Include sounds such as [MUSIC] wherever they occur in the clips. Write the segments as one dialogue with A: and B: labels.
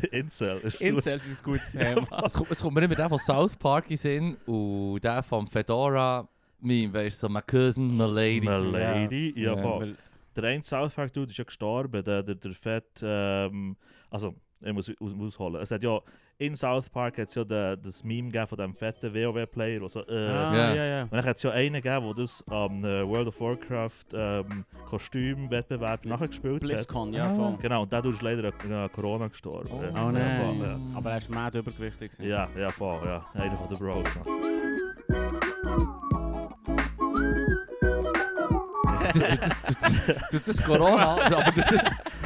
A: [LAUGHS] Incel ist
B: Incels ist ein [LAUGHS] gutes
A: Ja,
B: Thema.
A: Mann.
C: Es kommt, es kommt mir immer der von South Park in den Sinn und der von Fedora Meme, weißt du, so, my cousin, my lady.
A: Eine Lady. Ja,
C: Ja.
A: voll. Der eine South Park Dude ist ja gestorben, der, der, der Fett. Ähm, also, ich muss aus, ausholen. Es hat ja, in South Park hat es ja den, das Meme gegeben von dem fetten WoW-Player, der so. Äh,
B: Ah,
C: Ja.
B: ja, ja.
A: Und dann hat es ja einen gegeben, der das am äh, World of Warcraft ähm, Kostümwettbewerb nachgespielt hat.
B: BlizzCon, ja, voll.
A: Genau, und der Dude ist leider an an Corona gestorben.
C: Oh.
A: Ja,
B: Oh
A: voll,
B: nein.
A: ja.
B: Aber er ist mad übergewichtig. gewesen.
A: Ja, ja, voll, ja. Einer von den Bros. Ja.
C: Tut das Corona, aber tut das,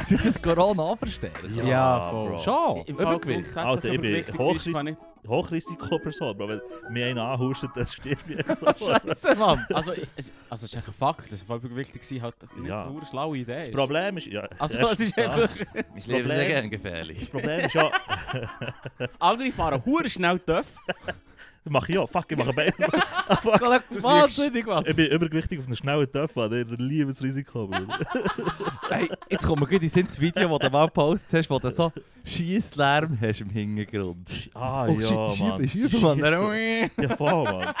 C: tut das Corona verstehen?
B: Ja, voll.
A: Bro.
C: Schon,
B: Im Fall
C: Übergewicht.
B: grundsätzlich
A: Alter, ich bin
B: übergewichtig
A: hochschieß-
B: ist, fand ich-
A: Hochrisikoperson, Bro. Wenn mir einer [LAUGHS] anhustet, dann stirbt ich so.
C: Scheiße, Mann.
B: Also, ich- es- also, es ist einfach ein Fakt, dass es voll übergewichtig war, halt nicht
A: Ja.
B: eine verdammt schlaue Idee.
A: Das
B: ist.
A: Problem ist... Ja, [LAUGHS]
B: Also,
A: erst
B: es ist
A: das.
B: einfach.
C: Ich
A: Problem-
C: lebe sehr gerne
A: Das
C: gefährlich.
A: Problem ist ja...
B: Andere fahren hure schnell TÜV.
A: [LAUGHS] Mach ich ja. Fuck, ich mache
C: [LAUGHS]
A: besser.
C: Wahnsinnig, Mann.
A: Ich bin übergewichtig auf einen schnellen Töpfe. Der liebes Risiko,
C: [LAUGHS]
A: Bruder.
C: Hey, jetzt kommt mir gut in den Sinn das Video, das du mal gepostet hast, wo du so Schiesslärm hast im Hintergrund.
A: Ah,
C: Oh, schieb- schieb- schieb, Mann.
A: Ja, voll, Mann.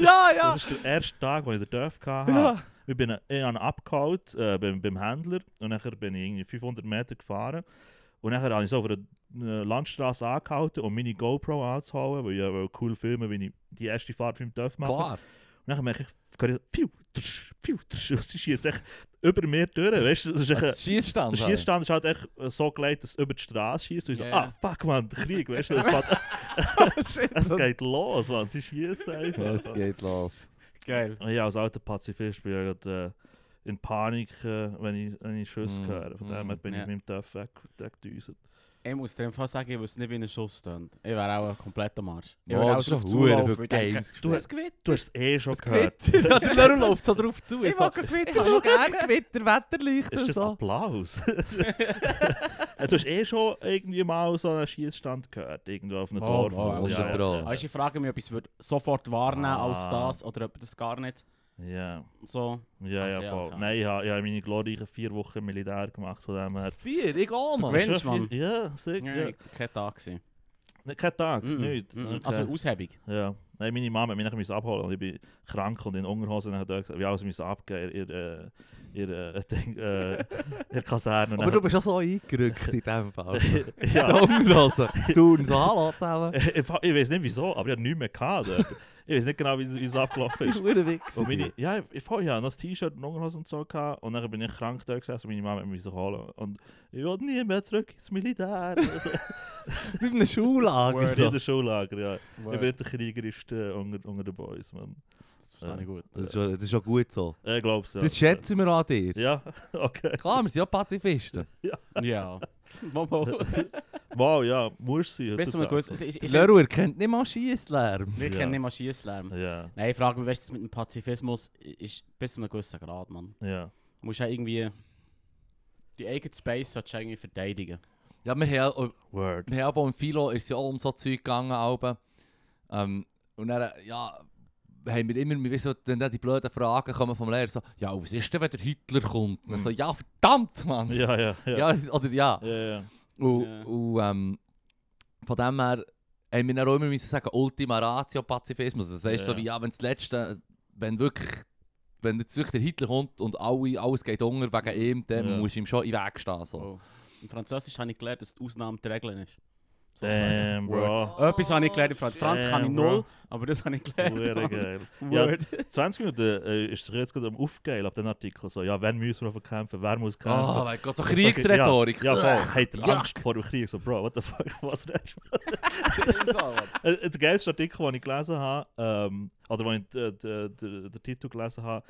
C: Ja, ja.
A: Das ist der erste Tag, wo ich den Dörf hatte.
C: Ja.
A: Ich bin ich habe ihn abgeholt äh, beim, beim Händler und nachher bin ich irgendwie 500 Meter gefahren. Und nachher habe ich so auf einer äh, Landstraße angehalten, um meine GoPro anzuholen, weil ich ja wollte cool filmen wenn ich die erste Fahrt vom Dörf mache.
C: Klar.
A: Und nachher merke ich, höre ich so, piu, trsch, piu, [LAUGHS] trsch, und sie schießt echt über mir durch. Weißt du, das ist echt ein-
C: Das Schießstand.
A: der Schießstand ist halt echt äh, so gelegt, dass es über die Straße schießt. Und ich so,
B: Ja.
A: ah, fuck, man, Krieg,
C: [LAUGHS]
A: weißt du, es geht-
C: Oh,
A: [LAUGHS]
C: Shit.
A: es geht los, man, sie
C: [LAUGHS]
A: schießt einfach.
C: Es geht los.
B: Geil.
A: Ja, als alter Pazifist bin ich ja gerade äh, in Panik, äh, wenn ich, wenn ich Schüsse
C: Mm,
A: höre. Von dem
C: mm,
A: her bin ich
B: ja.
A: mit dem Töff weg, weggedüsert.
B: Ich muss dir einfach sagen, ich wüsste nicht, wie ein Schuss tönt. Ich wäre auch ein kompletter Marsch. Ich
C: Ja,
B: wäre
C: das
B: auch
C: ist
B: drauf
C: doch
B: zulaufen.
C: verdammt
B: Ich denke,
C: viel
B: Du hast gewinnt.
A: Du hast es eh schon
C: Es
A: gehört.
C: Gewitter. Also, [LAUGHS] Leru läuft so drauf zu.
B: Ich
C: so.
B: mag ein Gewitter,
C: Ich habe schon gerne Gewitter, Wetterleuchten
A: Ist
C: und
A: das
C: so.
A: [LAUGHS] Applaus? du hast eh schon irgendwie mal so einen Schießstand gehört, irgendwo auf einem
B: Mal,
A: Dorf.
B: mal,
A: oder so.
B: mal.
C: Bro.
B: Also ich frage mich, ob ich es würd sofort wahrnehmen
A: Ah.
B: als das oder ob das gar nicht
A: ja,
B: so...
A: ja, ja,
B: Also, ja,
A: voll.
B: klar.
A: Nein, ich habe ich habe meine glorreichen vier Wochen Militär gemacht, von dem her.
C: Vier, ich auch, Mann.
B: Wenn- Mensch,
A: Schon viel-
B: Mann.
A: Ja, sicher.
B: Oh, Ja. Mm,
A: Ja.
B: Kein Tag gewesen.
A: Kein Tag,
B: Mm-mm.
A: nichts.
B: Mm-mm.
A: Okay.
B: Also Aushebung.
A: Ja, nein, meine Mama hat mich nachher abholen und ich bin krank und in Unterhosen nachher dort gesagt, wie alles müssen abgeben, ihr, ihr, ihr, äh, Ding, äh, ihr Kaserne. Und
C: Aber du bist auch so eingerückt in
A: [LAUGHS]
C: diesem Fall.
A: nachher-
C: Da
A: ja,
C: umgelassen. Das Tun so, hallo
A: [LAUGHS]
C: zusammen.
A: ich, ich weiß nicht wieso, aber ich habe nichts mehr gehabt dort. Ich weiß nicht genau, wie wie es abgelaufen [LAUGHS]
C: Das
A: ist.
C: ist ein Wichser.
A: Und meine, ja, ich, ich, ich hatte noch ein T-Shirt und Unterhosen und so gehabt, und dann bin ich krank da gesessen und meine Mama hat mich so holen. Und ich will nie mehr zurück ins [LAUGHS] Militär. Also,
C: Wie in einem Schullager.
A: ich
C: so.
A: bin in der Schullager, ja. Ich bin
B: Das
A: der Kriegeriste unter, unter den Boys, man.
B: verstehe ich gut.
C: Das ist schon- das ist schon gut so.
A: Ich glaub's, ja.
C: Das schätzen wir an dir.
A: Ja, [LAUGHS] okay.
C: Klar, wir sind ja Pazifisten.
B: [LAUGHS]
A: [LAUGHS]
B: Ja. Mal, mal.
A: Wow, ja, muss sein.
B: Bis zu einem
A: heutzutage.
B: gewissen... Ich, ich, ich,
C: Leru erkennt nicht mal Schiesslärm.
B: wir
A: Ja.
B: kennen nicht mal Schiesslärm.
A: Ja,
B: Nein, ich frage mich, weißt du, das mit dem Pazifismus ist bis zu einem gewissen Grad, Mann.
A: ja.
B: Du musst ja irgendwie... Die eigene Space solltest du irgendwie verteidigen.
C: Ja, wir haben auch-
A: Word.
C: Wir haben aber im Philo ist ja auch um so Zeug gegangen. Alben. Ähm, und dann, äh, ja, haben wir immer, wir wissen, dann dann die blöden Fragen kommen vom Lehrer so, ja, was ist denn, wenn der Hitler kommt? Und dann so, ja, verdammt, Mann!
A: Ja, ja, ja.
C: [LAUGHS] Ja, es- oder ja.
A: ja, ja.
C: Und,
B: Ja.
C: und ähm, von dem her haben wir dann auch immer müssen sagen, Ultima Ratio Pazifismus. Das heißt
A: Ja.
C: so wie, ja, wenn das Letzte, wenn wirklich, wenn jetzt wirklich der Hitler kommt und alle, alles geht unter wegen ihm, dann
A: Ja.
C: musst du ihm schon in den Weg stehen. So.
B: Oh. Im Französisch habe ich gelernt, dass die Ausnahme die Regeln ist.
A: Damn,
B: Sozusagen.
A: bro.
B: Etwas habe ich gelernt in Franz. Franz kann ich
A: Damn,
B: null, aber das habe ich [LAUGHS]
A: Hure
B: gelernt.
A: geil. Ja,
B: Word.
A: 20 Minuten äh, ist es jetzt gerade am Aufgehen ab dem Artikel. So, ja, wen müssen wir noch kämpfen? Wer muss
C: Oh
A: kämpfen?
C: mein Gott, so Kriegsrhetorik.
A: Ja, ja voll. Hat
C: Yuck.
A: er Angst vor dem Krieg? So, Bro, what the fuck, [LAUGHS] was redest du?
C: [LAUGHS] Fuck.
A: Äh, äh, Der geilste Artikel, den ich gelesen habe, ähm, oder wo ich äh, d- d- den Titel gelesen habe,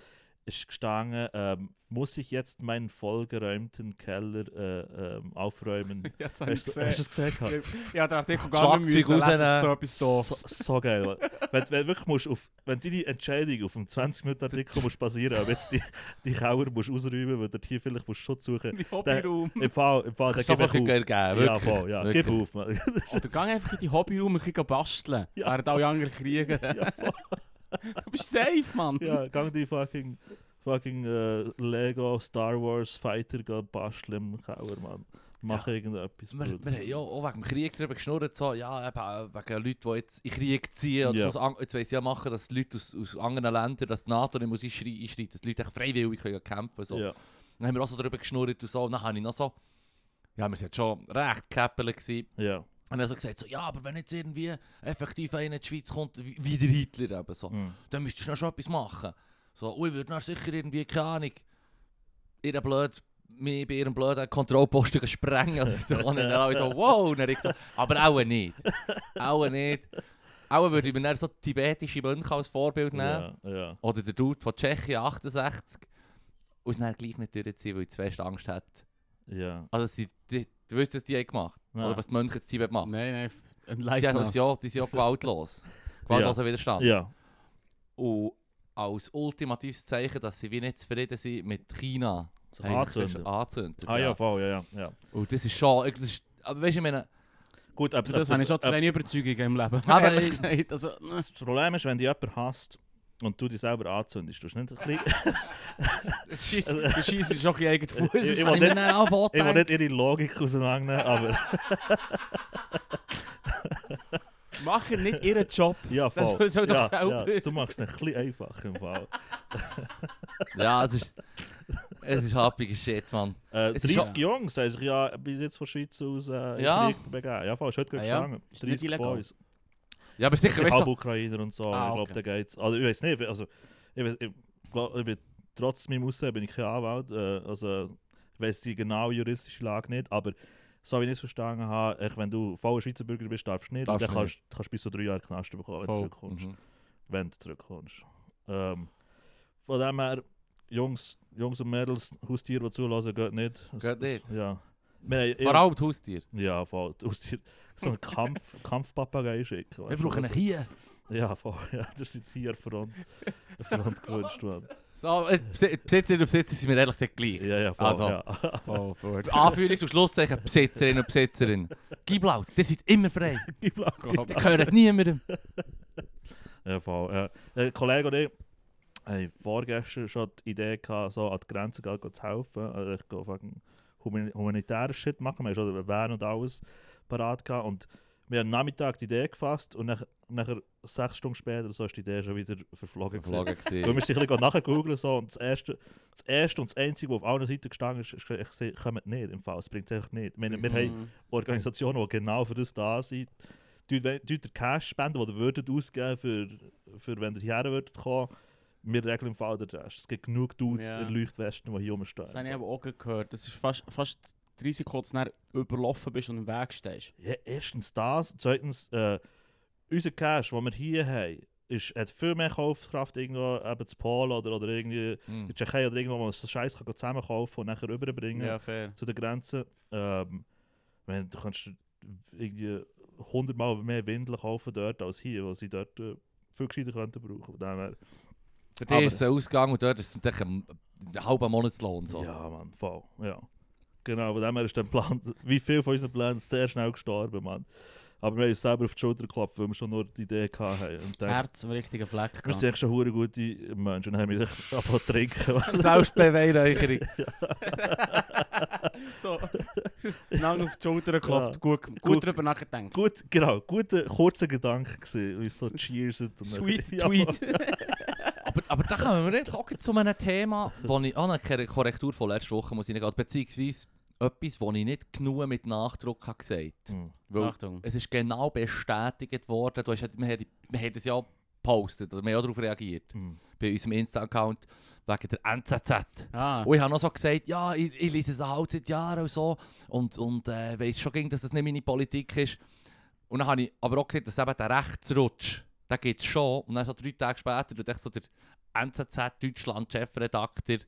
A: ist gestanden, ähm, muss ich jetzt meinen vollgeräumten Keller äh, ähm, aufräumen?
B: Jetzt habe ich
A: hast, du- hast du
B: gesehen.
A: es gesehen? gehabt?
B: Ja, den Artikel gar nicht
C: Schlagzeug
B: müssen lesen,
C: rausnehmen.
B: das ist so etwas [LAUGHS] doofs.
A: So, so geil. Mann. wenn, wenn, wirklich musst auf, wenn du deine Entscheidung auf einem 20-Minuten-Artikel musst basieren musst, jetzt die, die Keller musst ausräumen weil du hier vielleicht musst Schutz suchen
B: Mein [LAUGHS] Hobbyraum.
A: Im Fall, im Fall, dann
C: Das ist einfach
A: gib ich auf.
C: geil gegeben,
A: Ja,
C: wirklich.
A: voll, ja.
C: Wirklich.
A: Gib auf, Mann.
B: Oder geh einfach in die Hobbyraum und ein bisschen basteln.
A: Ja.
B: Während alle anderen kriegen. [LAUGHS] Du bist safe, Mann.
A: [LAUGHS] ja, gang die fucking, fucking äh, Lego Star Wars Fighter go basteln im Keller, Mann. machen irgendetwas.
C: Wir,
A: Bruder.
C: wir haben ja auch wegen dem Krieg drüber geschnurrt, so, ja, eben, äh, wegen Leuten, die jetzt in den Krieg ziehen. Oder
A: Ja.
C: so, aus an- jetzt weiss ich ja machen, dass die Leute aus, aus anderen Ländern, dass die NATO nicht muss einschreien einschreiten, dass die Leute echt freiwillig können kämpfen so.
A: Ja.
C: Dann haben wir auch so drüber geschnurrt und so. Und dann habe ich noch so, ja, wir sind schon recht käppelig gewesen.
A: Ja.
C: Und er hat so gesagt, so, ja, aber wenn jetzt irgendwie effektiv einer in die Schweiz kommt, wie, wie der Hitler eben so,
A: Mhm.
C: dann müsstest du noch schon etwas machen. So, ui, würde noch sicher irgendwie, keine Ahnung, ihren blöd, mich bei ihrem blöden Kontrollposten sprengen. Also, so, und dann alle so, wow, und dann ich so, aber auch nicht. Auch nicht. Auch würde ich mir dann so tibetische Mönche als Vorbild nehmen.
A: Ja. Ja.
C: Oder der Dude von Tschechien, 68. Und es dann gleich nicht durchziehen, weil ich zu fest Angst hatte.
A: Ja.
C: Also, sie, die, du weißt, was die haben gemacht
A: Ja.
C: Oder was die Mönche in Tibet machen.
B: Nein, nein, f-
C: Sie
B: enlighten
C: haben
B: us.
C: das ja, die sind ja
A: [LAUGHS]
C: gewaltlos. Gewaltloser Widerstand.
A: Ja.
C: Und als ultimatives Zeichen, dass sie wie nicht zufrieden sind mit China.
A: So
C: haben sie das
A: anzünden.
C: anzündet,
A: Ah ja, voll, ja, ja. ja.
C: Und das ist schon... Das ist, aber weißt du, ich meine...
A: Gut, aber,
B: Für das habe ich schon zu wenig Überzeugungen im Leben. [LAUGHS]
C: Aber
B: ehrlich
C: ich-
B: gesagt. Also, [LAUGHS] äh,
A: Das Problem ist, wenn dich jemand hasst und du dich selber anzündest, tust du
B: [LAUGHS]
A: nicht ein bisschen...
B: Schiess- du schießt schon in eigenen Fuß.
A: Ich- ich-
B: [LAUGHS]
C: Habe
A: will nicht-
C: ich mir dann auch
A: ich will
C: angeboten.
A: nicht ihre Logik auseinandernehmen, aber...
B: Mach nicht ihren Job.
A: Ja,
B: Das
A: voll.
B: soll doch
A: ja,
B: selber.
A: Ja, du machst es ein bisschen einfach im
B: [LAUGHS]
A: Fall.
C: Ja, es ist... Es ist happiger Shit, Mann.
A: Äh,
C: Es ist
A: 30 Jungs haben sich ja bis jetzt von der Schweiz aus äh, in
C: Ja.
A: den Krieg begeben. Ja, voll, ist heute gerade
B: Ah ja?
A: gestanden.
B: Ist das nicht
A: 30
B: illegal?
A: Boys.
C: Ja, aber sicher,
A: Halb
C: weißt du...
A: Ukrainer und so.
B: Ah,
A: ich glaube, da
B: okay.
A: geht's. Also, ich weiß nicht. Also, ich, weiss, ich, glaub, ich bin, trotz meinem Aussehen bin ich kein Anwalt. Äh, also, ich weiß die genaue juristische Lage nicht. Aber so wie ich es verstanden habe, echt, wenn du voller Schweizer Bürger bist, darfst du nicht.
C: Darfst
A: und dann
C: du
A: kannst du kannst bis zu drei Jahre Knast bekommen, wenn du
B: Voll.
A: zurückkommst.
C: Mhm.
A: Wenn du zurückkommst. Ähm, von dem her, Jungs, Jungs und Mädels, Haustiere, die zulassen, geht nicht. Es-
C: Geht nicht.
A: Ja. Wir haben- ich-
C: Vor allem die Haustiere.
A: ja, voll. Aus dir so einen
C: [LAUGHS]
A: Kampf, Kampfpapagei schicken.
C: Wir
A: weißt du,
C: brauchen einen
A: also-
C: Kien.
A: Ja, voll. Ja, das sind vier Front, Front gewünscht [LAUGHS] worden.
C: So, äh, Besi- Besitzerinnen und Besitzer sind mir ehrlich gesagt gleich.
A: Ja, ja, voll.
C: Also.
A: Ja.
B: Oh, Gott.
C: Anführungs- und Schlusszeichen, Besitzerinnen und Besitzerin. Gib laut, ihr seid immer frei.
A: [LAUGHS] Ich lache.
C: Ihr gehört niemandem.
A: ja, voll. Ja. Ein Kollege und ich haben vorgestern schon die Idee gehabt, so an die Grenze gehen, gehen zu helfen. Also ich gehe fucking humani- humanitären Shit machen. Wir haben schon einen Van und alles parat gehabt. Und wir haben am Nachmittag die Idee gefasst und nach, nachher sechs Stunden später oder so ist die Idee schon wieder verflogen. gewesen. Weil wir sind nachher googeln so, und das erste, das erste und das einzige, was auf allen Seiten gestanden ist, ist, ich sehe, kommt nicht im Fall. Es bringt es echt nicht. Wir,
B: Mhm.
A: wir haben
B: Mm.
A: Organisationen, die genau für das da sind. Tut we- tut der Cash spenden, den ihr würdet ausgeben für, für wenn ihr hierher würdet kommen. Wir regeln im Fall den Rest. Es gibt genug Dudes
B: Ja.
A: in Leuchtwesten, die hier rumstehen.
B: Das habe ich aber auch gehört. Das ist fast, fast 30 kurz nachher überlaufen bist und im Weg stehst.
A: Ja, erstens das. Zweitens, äh, unser Cash, den wir hier haben, ist, hat viel mehr Kaufkraft irgendwo eben zu Polen oder, oder irgendwie
C: Hm.
A: in Tschechien oder irgendwo, wo man so Scheiß kann zusammen kaufen und nachher rüberbringen
B: fair.
A: zu der Grenze. Ähm, wenn, du kannst irgendwie hundertmal mehr Windeln kaufen dort als hier, was sie dort äh, viel gescheiter könnten brauchen. Von dem her,
C: Für dich ist es ein Ausgang und dort ist es natürlich ein, ein halber Monatslohn. So.
A: Ja, man, voll. Ja. Genau, von dem her ist der Plan, [LAUGHS] wie viel von unseren Plänen sehr schnell gestorben, Mann. Aber wir haben uns selber auf die Schulter geklappt, weil wir schon nur die Idee hatten. Und
B: Das
A: gedacht,
B: Herz am richtigen Fleck.
A: wir sind echt schon hure gute Menschen und haben wir sich [LAUGHS] angefangen zu trinken. [LAUGHS] Mann. [LAUGHS]
C: Selbstbeweihräucherung.
B: so. Lang auf die Schulter geklopft,
A: Ja.
B: gut, gut,
A: Gut.
B: drüber nachgedacht.
A: Gut, genau, guter, kurzer Gedanke gewesen. Uns so cheers und dann- [LAUGHS]
B: Sweet
A: Ja,
B: Tweet.
C: aber, aber da kommen wir jetzt auch gleich zu einem Thema, wo ich auch eine Korrektur von letzter Woche muss reingehen, beziehungsweise etwas, das ich nicht genug mit Nachdruck habe gesagt habe.
A: Mhm.
C: Weil
B: Achtung.
C: es ist genau bestätigt worden, du hast, ja- wir, haben, wir haben das ja gepostet, also wir haben auch darauf reagiert,
A: Mhm.
C: bei unserem Insta-Account wegen der NZZ.
B: Ah,
C: Und ich habe noch so gesagt, ja, ich, ich lese es halt seit Jahren und so. Und, und äh, weiss schon, ging, dass das nicht meine Politik ist. Und dann habe ich aber auch gesehen, dass eben der Rechtsrutsch, den gibt es schon. Und dann so drei Tage später, tut echt so der NZZ Deutschland Chefredakteur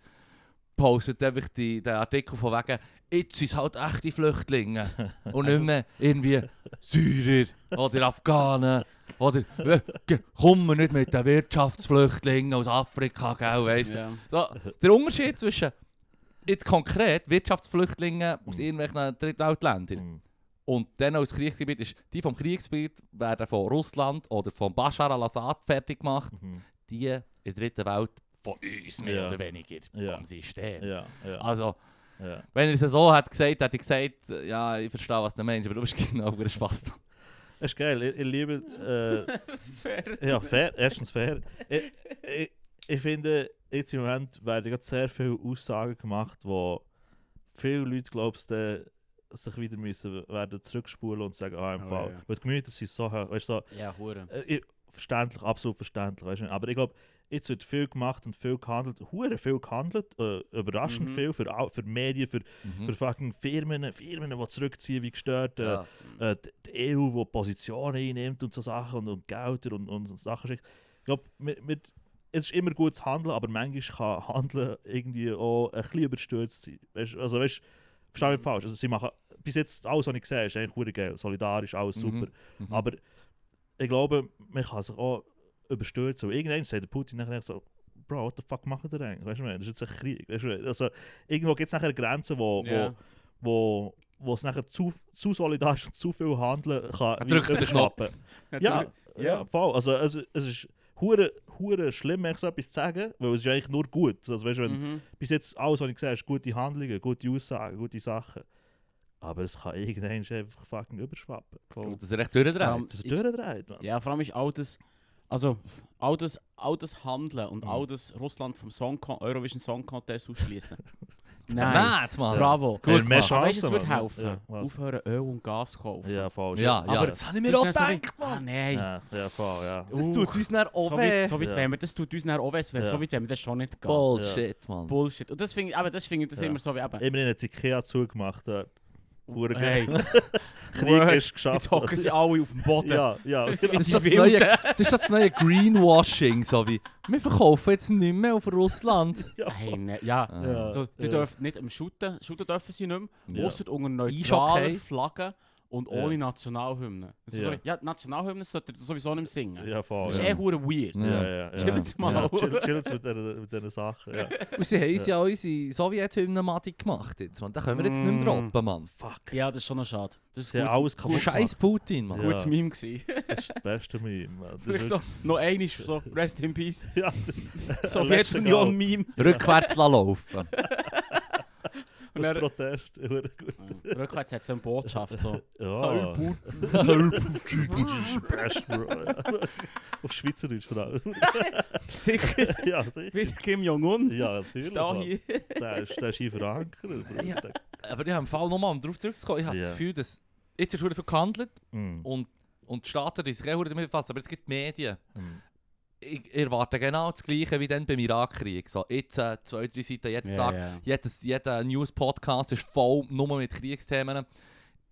C: postet einfach die, den Artikel von wegen, jetzt sind es halt echte Flüchtlinge. Und nicht mehr irgendwie Syrer oder Afghanen. Oder, äh, ge- kommen wir nicht mit den Wirtschaftsflüchtlingen aus Afrika, gell, weißt du.
B: ja.
C: [LAUGHS] So, der Unterschied zwischen jetzt konkret Wirtschaftsflüchtlingen aus
A: Mhm.
C: irgendwelchen Drittweltländern
A: Mhm.
C: und dann aus Kriegsgebiet ist, die vom Kriegsgebiet werden von Russland oder von Bashar al-Assad fertig gemacht,
A: Mhm.
C: die in der dritten Welt von uns mehr
A: Ja.
C: oder weniger,
A: Ja.
C: vom System.
A: Ja, ja.
C: Also,
A: Ja.
C: Wenn er es so hat gesagt, hätte ich gesagt, ja, ich verstehe, was du meinst, aber du bist [LAUGHS] genau über Spaß.
A: Das ist geil. Ich, ich liebe.
B: [LAUGHS] Fair.
A: Äh, ja, fair. Erstens fair. Ich, ich, ich finde, jetzt im Moment werden gerade sehr viele Aussagen gemacht, wo viele Leute, glaubst du, sich wieder müssen werden zurückspulen und sagen, ah, im
B: Oh,
A: Fall.
B: ja.
A: Weil die Gemüter sind so, hoch, weißt du, so,
B: Ja, Hure.
A: Äh, ich- verständlich, absolut verständlich. Weißt du? Aber ich glaube, jetzt wird viel gemacht und viel gehandelt, hure viel gehandelt, äh, überraschend
B: Mhm.
A: viel für, au- für Medien, für, für
C: Mhm.
A: fucking Firmen, Firmen, die zurückziehen wie gestört. Äh,
C: Ja.
A: äh, die- die EU, die Positionen einnimmt und so Sachen und, und Gelder und, und, so Sachen schickt. Ich glaube, es ist immer gut zu handeln, aber manchmal kann Handeln irgendwie auch ein bisschen überstürzt sein. Weißt, du, also weißt, verstehe mich falsch. Also sie machen, bis jetzt alles, was ich sehe, ist eigentlich hure geil. Solidarisch, alles
C: Mhm.
A: super.
C: Mhm.
A: Aber ich glaube, man kann sich auch überstürzen. Und irgendwann sagt der Putin nachher echt so, Bro, what the fuck macht ihr eigentlich? Weißt du, man, das ist jetzt ein Krieg. Weißt du, also, irgendwo gibt es nachher Grenzen, wo,
B: Ja.
A: wo, wo, wo es nachher zu, zu solidarisch und zu viel handeln kann.
C: Er
A: wie
C: drückt den
A: überschnappen. Ja, ja,
B: Ja.
A: voll. Also, es, es ist hure, hure schlimm, wenn ich so etwas zu sagen, weil es ist eigentlich nur gut. Also, weißt du, wenn,
B: Mhm.
A: bis jetzt alles, was ich gesehen habe, ist gute Handlungen, gute Aussagen, gute Sachen. Aber es kann irgendwann einfach fucking überschwappen. Voll.
C: Und dass er echt durchdreht.
B: Ja.
A: Das ist
B: Ich-
A: durchdreht, man.
B: Ja, vor allem ist altes, also altes, altes Handeln und
A: Mhm.
B: altes Russland vom Song Eurovision Song Contest ausschließen.
C: Mad, Mann.
B: Bravo.
C: Gut
A: Wenn mehr
C: gemacht.
B: Aber
A: Chancen,
B: weißt du, es würde
A: Mann.
B: helfen.
A: Ja, was?
B: Aufhören, Öl und Gas zu kaufen.
A: Ja, voll.
C: Ja, ja,
B: Aber-
C: das habe ich mir
B: Das
C: auch
B: ist dann so wie-
C: gedacht,
B: Ah,
C: Mann.
B: nein.
A: Ja, ja, voll, ja.
C: Das
B: Uh,
C: tut uns dann
B: so
C: auch weh.
B: weit, so weit
A: Ja.
B: wollen wir, das tut uns dann auch weh, es wäre
A: Ja.
B: so weit wollen wir das schon nicht gehen.
C: Bullshit, Mann.
B: Bullshit. Und das finde ich, aber das finde ich das
A: Ja.
B: immer so wie eben.
A: Immerhin hat sie Ikea zugemacht. Der Hure
B: Hey,
A: Krieg
B: Word.
A: ist geschafft.
B: [LAUGHS] jetzt hocken sie alle auf dem Boden.
A: Ja, ja. genau.
C: Das ist, das,
B: Die
C: neue,
B: Wilden.
C: das ist das neue Greenwashing, so wie wir verkaufen jetzt nicht mehr auf Russland.
A: ja.
B: Hey, ne, ja.
A: Ja,
B: So, die
A: ja.
B: dürfen nicht am Shooten, Shooten dürfen sie nicht mehr,
A: Ja.
B: ausser unter neutraler
C: Eishockey.
B: Flagge und
A: Ja.
B: ohne Nationalhymne. Das ist
A: Ja.
B: So, ja, die Nationalhymne sollte ihr sowieso nicht mehr singen.
A: Ja, voll.
B: Das ist
A: Ja,
B: eh hure weird.
C: Ja.
A: ja, ja.
B: Chillen's mal.
A: Ja, chill- Chillen's mit dieser- mit diesen Sachen. Ja.
C: Und sie haben uns ja auch unsere Sowjethymnematik gemacht jetzt, Mann. Da können wir jetzt nicht mehr
B: Mm.
C: droppen, Mann.
A: Fuck.
B: Ja, das ist schon noch schade. Das ist
A: Sie haben
B: ein
A: alles kaputt
C: Scheiß
A: gemacht.
C: Putin, Mann.
A: Ja.
B: gutes Meme gewesen. [LAUGHS]
A: Das ist das Beste Meme. Mann. Das
B: Vielleicht
A: ist
B: so, noch einmal so, rest in peace.
A: [LAUGHS] wirklich- Ja, das- letzter Gau.
B: Sowjetunion-Meme.
C: Rückwärts la laufen. [LAUGHS]
B: Und
A: Aus
B: dann-
A: Protest. Hure gut.
B: Rückwärts hat es eine Botschaft. So.
A: [LAUGHS] Ja. Das ist das Beste, Bro. Ja. Auf Schweizerdeutsch vor allem. [LAUGHS]
B: Sicher,
A: Ja, sicher.
B: wieder Kim Jong-un.
A: Ja, natürlich.
B: Ist da
A: Mann.
B: hier.
A: Der ist der ist hier verankert. Bro.
C: Ja. Aber ich habe im Fall nochmal, um darauf zurückzukommen, ich habe
A: Ja.
C: das Gefühl, dass jetzt ist verdammt verhandelt
A: Mm,
C: und, und die Staaten die sich auch verdammt damit befassen, aber es gibt die Medien.
A: mm.
C: Ich erwarte genau das Gleiche wie dann beim Irakkrieg. So, jetzt äh, zwei, drei Seiten jeden Tag. Jedes, jeder News-Podcast ist voll nur mit Kriegsthemen.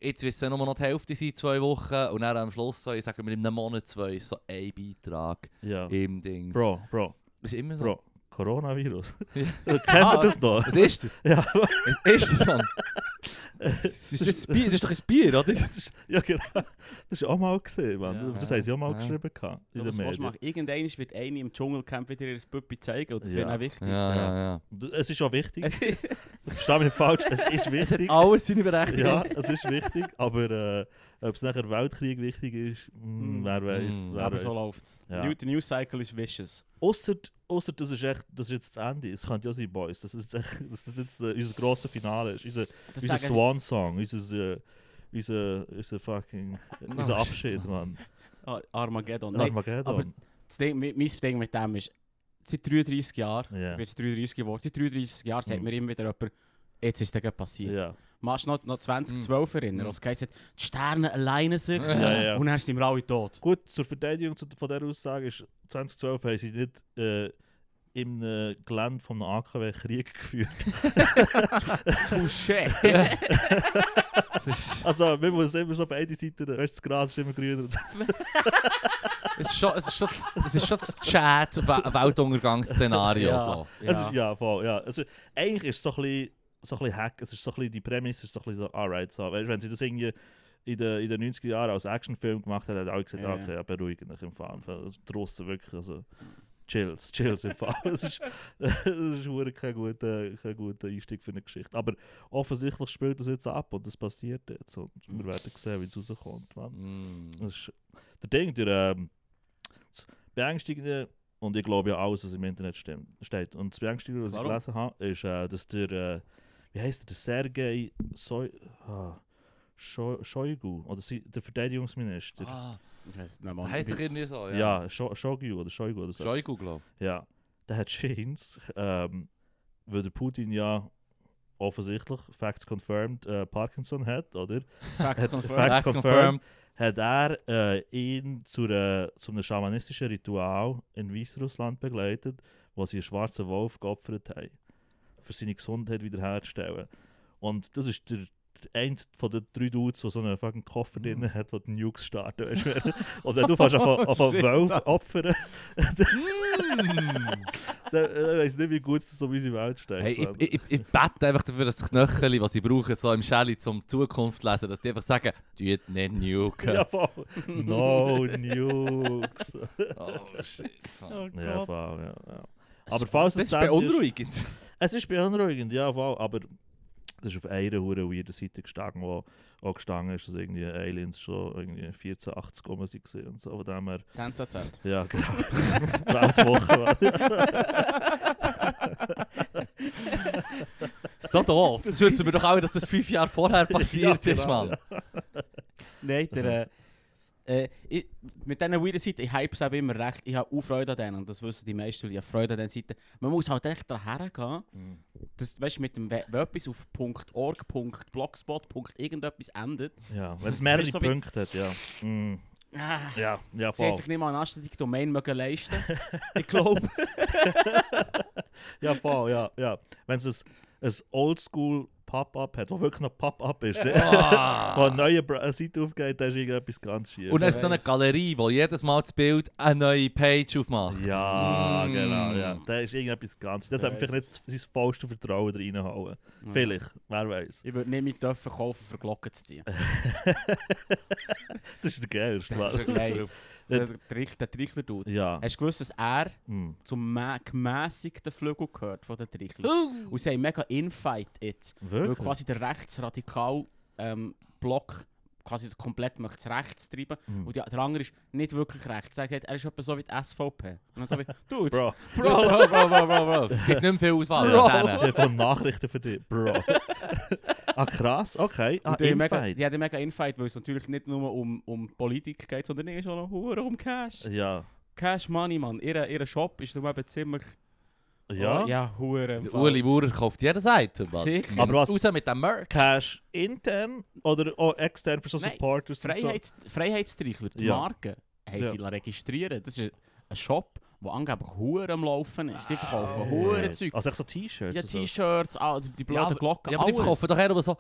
C: Jetzt wird es dann nur noch die Hälfte sein, zwei Wochen. Und dann am Schluss, so, ich sage mir, in einem Monat, zwei, so ein Beitrag
A: Ja.
C: im Dings.
A: Bro, Bro,
C: Das ist immer so.
A: Bro. Coronavirus.
C: Ja.
A: [LAUGHS] Kennt ihr das
C: [LAUGHS]
A: noch?
C: Was ist das?
A: Ja,
C: Was ist das, Mann? das, ist jetzt ein Bier, das ist doch ein Bier, oder?
A: das ist, ja, genau. Das ist auch mal gesehen, Mann.
C: Ja.
A: das haben sie auch mal
C: Ja.
A: geschrieben. Gehabt, in
B: Ja,
A: den
B: was willst du
A: Medien.
B: machen? Irgendeinmal wird eine im Dschungelcamp wieder ihr Puppy zeigen und das
A: Ja.
B: wäre auch wichtig. [LAUGHS]
C: Ja, ja, ja.
A: Und Es ist auch wichtig.
B: Es ist
A: Verstehe mich nicht falsch, es ist wichtig.
C: Alles seine Berechtigung.
A: Ja, es ist wichtig. Aber äh, ob es nachher Weltkrieg wichtig ist, mm,
B: Mm.
A: wer weiß.
C: Mm.
A: Wer
B: Aber
A: weiß.
B: so läuft
A: Ja.
B: Der News Cycle ist vicious.
A: Ausser, ausser das ist echt, das ist jetzt das Ende. Es könnte ja sein, Boys. Das ist echt, dass das jetzt äh, unser grosses Finale. Ist. Unser,
B: Das
A: unser
B: sagen sie-
A: Swan-Song. Unser, äh, unser, unser fucking, unser
C: Oh,
A: Abschied, Mann.
B: Ar- Ah, Armageddon. Nein, aber
A: Armageddon.
B: das Ding, mi- mein Ding mit dem ist, seit 33 Jahren,
A: Ja.
B: ich bin jetzt 33 geworden, seit 33 Jahren sagt
A: Mhm.
B: mir immer wieder jemand, jetzt ist es gerade passiert.
A: Ja, Mm.
B: Machst du noch, noch 2012 erinnern,
C: Mhm.
B: als es geheißen hat, die Sterne alleine sich
A: Ja, ja.
B: und dann sind wir alle tot.
A: Gut, zur Verteidigung zu, von dieser Aussage ist, 2012 haben sie nicht äh, im äh, Gelände von einem AKW Krieg geführt. Oh,
B: [LAUGHS] Touché!
A: [LAUGHS] Also, man muss immer so beide Seiten, weißt, das Gras ist immer grüner.
C: Es ist schon, es ist schon, das- es ist schon das Chat-Weltuntergangsszenario.
B: Ja.
C: so.
A: Es ist, ja, voll, ja. Also, eigentlich ist es so ein bisschen, so ein bisschen Hack, es ist so ein bisschen, die Prämisse ist so ein bisschen so, alright, so. Weißt, wenn sie das irgendwie in den, in den 90er Jahren als Actionfilm gemacht haben, haben alle gesagt,
B: Ja,
A: ja,
B: ja.
A: okay, ja, beruhigt euch im Fall. Also, draussen wirklich, also, chills, chills im Fall. [LAUGHS] Es ist, es ist wirklich kein guter, kein guter Einstieg für eine Geschichte. Aber offensichtlich spielt das jetzt ab und das passiert jetzt. Und wir werden sehen, wie es rauskommt, Mann.
C: Mm.
A: Das ist der Ding, der ähm, das Beängstigende, und ich glaube ja alles, was im Internet stimmt, steht. Und das Beängstigende, was
B: Warum?
A: ich gelesen habe, ist, äh, dass der äh, wie heißt er, der Sergei Soi, ah, Schoi- Shoigu, oder si- der Verteidigungsminister.
C: Ah,
B: Ich weiss nicht, Mann.
C: heißt doch irgendwie so, ja.
A: ja, Sho- Shoigu oder Shoigu oder so.
C: Shoigu, glaube
A: Ja, der hat scheint, ähm, weil der Putin ja offensichtlich, Facts confirmed, äh, Parkinson hat, oder?
B: Facts
A: Hat-
B: confirmed.
A: Facts confirmed. Hat er äh, ihn zu, einer, zu einem schamanistischen Ritual in Weißrussland begleitet, wo sie einen schwarzen Wolf geopfert haben, für seine Gesundheit wiederherzustellen. Und das ist der der eine von den drei Dudes, der so einen fucking
C: Mhm.
A: Koffer drin hat, der die Nukes startet. Weißt
C: [LAUGHS]
A: du? Und wenn du fast auf, auf einen
C: shit.
A: Wolf opfern, [LAUGHS]
C: Mm.
A: dann, dann weiss ich nicht, wie gut es so in unsere Welt steht.
C: Hey, ich, ich, ich, ich bete einfach dafür, dass die Knöchel, die ich brauche, so im Shelly zum Zukunft lesen, dass die einfach sagen, tut nicht nuken.
A: ja,
C: [LAUGHS]
A: voll. No Nukes.
C: Oh shit. Mann.
B: Oh
A: ja,
B: Gott.
A: voll, ja, ja.
C: Das
A: Aber
C: ist-
A: falls
C: das
A: es
C: ist
A: Sand
C: beunruhigend.
A: Es ist beunruhigend, ja, voll, aber das ist auf einer hure weirden Seite gestanden, wo auch gestanden ist, dass irgendwie Aliens schon irgendwie 1480 rum waren und so, von dem her,
B: NZZ.
A: ja, genau, [LAUGHS] die Woche.
C: So doof. Das wissen wir doch alle, dass das fünf Jahre vorher
A: [LAUGHS]
C: passiert
A: Ja,
C: ist,
A: genau,
C: Mann.
B: [LAUGHS] Nein, der.
A: Mhm.
B: Äh, äh, ich, mit diesen weirden Seiten, ich hype es eben immer recht. Ich habe auch Freude an denen. Und das wissen die meisten, weil ich habe Freude an diesen Seiten. Man muss halt echt daher gehen.
A: Mhm.
B: Das, weißt du, mit dem, wenn wenn etwas auf .org, .blogspot, .irgendetwas endet.
A: ja, wenn
B: Das
A: es mehrere
B: ist so wie-
A: Punkte hat, ja. Mm,
B: Ah,
A: ja, ja,
B: sie haben
A: voll.
B: sich nicht mal eine anständige Domain mögen leisten Ich glaube.
A: [LAUGHS] Ja, voll, ja, ja. Wenn es ein, ein Oldschool Pop-Up hat, wo wirklich noch Pop-Up ist, ne?
B: Ah.
A: [LAUGHS] wo eine neue Bra- eine Seite aufgeht, dann ist irgendetwas ganz schief.
C: Und dann ist so eine Galerie, wo jedes Mal das Bild eine neue Page aufmacht.
A: Ja,
C: Mm.
A: genau. Ja. Da ist irgendetwas ganz. Das
B: Wer
A: hat mir vielleicht nicht sein vollstes Vertrauen reinhauen. Vielleicht, wer weiß.
B: Ich würde nicht mit dürfen kaufen, für Glocken zu ziehen.
A: [LAUGHS] Das ist der geilste. was?
B: ist geil. Der Trichter, der Trichter tut.
A: Ja.
B: Hast du gewusst, dass er
A: Hm.
B: zum mä- gemässigten Flügel gehört von den Trichter? Und sie haben mega Infight jetzt. Weil
A: Wirklich?
B: quasi der rechtsradikal ähm, Block quasi komplett möchte das rechts treiben.
A: Hm.
B: Und ja, der andere ist nicht wirklich rechts. Er sagt, er ist etwa so wie die SVP. Und
A: [LAUGHS]
B: dann so wie, Dude,
A: Bro,
C: Bro, bro, bro, bro, bro, bro. Es gibt nicht mehr viel Auswahl
A: Bro.
C: an
A: ich
C: denen.
A: habe von Nachrichten für dich.
B: [LAUGHS]
A: Bro. ah, krass, okay. Ah,
B: Und die, haben mega,
A: Infight.
B: die haben mega Infight, weil es natürlich nicht nur um, um Politik geht, sondern es ist auch noch hure um Cash.
A: Ja.
B: Cash Money, Mann. Ihr, ihr Shop ist darum eben ziemlich...
A: Ja.
B: Oh, ja, hure. im
C: Der
B: Fall.
C: Uli Maurer kauft jedes Item, Mann.
B: Sicher.
A: Aber was-
C: Raus mit dem Merch.
A: Cash intern oder auch extern für so
B: Nein,
A: Supporters und so.
B: Freiheits Freiheitstreichler, die
A: Ja.
B: Marken, haben
A: Ja.
B: sie registrieren Das ist ein- ein Shop, der angeblich hure am Laufen ist. Die
C: Ah,
B: verkaufen
A: Shit.
B: hure Zeug.
A: Oh, Also echt so T-Shirts.
B: Ja,
A: und so.
B: T-Shirts, ah, die
C: Ja,
B: blauen
C: aber-
B: Glocken,
C: Ja, aber die
B: alles.
C: verkaufen doch eher aber so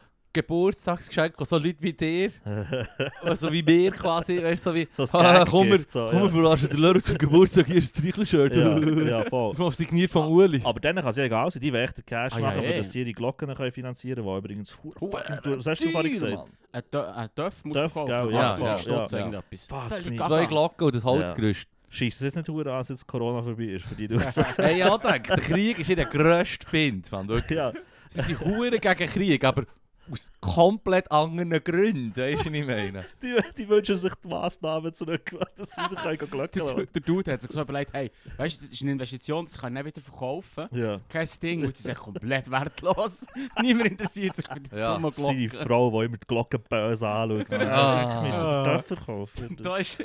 C: Geburtstagsgeschenke, so Leute wie dir,
A: [LAUGHS]
C: also wie mir quasi, weißt du, so wie,
A: So ein
C: Ah, komm, wir,
A: Gag-Gift, so,
C: komm, wir
A: ja.
C: verarschen den Lörr zum Geburtstag, hier ist ein Streichelshirt. [LAUGHS]
A: Ja, ja, voll.
B: [LAUGHS]
C: Vom signiert von Uli.
A: Aber dann kann es ja egal sein, die wollen echt den Cash
B: Ah, ja,
A: machen,
B: eh.
A: damit sie ihre Glocken können finanzieren können, die übrigens fuhr- fucking teuer- Was hast Äh, du
C: Teuer,
A: vorhin gesagt?
C: Mann.
B: Ein Dö- Ein Dörf muss
A: Dörf,
B: verkaufen.
A: gell,
C: ja,
B: 80
C: ja,
B: Stutz
C: ja.
B: irgendetwas.
A: Fuck
B: Völlig
A: me.
B: gaga.
C: Zwei Glocken und
A: [LAUGHS]
C: ein Holzgerüst.
A: Scheiße, es ist nicht hure an, dass jetzt Corona vorbei ist für die
B: [LAUGHS]
A: Dudes.
C: Hey, ja, denk, der Krieg ist ihr grösste Find. Mann, wirklich.
A: ja,
C: Sie sind Huren gegen Krieg, aber aus komplett anderen Gründen, weißt du, was ich meine?
A: die, die wünschen sich die Massnahmen zurück, dass sie wieder können Glocken
B: Der,
A: haben.
B: der Dude hat sich so überlegt, hey, weißt du, das ist eine Investition, das kann ich nicht wieder verkaufen.
A: Ja.
B: Kein Ding, und
C: [LAUGHS]
B: sie ist komplett wertlos. Niemand interessiert sich für die
C: Ja.
B: dumme Glocke.
A: Seine Frau, die immer die Glocken böse anschaut.
C: Ah.
A: Ja. Ich müssen den Töpfer kaufen.
B: Da [LAUGHS] ist...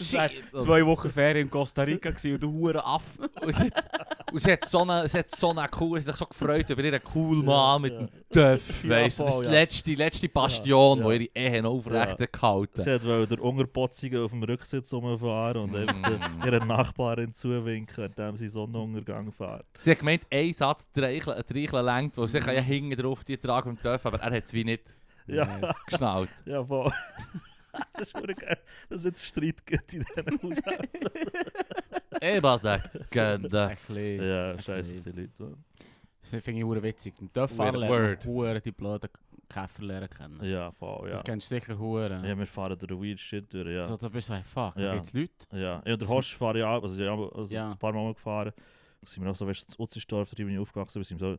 B: Das war zwei Wochen Ferien in Costa Rica gewesen und du hure Aff.
C: Und sie, und sie hat so eine, sie hat so eine cool, sie hat sich so gefreut über ihren cool
A: Ja,
C: Mann mit
A: ja.
C: dem Töff,
A: Ja,
C: weißt du? Das
A: voll,
C: ist
A: ja.
C: Dus die letzte, letzte Bastion,
A: Ja,
C: wo
A: ja.
C: ihre Ehe noch aufrecht gehalten
A: Sie hat wohl der Ungerpotzige auf dem Rücksitz rumfahren
B: Mhm.
A: und einfach
C: Mm.
A: den- ihrer Nachbarin zuwinken, indem sie Sonnenuntergang fährt.
C: Sie hat gemeint, ein Satz dreicheln dreicheln lenkt, weil sie kann ja
A: Mm.
C: hinten drauf die tragen beim Töff, aber er hat es wie nicht
A: Ja. [LAUGHS]
C: geschnallt.
A: Ja, voll. das ist wirklich geil, dass es jetzt Streit gibt in diesen Haushalten.
C: Eben, was der Gönde.
B: bisschen.
A: Ja, scheiße auf die Leute. Mann.
B: Das finde ich hure witzig. Im Dörffahren
C: Weird
B: lernt
C: word.
B: man hure die blöden Käfer lernen kennen.
A: Ja, voll, ja.
B: Das kennst du sicher hure.
A: Ja, wir fahren durch weird shit durch, ja.
B: So, da bist du so, hey, fuck,
A: Ja.
B: da gibt's Leute.
A: Ja, ja der Horst fahre ich auch, also, ja, also
B: Ja.
A: ein paar Mal gefahren. Da sind wir auch so, weißt du, in Utzisdorf, da bin ich aufgewachsen, bin, sind wir so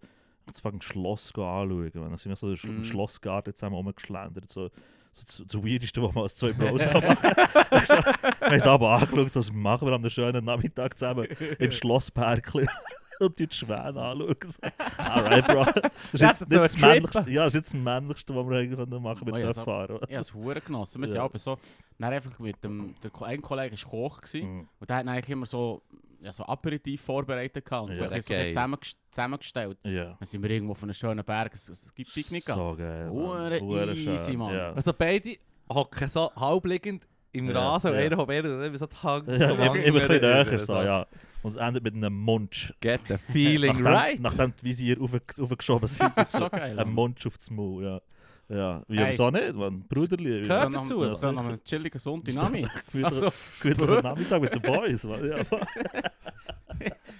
A: das fucking Schloss gehen anschauen. Mann. Dann sind wir so im Sch- im
B: Mhm.
A: Schlossgarten zusammen rumgeschlendert. So, so das, das Weirdeste, was man als
B: [LAUGHS]
A: zwei Bros kann machen kann. wir haben es aber angeschaut, was machen wir am schönen Nachmittag zusammen im Schlossparkli. [LAUGHS] Und die Schwäne anschauen. So, Alright, Bro. Das ist
C: Das
A: jetzt
C: ist so
A: nicht das
C: ein
A: männlichste, ja, das ist jetzt das männlichste, was wir eigentlich können machen mit
B: Oh ja,
A: der
B: so-
A: Fahrung.
B: Ich habe es hure genossen. Wir sind
A: Ja.
B: aber so... Dann einfach mit dem... Der, Ko- ein Kollege war Koch. Gewesen,
A: Mhm.
B: Und der hat dann eigentlich immer so... Ja, so Aperitif vorbereitet gehabt und
A: Ja.
B: so, ein bisschen so ein
C: Geil.
B: zusammengest- zusammengestellt.
A: Ja.
B: Dann sind wir irgendwo von einem schönen Berg, es, es gibt Picknick an.
A: So geil. Mann.
B: Hure
A: Hure
B: easy,
A: schön.
B: Mann.
A: Ja.
C: Also beide hocken so halbliegend im
A: Ja,
C: Rasen und
A: ja.
C: einer von beiden hat eben so die Hand
A: Ja,
C: so
A: immer, immer
C: lang
A: ein bisschen
C: rüber,
A: näher so, ja. Und es endet mit einem Munch.
C: Get the feeling
A: nachdem,
C: right.
A: Nachdem die Visier aufge- aufgeschoben sind.
B: Das
A: [LAUGHS]
B: ist so geil.
A: Ein Munch aufs Maul, ja. Ja, wie
B: Genau. Hey.
A: wieso nicht, man? Bruderli.
B: Das
A: wieso-
C: gehört
B: ist dann
C: dazu,
B: noch-
A: ja,
B: Das ist dann noch
A: sicher.
B: ein chilliger Sonntagabend.
A: Gemütlicher gemütlicher Nachmittag mit den Boys, man. Ja,
B: [LAUGHS]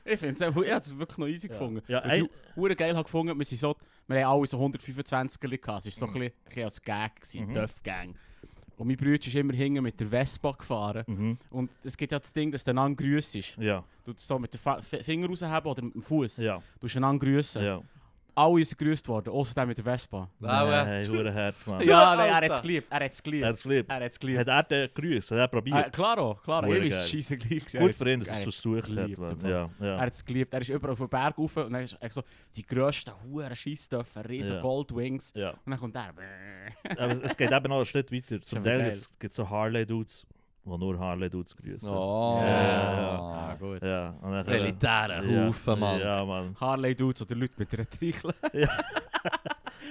B: Ich finde es ich hab's wirklich noch easy gefunden.
A: Ja,
B: Was
A: ey.
B: ich hure geil habe gefunden, wir, sind so, wir haben alle so 125er gehabt. Es war so ein bisschen- ein bisschen als Gag, gewesen,
A: Mhm.
B: Duff Gang. Und mein Bruder ist immer hinten mit der Vespa gefahren.
A: mhm.
B: Und es gibt ja das Ding, dass du einander grüßt.
A: ja,
B: Du so mit dem Fa- F- Finger rausheben oder mit dem Fuß.
A: ja,
B: Du hast einander grüßen.
A: ja.
B: Alle sind grüßt worden, außer der mit der Vespa.
C: Wow, ja.
A: Nein, hure hart, man.
C: Ja,
B: nee, er
C: Alter.
B: hat es geliebt. Er hat es geliebt.
A: Er hat's geliebt.
B: Er hat es
A: Hat
B: geliebt.
A: er den grüßt? Hat er
B: Äh,
A: probiert?
B: klaro, klaro.
A: Hure
B: Er ist
A: geil.
B: scheisse gleich. gewesen. Er
A: Gut
B: hat's-
A: für ihn, dass er
B: er
A: es
B: hat's
A: versucht hat,
B: geliebt,
A: man.
B: einfach.
A: Ja,
B: Er
A: ja.
B: hat es geliebt. Er ist über auf den Berg rauf und dann ist er so die grössten huren Scheissdörfer, riesen
A: Ja.
B: Goldwings.
A: ja.
B: Und dann kommt er. brrr.
A: Aber es geht eben noch einen Schritt weiter. Zum
B: aber geil.
A: Teil gibt es so Harley-Dudes, die nur Harley-Dudes grüßen.
C: Oh.
A: Ja,
B: Ah, gut.
A: Ja, und dann,
C: Elitären Haufen, Mann.
A: Ja, Mann.
B: Harley Dudes oder Leute mit einer Trichel.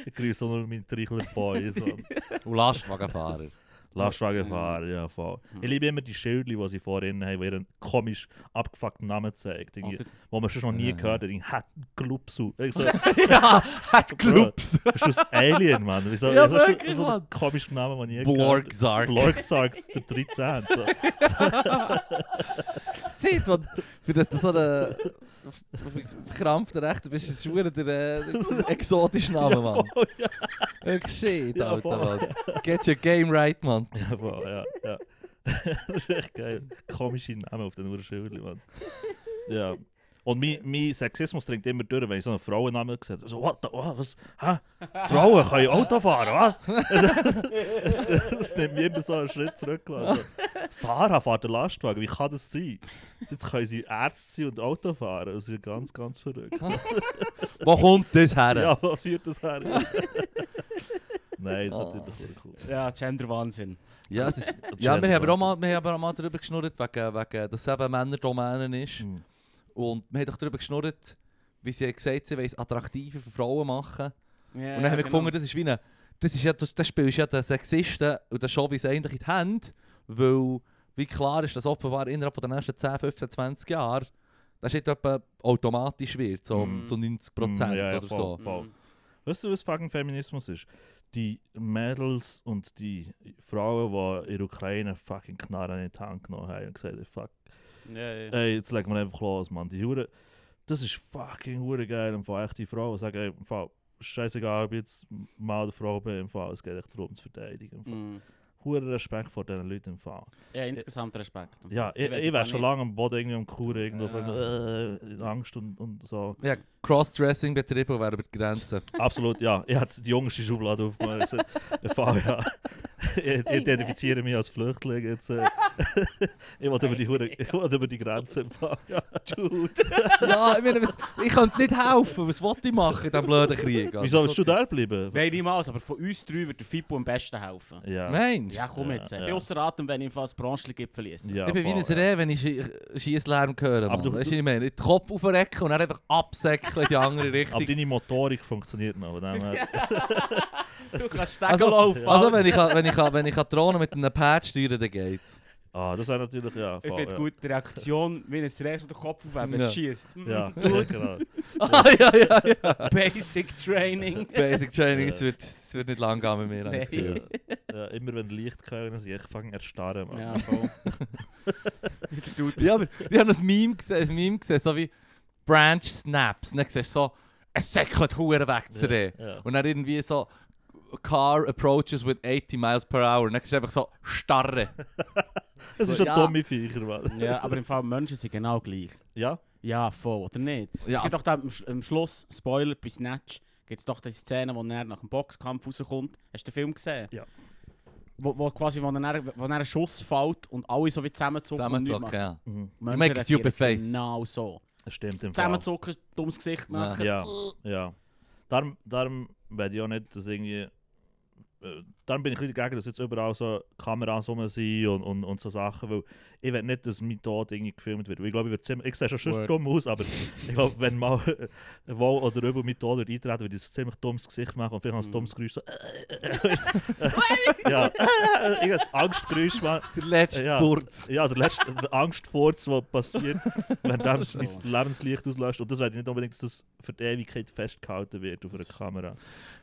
A: Ich grüße nur meinen Trichler-Boy. So.
C: [LAUGHS] Und Lastwagenfahrer.
A: Lastwagen fahren, ja, voll.
C: Hm.
A: Ich liebe immer die Schilder, die sie vorhin haben, die ihren komisch abgefuckten Namen zeigt. Irgendwie,
B: Oder-
A: wo man schon noch nie
C: Ja.
A: gehört hat. Ich hat Clubs auf. Ich so,
C: [LAUGHS] ja, hat Clubs.
A: bist du
C: [LAUGHS]
A: das Alien, Mann? Wieso,
C: Ja,
A: wieso hast du
C: wirklich,
A: so einen
C: Mann.
A: komischen Namen, den ich nie gehört habe?
C: Blorgsark.
A: Blorgsark, der 13. So.
C: Seht, want für das du so einen verkrampften Rechter bist, ist schwer der, äh, der exotische Name, Mann.
A: voll, ja,
C: Wirklich shit,
A: Ja,
C: Alter,
A: voll.
C: Mann. Get your game right, Mann.
A: [LAUGHS] ja, voll, ja, ja. das ist echt geil. Komische Namen auf den Urschildern, Mann. Ja. Und mein, mein Sexismus dringt immer durch, wenn ich so einen Frauennamen sehe. So, what the, oh, was, hä? Frauen können Auto Dus, fahren, [LAUGHS] was? [LAUGHS] Es, es, es nimmt mich immer so einen dus Schritt zurück. Also, Sarah fährt den Lastwagen, wie kann das sein? Jetzt können sie Ärzte sein und Auto fahren. Das ist ganz, ganz verrückt.
C: Wo kommt das her?
A: ja, was führt das her? [LAUGHS] Nein, das ist natürlich sehr cool.
B: Ja, Gender-Wahnsinn.
C: Ja, es ist,
A: Das
C: ja
A: ist
C: wir, haben aber auch
A: Wahnsinn.
C: mal, wir haben aber auch mal darüber geschnurrt, wegen, wegen, dass es eben Männerdomänen ist.
A: Mhm.
C: Und wir haben doch darüber geschnurrt, wie sie gesagt haben, sie wollen es attraktiver für Frauen machen.
A: Äh,
B: Ja,
C: und dann haben
B: genau.
C: wir gefunden, das ist wie eine... Das, ist ja, das, das spielst ja den Sexisten und den Chauvis eigentlich in die Hände, weil wie klar ist, dass offenbar innerhalb von den nächsten 10, 15, 20 Jahren das nicht etwa automatisch wird, so
B: Mhm.
C: zu 90 Prozent
A: Mhm, ja, ja,
C: oder
A: voll.
C: so.
A: Voll.
B: Mhm.
A: Weißt du, was fucking Feminismus ist? Die Mädels und die Frauen, die in der Ukraine fucking Knarren in die Hand genommen haben und gesagt haben, fuck,
B: Ja, ja.
A: ey, jetzt legen wir einfach los, Mann. Die Hure, das ist fucking hure geil. Im Fall echt die Frauen sagen, ey, im Fall, scheißegal, ob ich jetzt Mann oder Frau bin, im Fall, es geht echt darum zu verteidigen. Im Fall.
B: Mhm.
A: Hure Respekt vor diesen Leuten im Fall.
B: ja, insgesamt Respekt.
A: Ja, ich,
B: weiss
A: ich, wäre
B: einfach
A: schon
B: nicht.
A: lange am Boden, irgendwie am Kur, irgendwo von,
C: Ja.
A: äh, Angst und, und so.
C: Ja, Crossdressing betrieben wäre über die Grenze. [LAUGHS]
A: Absolut, ja. Ich habe die jüngste Schublade aufgemacht. Ich sag, Äh, Fall, ja. Ich ich identifiziere mich als Flüchtling. Jetzt, äh, [LAUGHS] ich wollte über, die Hure- ich wollte über die Grenze. Fall, Ja.
C: ja, ich meine, was, ich könnte nicht helfen, was wollte ich machen in diesem blöden Krieg? Also,
A: Wieso willst du
C: so-
A: da bleiben?
B: Nein, niemals, aber von uns drei wird der Fippo am besten helfen.
A: Ja.
C: Mensch,
B: Ja, komm
A: Ja,
B: jetzt. Ich
A: ja.
B: bin außer Atem, wenn ich fast Branchli-Gipfel esse.
A: ja
C: ich bin wie ein
A: voll,
C: Reh, wenn ich Schi- Schiesslärm höre.
A: Aber
C: Mann.
A: du-
C: Weißt du, was ich meine? Den Kopf aufrecken und dann einfach absäckeln in die
A: ja.
C: andere
A: Aber
C: Richtung.
A: deine Motorik funktioniert noch. von dem her. [LAUGHS]
B: Du kannst Stegen
C: Also,
B: laufen.
C: also wenn ich an- wenn ich an- wenn ich an die Drohne mit einem Pad steuere, dann geht's.
A: Ah, das wäre natürlich, ja.
B: ich
A: voll,
B: finde
A: ja.
B: gut die Reaktion, wenn es Reh so den Kopf aufhebt, wenn
C: Ja.
B: es schießt. Mm, [LAUGHS]
A: Ja, [LAUGHS] ja, genau.
C: ah, ja, ja, ja.
B: Basic Training.
C: Basic Training,
A: Ja.
C: es wird, es wird nicht lang gehen mit mir. habe ich das
B: Nee.
A: Ja.
C: Gefühl.
A: Ja, immer wenn Licht können, sie ich fange erstarren. Mann. [LAUGHS]
B: Ja, voll. Wie der Dude
C: Ja, aber ich habe ein Meme gesehen, ein Meme gesehen, so wie Branch Snaps. Und dann siehst du so, es säckelt Huren weg zu dir.
A: Ja, ja.
C: Und dann irgendwie so, Car approaches with 80 miles per hour. Und dann siehst du einfach so, starre.
A: Das ist
C: So,
A: ein
C: ja.
A: dumme Viecher, Mann.
B: Ja, aber im Fall Menschen sind genau gleich.
A: [LAUGHS] Ja,
B: Ja, voll, oder nicht?
C: Ja.
B: Es gibt doch da am, Sch- am Schluss, Spoiler bei Snatch, gibt es doch die Szene, wo er nach dem Boxkampf rauskommt. Hast du den Film gesehen?
A: Ja.
B: Wo, wo quasi, wo er, wo er einen Schuss fällt und alle so wie zusammenzucken und nichts
C: Zusammenzocken,
B: machen.
C: ja.
A: Mhm.
B: Menschen
C: Make a stupid
B: reagieren
C: face.
B: Genau so.
A: Das stimmt im Fall.
B: Zusammenzucken, dummes Gesicht
C: Ja.
B: machen.
A: Ja, ja. Darum, darum werde ich auch nicht, dass irgendwie. äh, Darum bin ich ein bisschen dagegen, dass jetzt überall so Kameras rum sind und, und, und so Sachen, weil ich will nicht, dass mein Tod irgendwie gefilmt wird. Weil Ich glaube, ich, werde ziemlich, ich sehe schon, schon
C: Word.
A: dumm aus, aber ich glaube, wenn mal [LAUGHS] äh, wohl oder über mein Tod wird eintreten, würde ich ein ziemlich dummes Gesicht machen und vielleicht noch ein dummes Geräusch so. äh, ja, [LAUGHS] irgendein Angstgeräusch machen.
C: Der letzte
A: Ja.
C: Furz.
A: Ja, der
C: [LAUGHS]
A: letzte der Angstfurz, der passiert, wenn dem
B: So.
A: mein Lebenslicht auslöscht. Und das weiß ich nicht unbedingt, dass das für die Ewigkeit festgehalten wird auf einer Kamera.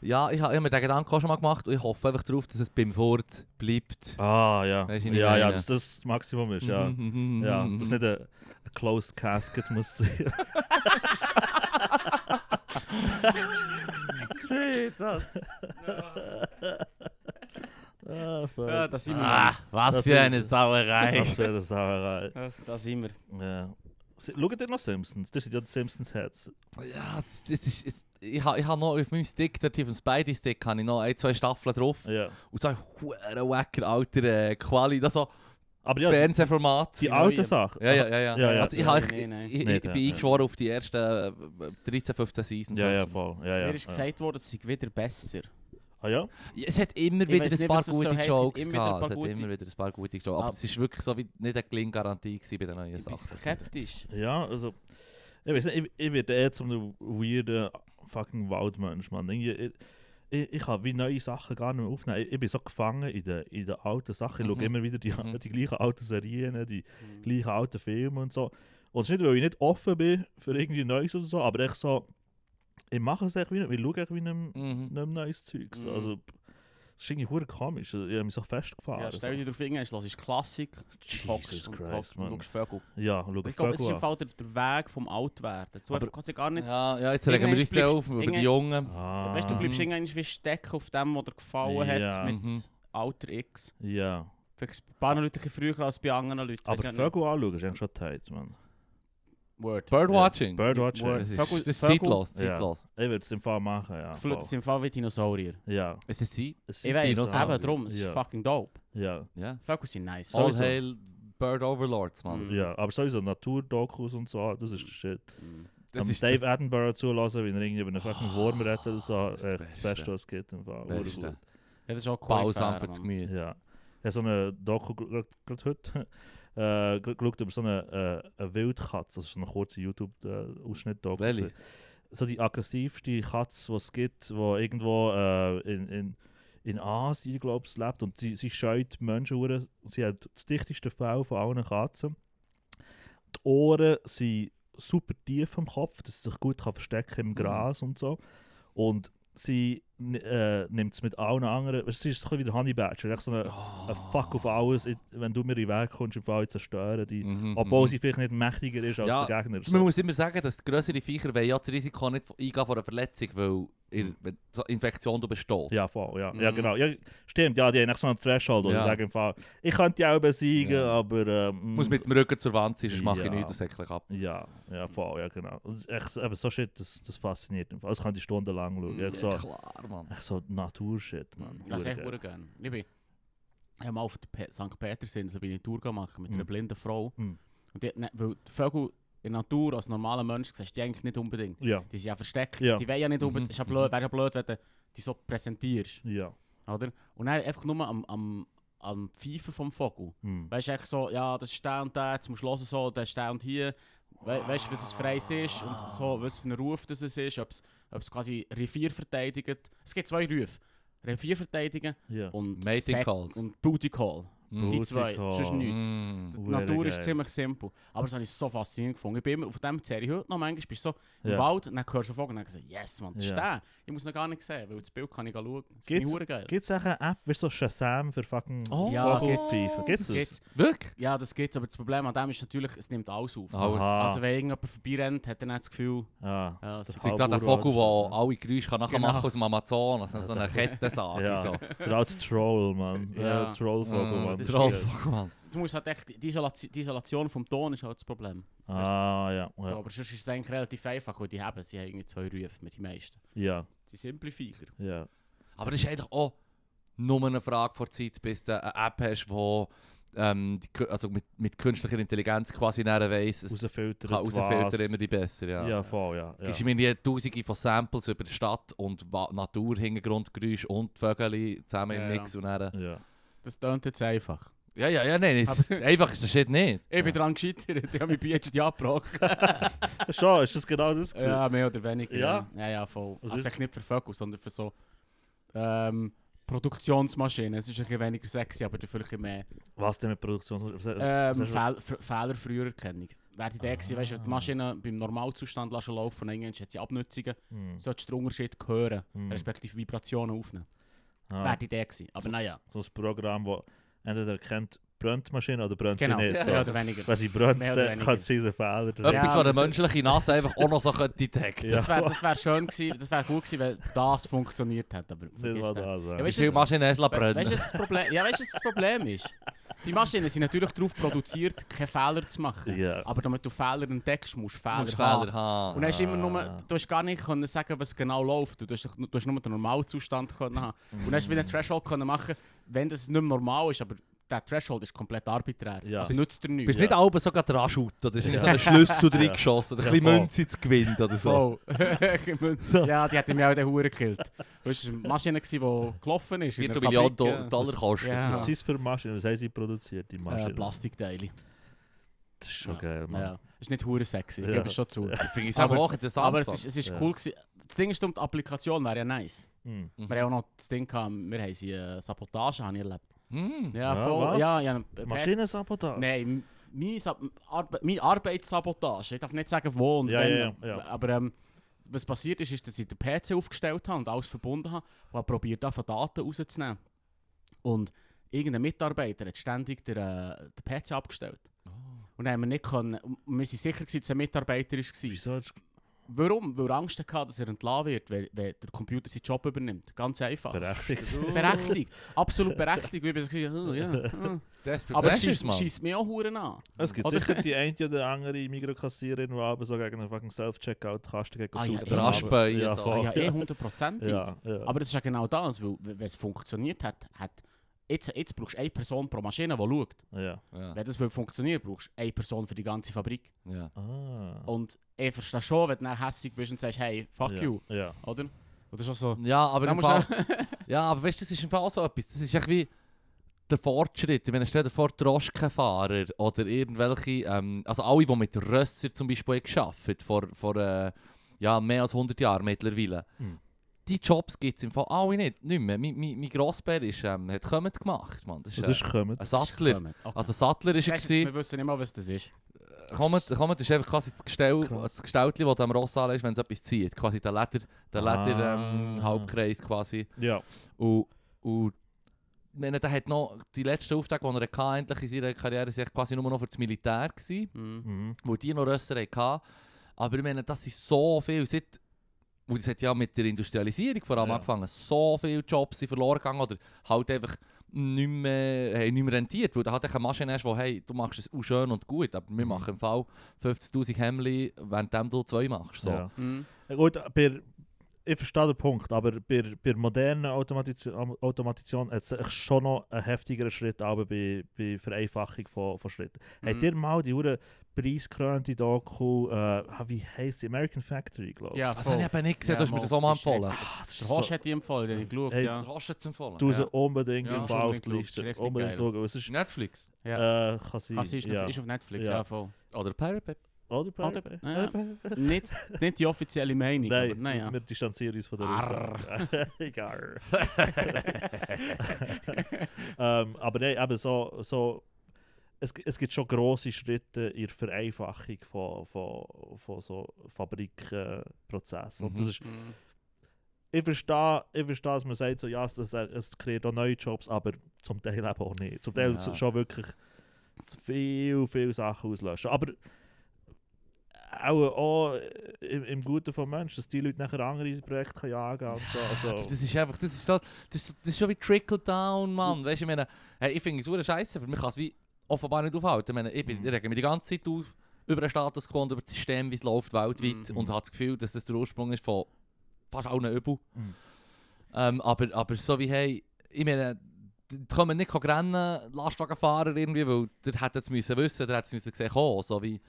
C: Ja, ich habe ich hab mir den Gedanken auch schon mal gemacht und ich hoffe einfach darauf, dass es beim Furz bleibt.
A: Ah, ja.
C: Weisst du, wie ich
A: Ja, ja,
C: meine?
A: dass das das Maximum ist, ja.
C: Mhm, mhm,
A: Ja,
C: mhm,
A: dass
C: mhm.
A: nicht ein, ein Closed Casket muss
C: [LAUGHS]
A: sein. ah, fuck.
B: Ja, da sind wir.
C: Ah, was
A: Das
C: für
A: sind-
C: eine Sauerei.
A: Das wäre eine Sauerei.
B: Das, da sind wir.
A: Ja. Se- Schaut ihr noch Simpsons? Das sind ja die Simpsons-Heads.
C: Ja, es- es ist, es, ich habe ich ha noch auf meinem Stick, dort auf dem Spidey-Stick, habe ich noch ein, zwei Staffeln drauf.
A: Ja.
C: Und so ein huere wacker alter äh, Quali, das so
A: Aber
C: das
A: ja, die,
C: Fernsehformat.
A: die
B: die
A: alten
B: neuen.
A: Sachen.
C: Ja, ja, ja, ja.
A: Ja, ja.
C: Also ich,
B: Ja,
C: ha- ich,
B: nee, nee.
C: ich, ich,
A: Nicht, ja,
C: bin
A: ja.
C: eingeschworen auf die ersten äh, äh, 13, 15 Seasons.
A: Ja, ja, voll. Ja, ja.
B: Mir ist
A: ja.
B: gesagt worden, es sei wieder besser.
A: Ah, ja?
C: Ja, Es hat immer
B: Ich
C: wieder
B: weiss
C: ein
B: nicht,
C: paar
B: was das so
C: gute
B: heisst, es hat
C: Jokes
B: immer wieder ein paar
C: gehabt. Es hat
B: gute-
C: immer wieder ein paar gute Jokes. Aber
B: Ah.
C: es ist wirklich so wie nicht eine Gelingarantie gewesen bei den neuen
B: Ich bin
C: Sachen.
B: skeptisch.
A: Ja, also. Ich weiß nicht, ich, ich werde eh zum weirden fucking Waldmensch, Mann. Irgendwie, Ich, ich, ich kann wie neue Sachen gar nicht mehr aufnehmen. Ich, ich bin so gefangen in den in den alten Sachen. Ich schaue
C: Mhm.
A: immer wieder die,
C: Mhm.
A: die gleichen alten Serien, die
B: Mhm.
A: gleichen alten Filme und so. Und es ist nicht, weil ich nicht offen bin für irgendwie Neues oder so, aber echt so, ich mache es echt wie nicht, ich schaue echt wie nicht, nicht
C: Mhm.
A: mehr neues Zeug.
B: Mhm.
A: Also, es ist irgendwie verdammt komisch. Also, Ich habe mich so festgefahren.
B: Ja, stell
A: so.
B: dich darauf hin, es ist Klassik,
A: Jesus
B: hockst und
A: Christ,
B: hockst und
A: Mann.
B: schaust Vögel.
A: Also, Ja, schau
B: Ich glaube, es ist
A: Vögel
B: im
A: an.
B: Fall der, der Weg vom Altwerden. So
A: Aber-
B: einfach kannst du gar nicht.
C: Ja, ja, jetzt regen wir uns
B: Irgendwann
C: dann auf über die
B: irgendwann-
C: Jungen.
A: Ah.
B: Weißt du, du bleibst
C: Mhm.
B: irgendwann wie stecken auf dem, was dir gefallen
A: Ja.
B: hat, mit
C: Mhm.
B: Alter X.
A: Ja.
B: Vielleicht ist es bei anderen Leuten ein bisschen früher als bei anderen Leuten.
A: Aber
B: weiss ich nicht.
A: Vögel anschauen ist eigentlich schon tight, man.
B: Word.
C: Birdwatching.
A: Birdwatching.
B: Word.
C: Das ist,
B: Vögel-
C: das ist
B: Vögel-
C: zeitlos,
A: Ja.
C: zeitlos.
A: Ich würde äh, er es im Fall machen, ja.
B: Gefühlt,
A: voll.
B: das sind voll wie Dinosaurier.
A: Ja.
C: Es ist sie.
A: Es sind
B: Ich weiß,
C: Dinosaurier.
B: eben drum, es ist
A: Ja.
B: fucking dope.
A: Ja.
C: Ja.
B: Vögel sind nice.
C: All
A: Sowieso. Mm.
C: hail Bird Overlords, Mann.
B: Mhm.
A: ja, aber sowieso Naturdokus und so, das ist der Shit.
B: Mhm.
C: Das
A: Am
C: ist
A: Dave Attenborough zulassen, wenn er irgendwie über einen fucking Wurm redet oder so,
C: das
A: das,
C: ist das
A: echt das Beste,
C: Beste.
A: was es gibt im Fall.
C: das Beste.
A: Urgut.
B: Ja, das ist auch cool.
C: Balsam für das Gemüt.
A: Ja. Ich habe so eine Doku gerade heute [LAUGHS] äh, gra- geschaut über so eine, äh, eine Wildkatze, das ist so ein kurzer YouTube-Ausschnitt-Doku.
C: Welche?
A: So die aggressivste Katze, die es gibt, die irgendwo äh, in, in, in Asien, glaube ich, lebt und sie, sie scheut Menschen hure. Sie hat das dichteste Fell von allen Katzen. Die Ohren sind super tief am Kopf, dass sie sich gut kann verstecken im Gras und so. Und sie n- äh, nimmt es mit allen anderen. weisst du, Sie ist so ein bisschen wie der Honey Badger, echt so eine,
C: Oh.
A: ein Fuck auf alles. Ich, wenn du mir in den Weg kommst, im Fall zerstören die.
C: Mhm,
A: Obwohl
C: mhm.
A: sie vielleicht nicht mächtiger ist als
C: Ja,
A: der Gegner.
C: Man muss immer sagen, dass größere Viecher wollen ja das Risiko nicht eingehen vor einer Verletzung, weil ihr, wenn so eine Infektion du besteht.
A: Mm. Ja, voll, ja. ja
C: Mhm.
A: genau. Ja, stimmt, ja, die haben echt so einen Threshold, wo
C: Ja.
A: sie sagen, im Fall, ich könnte ja auch besiegen,
C: Ja.
A: aber... ähm,
C: Muss mit dem Rücken zur Wand dus sein, sonst mache ich
A: Ja.
C: nichts und säckle ab.
A: Ja, ja, voll, ja, genau. Und es ist echt, eben so Shit, das, das fasziniert mich. Das kann ich stundenlang schauen. Echt so,
C: Mm, Ja, Mm, klar, Mann.
A: echt so Naturshit, man.
B: Ich lasse echt verdammt gerne. Ich bin ich hab mal auf der Pe- St. Petersinsel bin ich eine Tour gemacht mit einer
A: Mhm.
B: blinden Frau.
A: Mhm.
B: Und die, hat nicht- weil die Vögel in der Natur als normaler Mensch siehst du die eigentlich nicht unbedingt.
A: Ja,
B: Die sind ja versteckt,
A: Ja.
B: die wollen ja nicht
C: Mhm,
B: unbedingt. Ist ja
C: mhm.
B: blöd, wäre ja blöd, wenn du die so präsentierst.
A: ja.
B: Oder? Und dann einfach nur am, am, am Pfeifen vom Vogel.
A: Hm.
B: Weißt du, echt so, ja, das ist der und der, jetzt musst du hören, so, der ist der und hier. We weißt du, was es freies ist und so, was für ein Ruf das es ist, ob es ob es quasi Revier verteidigt. Es gibt zwei Rufe. Revier verteidigen
A: Ja.
B: und
C: Mating
B: Sek-
C: Calls.
B: und Booty Call.
C: Mhm.
B: Die zwei,
A: Booty Call.
B: sonst nichts.
C: Mm.
B: Die
A: Hure
B: Natur ist
A: geil.
B: ziemlich simpel. Aber das habe ich so faszinierend gefunden. Ich bin immer auf dem Serie heute noch manchmal bist du so im
A: Ja.
B: Wald und dann hörst du einen Vogel und dann sagst du, yes, man, das ist
A: Ja.
B: der. Ich muss noch gar nicht sehen, weil das Bild kann ich schauen. Das finde
A: Gibt's-
B: ich hure geil.
A: Gibt es eine App, wie so Shazam für fucking
C: Oh,
B: Ja,
A: Vogelzeichen? Gibt es
B: Das
A: das?
B: gibt's.
C: Wirklich?
B: Ja, das gibt's, aber das Problem an dem ist natürlich, es nimmt alles auf.
C: Alles.
A: Aha.
B: Also wenn irgendjemand vorbeirennt, hat er dann das Gefühl,
A: Ah.
B: ja,
A: Das
B: es
C: Es
B: ist
C: ist gerade der
A: Halb
C: Vogel,
A: Urwald.
C: der alle Geräusche kann nachher
B: Genau.
C: machen aus dem Amazonas, also so eine Kettensage.
A: Ja,
C: So.
A: der alte Troll, man.
B: Ah, [LAUGHS] Ja.
A: Ja. Trollvogel,
C: Mm.
A: man.
B: Das
C: Drauf, Mann.
B: Du musst halt echt, die, Isolati die Isolation vom Ton ist halt das Problem.
A: Ah, ja.
B: So,
A: Ja,
B: aber sonst ist es eigentlich relativ einfach, weil die haben, sie haben irgendwie zwei Rufe mit den meisten.
A: ja.
B: Die Simplifier.
A: ja.
C: Aber das ist eigentlich auch nur eine Frage vor Zeit, bis du eine App hast, wo ähm, die, Kü- also mit, mit künstlicher Intelligenz quasi näher weiss, es
A: Rausfiltert
C: kann rausfiltern
A: was.
C: immer die besser. Ja.
A: Ja, voll, ja. ja.
C: Gibst du mir die Tausende von Samples über die Stadt und Wa- Natur, Hintergrundgeräusche und Vögel zusammen
B: Ja,
C: in Mix und dann... äh,
A: ja.
B: Das tönt jetzt einfach.
C: Ja, ja, ja, nein, es ist, einfach ist der Shit nicht.
B: Ich bin dran gescheitert, ich habe mein PhD abgebrochen.
A: Schon, ist das genau das gewesen?
B: ja, mehr oder weniger.
A: Ja?
B: Ja, ja, voll.
A: Was
B: Also
A: ist-
B: echt nicht für Vögel, sondern für so ähm, Produktionsmaschinen. Es ist ein bisschen weniger sexy, aber dafür ein bisschen mehr
A: Was denn mit Produktions... was-
B: ähm,
A: was-
B: Fehl F- Fehler früher erkennen. Wäre die Idee gewesen, weißt du, wenn du die
A: Ah.
B: Maschine beim Normalzustand lassen laufen und irgendwann hat sie Abnutzungen,
A: Hm,
B: solltest du den Unterschied hören,
A: hm.
B: respektive Vibrationen aufnehmen.
A: Ah,
B: Wäre die nou Idee gewesen. Aber naja,
A: so ein Programm, das entweder erkennt, brennt die Maschine oder brennt
B: genau,
A: sie nicht.
B: mehr
A: So.
B: oder weniger.
A: Wenn sie brennt,
B: Mehr oder
A: dann
B: weniger.
A: kann sie einen Fehler drin.
C: Etwas,
B: Ja,
C: was
B: aber-
C: eine menschliche Nase einfach auch noch
B: [LAUGHS]
C: so könnte detekten.
A: Ja.
B: Das wäre das wär schön gewesen, das wäre gut
A: [LAUGHS]
B: gewesen, wenn das funktioniert hätte. Aber
A: Nicht
B: vergiss
A: mal
B: das.
A: das.
B: Ja,
A: Ja,
C: Wie
B: weißt
C: viele
B: du,
C: Maschinen hast du lassen
B: We-
C: brennen
B: Weißt du, was das Problem, ja, weißt, du, was das Problem ist? Die Maschinen sind natürlich darauf produziert, keine Fehler zu machen.
A: Ja.
B: Aber damit du Fehler entdeckst, musst du Fehler
C: Musst
B: haben.
C: Fehler haben.
B: Und dann hast du immer
A: Ah.
B: nur, du hast gar nicht können sagen, was genau läuft. Du hast, du hast nur den Normalzustand können haben.
A: Mm.
B: Und dann hast du wieder einen Threshold können machen, wenn das nicht mehr normal ist. Aber der Threshold ist komplett arbiträr.
A: Ja.
B: Also nützt dir nichts.
C: Bist nicht alle so gerade dran shooten, oder ist ja. so ein Schlüssel drin geschossen, oder ein bisschen
A: Ja, voll.
C: Münze zu gewinnen oder so.
B: [LAUGHS] Voll. Ich mein, ja, die hätten mich auch in den Huren gekillt. Das war eine Maschine, die gelaufen ist. in eh, einer
C: Viertelmillion
B: Fabrik,
C: Do
B: ja.
C: Dollar kostet.
B: Ja.
A: Was sind es für Maschinen? Was haben sie produziert, die Maschinen?
B: Ah. Äh, Plastikteile.
A: Das ist schon
B: Ja.
A: geil, Mann.
B: Ja. Ist nicht hure sexy, ich
A: Ja.
B: gebe es schon zu.
A: [LAUGHS]
C: Ich finde es
B: Aber-
C: aber auch interessant.
B: Aber es
C: so.
B: ist, es ist
A: Ja.
B: cool gewesen. Das Ding ist, darum, die Applikation wäre ja nice.
A: Hm.
C: Mhm.
B: Wir haben auch noch das Ding gehabt, wir haben sie äh, Sabotage habe ich erlebt.
C: Hm.
B: Ja,
A: Ja,
B: voll.
A: was?
B: Ja, ja, ein- ein-
A: Maschinensabotage?
B: Nein, m- meine, Sa Arbe meine Arbeitssabotage. Ich darf nicht sagen, wo und
A: Ja,
B: wenn.
A: ja, ja.
B: Aber ähm, was passiert ist, ist, dass ich den PC aufgestellt habe und alles verbunden habe und habe probiert, da von Daten rauszunehmen. Und irgendein Mitarbeiter hat ständig den, äh, den PC abgestellt. Und dann haben wir nicht können, und wir waren sicher, gewesen, dass es ein Mitarbeiter war.
A: Wieso? hast du-
B: Warum? Weil er Angst hatte, dass er entlassen wird, wenn, wenn der Computer seinen Job übernimmt. Ganz einfach.
A: Berechtigt. [LAUGHS]
B: Berechtigt. Absolut berechtigt. Wie ich so gesagt oh, ja. hm.
C: Desperate
B: Aber es
C: Measures,
B: schießt
C: Mann.
B: schießt mich auch Huren an.
A: Es gibt
B: Oder-
A: sicher die eine oder andere Mikrokassiererin, die aber so gegen einen fucking Self-Checkout-Kasten geht
B: Ah, ja,
A: shooten.
B: eh.
C: Raspen,
A: Oh, ja,
C: ja, so.
A: voll.
B: Ja, eh hundertprozentig.
A: Ja, ja.
B: Aber das ist ja genau das, weil wenn es funktioniert hat, hat jetzt, jetzt brauchst du eine Person pro Maschine, die schaut.
A: ja.
C: Ja.
B: Wenn das will funktionieren, brauchst du eine Person für die ganze Fabrik.
C: Ja.
A: Ah.
B: Und ich verstehe schon, wenn du dann hässig bist und sagst, hey, fuck
A: ja.
B: you,
A: Ja.
B: oder? Oder schon so.
C: ja, aber
B: Dann
C: im
B: musst du-
C: Fall, ja, aber weißt du, das ist im Fall auch so etwas. Das ist echt wie der Fortschritt. Wenn stell dir vor, Droschkenfahrer oder irgendwelche, ähm, also alle, die mit Rösser zum Beispiel haben gearbeitet haben, vor, vor äh, ja, mehr als 100 Jahren mittlerweile.
B: Hm.
A: Mhm.
C: Die Jobs gibt es im Fall alle nicht, nicht mehr. Mein, mein, mein Grossbär ist, ähm, hat Kommen gemacht, Mann. Das ist,
A: Was
C: äh,
A: ist gekommen?
C: ein
B: Das ist [LAUGHS]
C: Sattler.
B: gekommen. Okay.
C: Also Sattler ist er.
B: Weisst du,
C: gewesen.
B: jetzt, wir wissen nicht mal, was das ist.
C: Komet, Komet ist einfach quasi das Gestell,
A: Krass.
C: das Gestelltchen, das du am Ross anlegst, wenn es etwas zieht. Quasi der Leder, der
A: Ah.
C: Leder ähm, Halbkreis quasi.
A: Ja.
C: Und, und ich meine, der hat noch die letzten Aufträge, die er hatte, endlich in seiner Karriere, sind quasi nur noch für das Militär gewesen,
B: Mhm.
A: Mhm.
C: wo die noch Rösser hatten. Aber ich meine, das ist so viel. Seit, und es hat ja mit der Industrialisierung vor allem
A: Ja.
C: angefangen. So viele Jobs sind verloren gegangen oder halt einfach nicht mehr, haben nicht mehr rentiert. Weil du halt echt eine Maschine hast, wo hey, du machst es auch schön und gut, aber wir
A: Mhm.
C: machen im Fall 50'000 Hemmli, während du zwei machst. So.
A: ja.
B: Mhm.
A: Ja, Gut, bei, ich verstehe den Punkt, aber bei, bei modernen Automatiz Automation hat es echt schon noch einen heftigeren Schritt aber bei, bei Vereinfachung von, von Schritten.
B: Mhm.
A: Habt ihr mal die hure preisgekrönte Doku, äh, ah, wie heisst die? American Factory, Ah, glaube ich.
B: Ja,
C: Das habe ich eben nicht gesehen, du hast mir das auch mal empfohlen.
A: Ah, das ist
B: Der
A: so,
B: Horst hat die empfohlen, den ich geschaut
A: Hey,
B: ja.
C: Du hast jetzt empfohlen.
A: du
B: ja.
A: sie unbedingt
C: Ja,
A: im
B: schon
A: Fall auf die
B: unbedingt schauen,
A: Liste.
B: ist richtig
A: Unbedingt
B: geil.
A: schauen. Es ist,
C: Netflix.
A: äh, kann sein.
B: Kann sein, ist,
A: ja.
B: auf, ist auf Netflix,
A: Ja.
B: ja, voll.
A: [LAUGHS]
C: Oder Pirate Bay.
A: Oder?
B: Oder-
A: Pirate Bay?
B: ja. nicht, nicht die offizielle Meinung, aber
A: Nein,
B: naja.
A: wir distanzieren uns von der
B: Arr.
A: Russen. [LAUGHS] Egal. ähm, aber nein, eben so, so es, gi- es gibt schon grosse Schritte in der Vereinfachung von, von, von so Fabrikprozessen.
C: Mhm.
A: Und das ist,
B: Mhm.
A: ich verstehe, ich verstehe, dass man sagt, so, ja, es, es- es kreiert auch neue Jobs, aber zum Teil eben auch nicht. Zum Teil
C: Ja.
A: schon wirklich zu viel, viel Sachen auslöschen. Aber auch, auch im, im Guten vom Menschen, dass die Leute nachher andere Projekte können jagen und so.
C: Das,
A: Also,
C: das ist einfach, das ist so, das, das ist schon wie Trickle Down, Mann. Weißt du, ich meine, hey, ich finde es super scheiße, aber man kann es wie offenbar nicht aufhalten. Ich meine, ich, bin,
A: Mhm.
C: ich rege mich die ganze Zeit auf über den Status quo und über das System, wie es läuft weltweit
B: Mhm.
C: und habe das Gefühl, dass das der Ursprung ist von fast allen Übel.
A: Mhm.
C: Ähm, aber, aber so wie, hey, ich meine, die kommen nicht rennen, Lastwagenfahrer irgendwie, weil der hätte es müssen wissen, der hätte es müssen sehen, oh, so wie,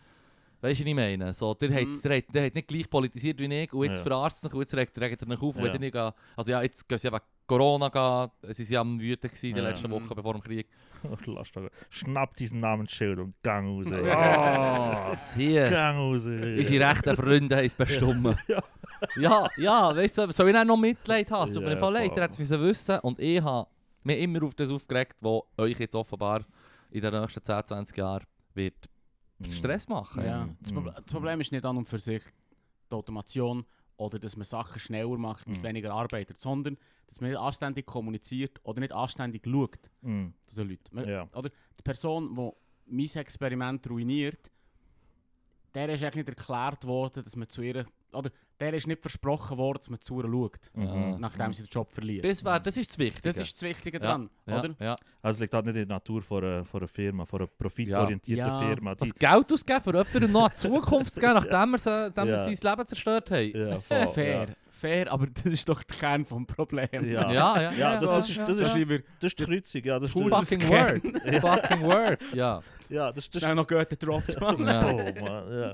C: weißt du, was ich meine? So, der,
B: Mhm.
C: hat, der, hat, der hat nicht gleich politisiert wie ich und jetzt
A: Ja.
C: verarscht es und jetzt regt, regt er mich auf, und
A: Ja.
C: wenn ich nicht, also ja, jetzt gehen sie eben Corona gehen, sie sind am wüten gewesen in den
A: Ja.
C: letzten Wochen
B: Mhm.
C: bevor dem Krieg.
A: [LAUGHS] lasst doch. Schnapp diesen Namensschild und gang raus.
C: Ah,
A: Oh,
C: hier,
A: gang raus.
C: unsere rechten Freunde haben es bestimmt.
A: [LAUGHS] Ja.
C: ja, ja, weißt du, soll ich dann noch Mitleid haben? Es tut mir
A: Ja,
C: im Fall leid,
A: voll.
C: ihr hättet es müssen wissen und ich habe mich immer auf das aufgeregt, was euch jetzt offenbar in den nächsten 10, 20 Jahren wird
A: Mm,
C: Stress machen.
B: Ja.
A: Mhm.
B: Das, Probl- das Problem ist nicht an und für sich die Automation oder dass man Sachen schneller macht mit
A: Mhm.
B: weniger Arbeiter, sondern dass man nicht anständig kommuniziert oder nicht anständig schaut
A: Mhm.
B: zu den Leuten. Man,
A: Ja.
B: Die Person, die mein Experiment ruiniert, der ist eigentlich nicht erklärt worden, dass man zu ihr... Oder der ist nicht versprochen worden, dass man zu ihr schaut,
A: Mhm.
B: nachdem sie den Job verliert.
C: Das, wär, das ist das Wichtige.
B: Das ist das Wichtige
C: Ja,
B: dran,
C: ja,
B: oder?
C: Ja.
A: Also es liegt halt nicht in der Natur von einer, von einer Firma, von einer profitorientierten
B: Ja. Ja.
A: Firma. Die,
C: Das Geld ausgeben für jemanden und noch eine
A: [LAUGHS]
C: Zukunft zu geben, nachdem wir, sie, nachdem wir
A: Ja.
C: sein Leben zerstört haben.
A: ja, voll,
B: Fair, fair, aber [LAUGHS] das ist doch der Kern Also, des Problems.
A: Ja.
C: ja, ja,
A: Ja, das, das, ist, das,
B: Da
A: ist,
B: sind wir
A: das ist die Kreuzung. Ja, das ist
B: Cool.
A: das,
C: Fucking
B: Scam.
C: word. Fucking word. Ja.
A: ja, das, ist- das ist
B: schnell noch Goethe
A: [LAUGHS]
B: gedroppt, Mann.
C: Ja.
A: Boom, ja.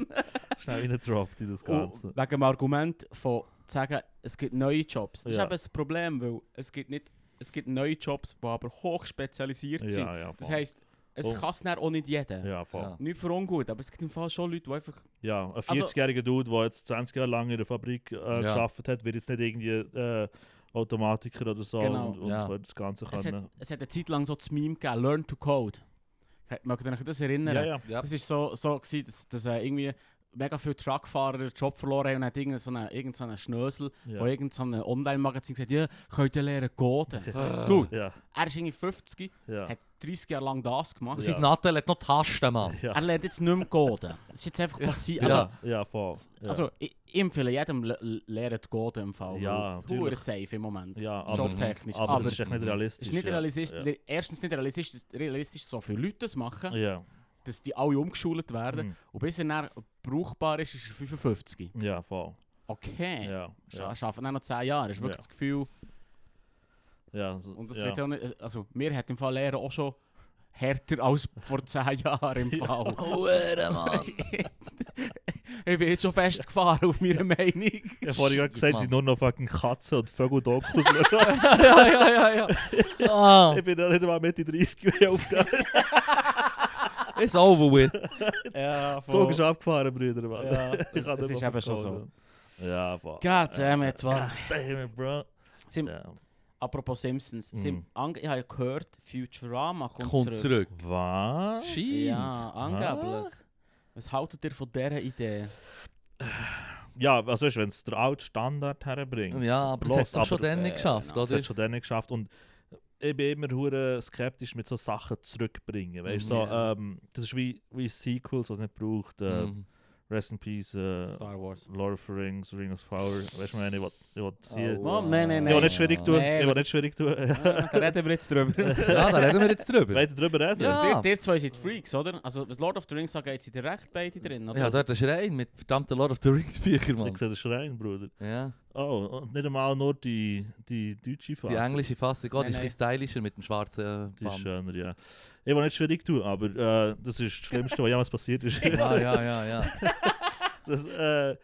B: [LAUGHS]
A: Schnell reingedroppt in das
B: Oh,
A: Ganze.
B: Und wegen dem Argument von zu sagen, es gibt neue Jobs. Das
A: Ja.
B: ist eben das Problem, weil es gibt, nicht, es gibt neue Jobs, die aber hochspezialisiert sind.
A: ja, ja,
B: Das
A: voll.
B: heisst, es
A: Oh.
B: kann es dann auch nicht jeder.
A: Ja, voll.
C: Ja.
A: Ja.
B: Nicht für ungut, aber es gibt im Fall schon Leute, die einfach...
A: ein
B: Also-
A: 40-jähriger Dude, der jetzt 20 Jahre lang in der Fabrik äh, gearbeitet hat, wird jetzt nicht irgendwie äh, Automatiker oder so
B: Genau.
A: und, und
C: Ja.
A: wird das Ganze
B: Es hat,
A: können.
B: es hat eine Zeit lang so das Meme gegeben, «Learn to Code». Ke- Mögt ihr euch das erinnern?
A: Ja, ja.
C: Ja.
B: Das war so, so gewesen, dass, dass äh, irgendwie mega viele Truckfahrer den Job verloren haben und hat irgendein so eine- irgend so einen Schnösel
A: Ja.
B: von irgendeinem Online-Magazin gesagt «Ja, könnt ihr lernen coden?»
C: Äh.
B: Du,
A: Ja,
B: er ist irgendwie 50,
A: ja.
B: Ah. hat 30 Jahre lang das gemacht.
C: Und
A: Ja.
C: sein Nattel hat noch
A: [LAUGHS]
C: Tasten, Mann.
A: Ja.
B: Er lernt jetzt nicht mehr Goden. Das ist jetzt einfach passiert. Also,
A: ja, ja, voll. Ja,
B: also ich ich empfehle jedem, le- le- lernt Goden im Fall.
A: Ja,
B: weil
A: natürlich.
B: hure safe im Moment.
A: ja, aber,
B: Jobtechnisch.
A: aber,
B: Aber,
A: das ist
B: es
A: echt nicht realistisch.
B: ist nicht
A: ja.
B: realistisch, erstens nicht realistisch, realistisch, so viele Leute das machen,
A: Ja,
B: dass die alle umgeschult werden.
A: Mhm.
B: Und bis er dann brauchbar ist, ist er 55.
A: ja, voll.
B: Okay.
A: Ja,
B: Scha
A: ja,
B: Schaffen dann noch 10 Jahre. Das ist wirklich
A: Ja.
B: das Gefühl.
A: ja, so-
B: Und das
A: ja.
B: wird auch nicht, also, mir hat im Fall Lehrer auch schon härter als vor 10 Jahren
A: [LAUGHS]
B: im Fall.
C: Hure, Mann.
B: Ich bin jetzt schon festgefahren auf meiner Meinung.
A: Ich habe vorhin gerade gesagt,
C: Mann.
A: sie sind nur noch fucking Katzen und Vögel-Dokus.
B: [LAUGHS]
C: ja, ja, ja, ja. Ah,
A: [LAUGHS] ich bin ja nicht mal Mitte 30 mehr auf der
C: it's over with.
B: Ja,
A: Zug ist abgefahren, Brüder. Mann.
B: Ja,
A: [LAUGHS] Ich
B: es-
A: kann
B: es
A: nicht
B: ist
A: mehr
B: eben schon
A: verkaufen. Ja, voll. Ah,
B: Goddammit, was?
A: Damn it, bro.
B: Sim
A: Ja.
B: Apropos Simpsons. Sim
A: Mhm.
B: Ange ich habe gehört, Futurama kommt,
C: Kommt
B: zurück.
C: zurück.
A: Was?
C: Scheiss.
B: Ja, angeblich. Was haltet ihr von dieser Idee?
A: Ja, also was ist, wenn es der alte Standard herbringt?
C: Ja, aber
A: Los,
C: das hat
A: aber-
C: es schon dann nicht geschafft,
B: Äh,
A: Das hat
C: oder?
A: schon dann nicht geschafft. Und ich bin immer hure skeptisch mit so Sachen zurückbringen. Weißt
B: Mhm.
A: so,
B: Ja.
A: ähm, das ist wie, wie Sequels, was nicht braucht. Äh,
C: Mhm.
A: Rest in Peace, äh,
B: Star Wars.
A: Lord of the Rings, Ring of Power. Weißt du, ich meine, ich will- ich will hier.
B: Oh, nein, nein,
A: Ich will
B: nein.
A: nicht schwierig tun.
B: Nein,
A: Ich will
B: aber-
A: nicht schwierig tun.
B: Ah, da reden wir jetzt [LAUGHS] drüber.
C: Ja, da reden wir jetzt
A: [LAUGHS]
C: drüber.
A: Weiter drüber reden.
C: Ja.
B: Ihr, ihr zwei seid Freaks, oder? Also, was Lord of the Rings angeht, seid ihr recht beide drin, oder?
C: Ja, dort ist Schrein mit verdammten Lord of the Rings Büchern, Mann.
A: Ich sehe den Schrein, Bruder.
C: Ja,
A: Oh, und nicht einmal nur die, die deutsche
C: die
A: Fassung.
C: englische Fassung, Gott,
B: Nein,
C: ist ein bisschen stylischer mit dem schwarzen äh,
A: Die ist
C: Band.
A: schöner, ja. Ich will nicht schwierig tun, aber äh, das ist das Schlimmste, was jemals passiert ist.
C: [LAUGHS] Ja, ja, ja, ja.
A: [LAUGHS] Das, äh,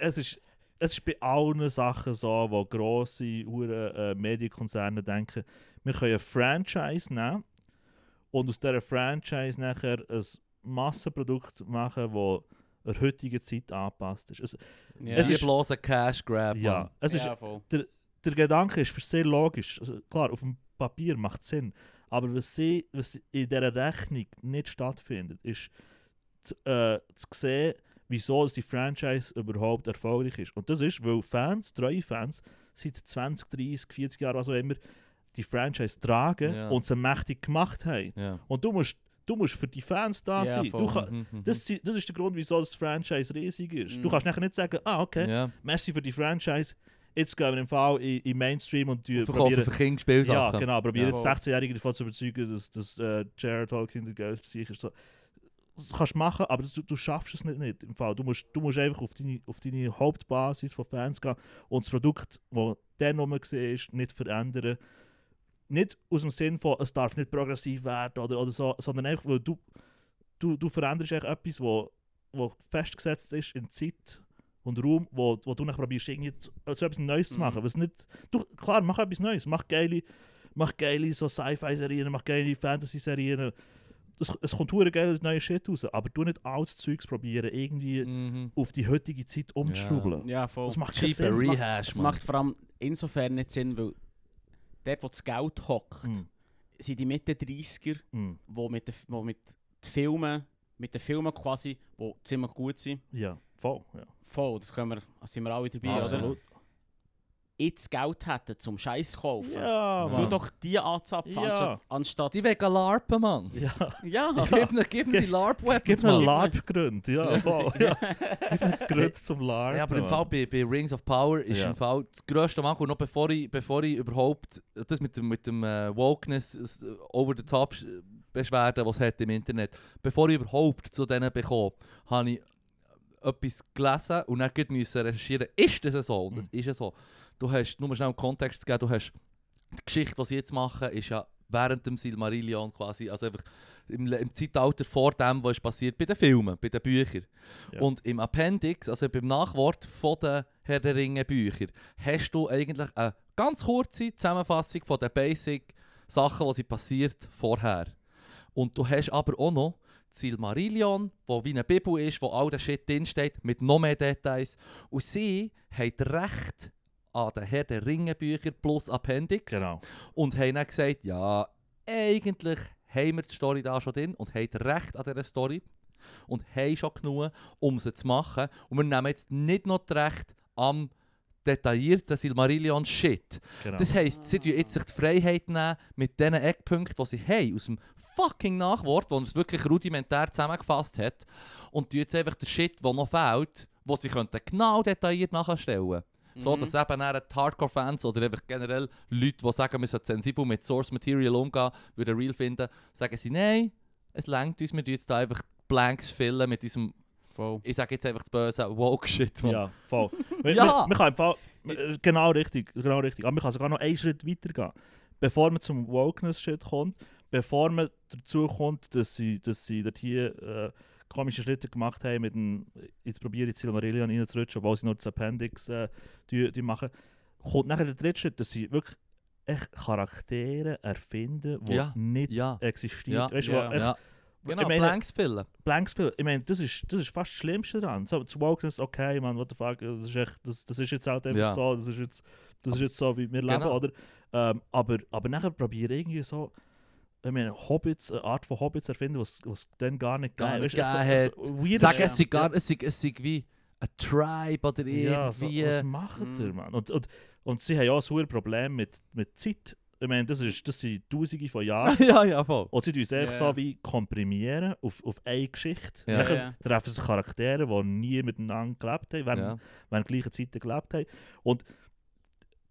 A: es, ist, es ist bei allen Sachen so, wo grosse hure, äh, Medienkonzerne denken, wir können eine Franchise nehmen und aus dieser Franchise nachher ein Massenprodukt machen, das der heutigen Zeit angepasst ist. Es,
B: ja.
A: Es
C: Es
A: ist-
C: ist bloß ein Cash Grab,
A: ja,
C: Mann.
A: es ist,
B: ja, voll.
A: der Gedanke ist für sie logisch. Also, klar, auf dem Papier macht es Sinn. Aber was, sie, was in dieser Rechnung nicht stattfindet, ist zu, äh, zu sehen, wieso dass die Franchise überhaupt erfolgreich ist. Und das ist, weil Fans, treue Fans, seit 20, 30, 40 Jahren, was auch immer, die also Franchise tragen
C: Ja.
A: und sie mächtig gemacht haben.
C: Ja.
A: Und du musst Du musst für die Fans da
B: Ja,
A: sein. Du
B: voll.
A: kann,
C: Mhm, mhm.
A: das, si- das ist der Grund, wieso das Franchise riesig ist. Du
B: Mhm.
A: kannst nachher nicht sagen, ah, okay,
C: Ja.
A: merci für die Franchise, jetzt gehen wir im Fall in, in Mainstream und
C: Und
A: tue-
C: Verkaufen für
A: probieren.
C: Kinder
A: Ja,
C: Spielsachen.
A: genau, probieren
B: Ja.
A: jetzt 16-Jährige davon zu überzeugen, dass, dass äh, Jared Tolkien der geilste Psych ist. So, das kannst du machen, aber das, du, du schaffst es nicht, nicht im Fall. Du musst, du musst einfach auf deine, auf deine Hauptbasis von Fans gehen und das Produkt, das dann rum war, nicht verändern. Nicht aus dem Sinn von, es darf nicht progressiv werden oder, oder so, sondern einfach, weil du, du, du veränderst eigentlich etwas, wo, wo festgesetzt ist in Zeit und Raum, wo, wo du nachher probierst, irgendwie zu, zu etwas Neues zu machen. Was nicht, du, klar, mach etwas Neues, mach geile, mach geile so Sci-Fi-Serien, mach geile Fantasy-Serien. Es, es kommt hure geil neue Shit raus, aber du nicht alles Zeugs probieren, irgendwie
C: Mhm.
A: auf die heutige Zeit umzuschrauben.
B: Ja, voll.
A: Das macht keinen
C: Cheaper
A: Sinn. es macht-
C: Rehash,
B: Es
C: Mann.
B: macht vor allem insofern nicht Sinn, weil dort, wo das Geld hockt,
A: Mhm.
B: sind die Mitte 30er,
A: Mhm.
B: die mit den wo mit den Filmen, mit den Filmen quasi, die ziemlich gut sind.
A: Ja, voll. Ja.
B: Voll, das können wir, da sind wir alle dabei, oder?
A: Absolut.
B: Jetzt Geld hätten zum Scheiß zu kaufen.
A: Ja,
B: Du
C: Mann.
B: doch die anzapfen,
A: Ja.
B: anstatt, anstatt... Mhm.
C: Die wegen LARPen, Mann.
A: Ja.
B: [LAUGHS] Ja!
C: [LAUGHS] Gib mir, gib mir die LARP-Weapons,
A: Gib mir
C: Mann.
A: einen LARP-Grund,
C: [LAUGHS]
A: ja, voll. Ja. Gib mir Grund zum LARP.
C: Ja, aber im Fall bei, bei Rings of Power ist
A: Ja.
C: im Fall das grösste Manko, noch bevor ich, bevor ich überhaupt das mit dem, mit dem äh, Wokeness s- over the top eh, sch- Beschwerden, was hat im Internet, bevor ich überhaupt zu denen bekomme, habe ich etwas gelesen und dann gleich müssen recherchieren, ist das so? Und das ist ja so. Du hast, nur mal schnell im Kontext zu geben, du hast die Geschichte, die sie jetzt machen, ist ja während dem Silmarillion quasi, also einfach im, Le- im Zeitalter vor dem, was ist passiert, bei den Filmen, bei den Büchern.
A: Ja.
C: Und im Appendix, also beim Nachwort von den Herr der Ringe Büchern, hast du eigentlich eine ganz kurze Zusammenfassung von den Basic Sachen, die sie passiert vorher. Und du hast aber auch noch das Silmarillion, wo wie eine Bibel ist, wo all der Shit drinsteht, mit noch mehr Details. Und sie haben recht an den Herr der Ringe Büchern plus Appendix
A: Genau.
C: und haben dann gesagt, ja, eigentlich haben wir die Story da schon drin und haben recht an dieser Story und haben schon genug, um sie zu machen. Und wir nehmen jetzt nicht noch das Recht am detaillierten Silmarillion-Shit.
A: genau.
C: Das heisst, sie nehmen jetzt sich die Freiheit nehmen mit diesen Eckpunkten, die sie haben, aus dem fucking Nachwort, wo er es wirklich rudimentär zusammengefasst hat, und tun jetzt einfach den Shit, der noch fehlt, wo sie könnten genau detailliert nachstellen so,
B: Mhm.
C: dass eben dann die Hardcore-Fans oder einfach generell Leute, die sagen, wir sollten sensibel mit Source-Material umgehen, würden real finden, sagen sie, nein, es längt uns, wir tun jetzt da einfach Blanks füllen mit diesem,
B: Voll.
C: ich sage jetzt einfach das böse Woke-Shit. Mann.
A: Ja,
C: [LAUGHS]
A: voll. Man-
C: Ja!
A: man- man kann im Fall, äh, genau richtig, genau richtig. Aber man kann sogar noch einen Schritt weiter gehen. Bevor man zum Wokeness-Shit kommt, bevor man dazu kommt, dass sie, dass sie dort hier äh, komische Schritte gemacht haben, mit dem, jetzt probiere ich Silmarillion reinzurutschen, obwohl sie nur das Appendix äh, die, die machen, kommt nachher der dritte Schritt, dass sie wirklich echt Charaktere erfinden, die
C: Ja,
A: nicht
C: ja.
A: existieren.
C: Ja,
A: Weißt du,
B: ja.
A: wo echt- eh,
C: Ja. Genau,
A: ich meine-
C: Blanks füllen.
A: Blanksville, ich meine, das ist, das ist fast das Schlimmste daran. So, zu Wokeness, okay, man, what the fuck, das ist, echt, das, das ist jetzt halt einfach
C: Ja.
A: so, das ist, jetzt, das ist jetzt so, wie wir leben,
C: Genau.
A: oder? Ähm, aber, aber nachher probiere ich irgendwie so, ich meine, Hobbits, eine Art von Hobbits erfinden, was es dann gar nicht Also,
C: Gar
A: gab.
C: nicht
A: Weißt du, so- so weird ist-
C: Sag, es sei gar es sei, es sei wie ein Tribe oder irgendwie. Mhm.
A: ja, so,
C: eh,
A: was macht ihr,
B: Mm.
A: Mann? Und, und, und sie haben ja auch so ein Problem mit, mit Zeit. Ich meine, das, ist, das sind Tausende von Jahren.
C: [LAUGHS] ja, ja, voll.
A: Und sie tun es einfach
B: Ja.
A: so wie komprimieren auf, auf eine Geschichte.
C: Ja.
A: Nachher
B: Ja.
A: treffen sich Charaktere, die nie miteinander gelebt haben, während,
C: Ja.
A: während gleicher Zeit gelebt haben. Und,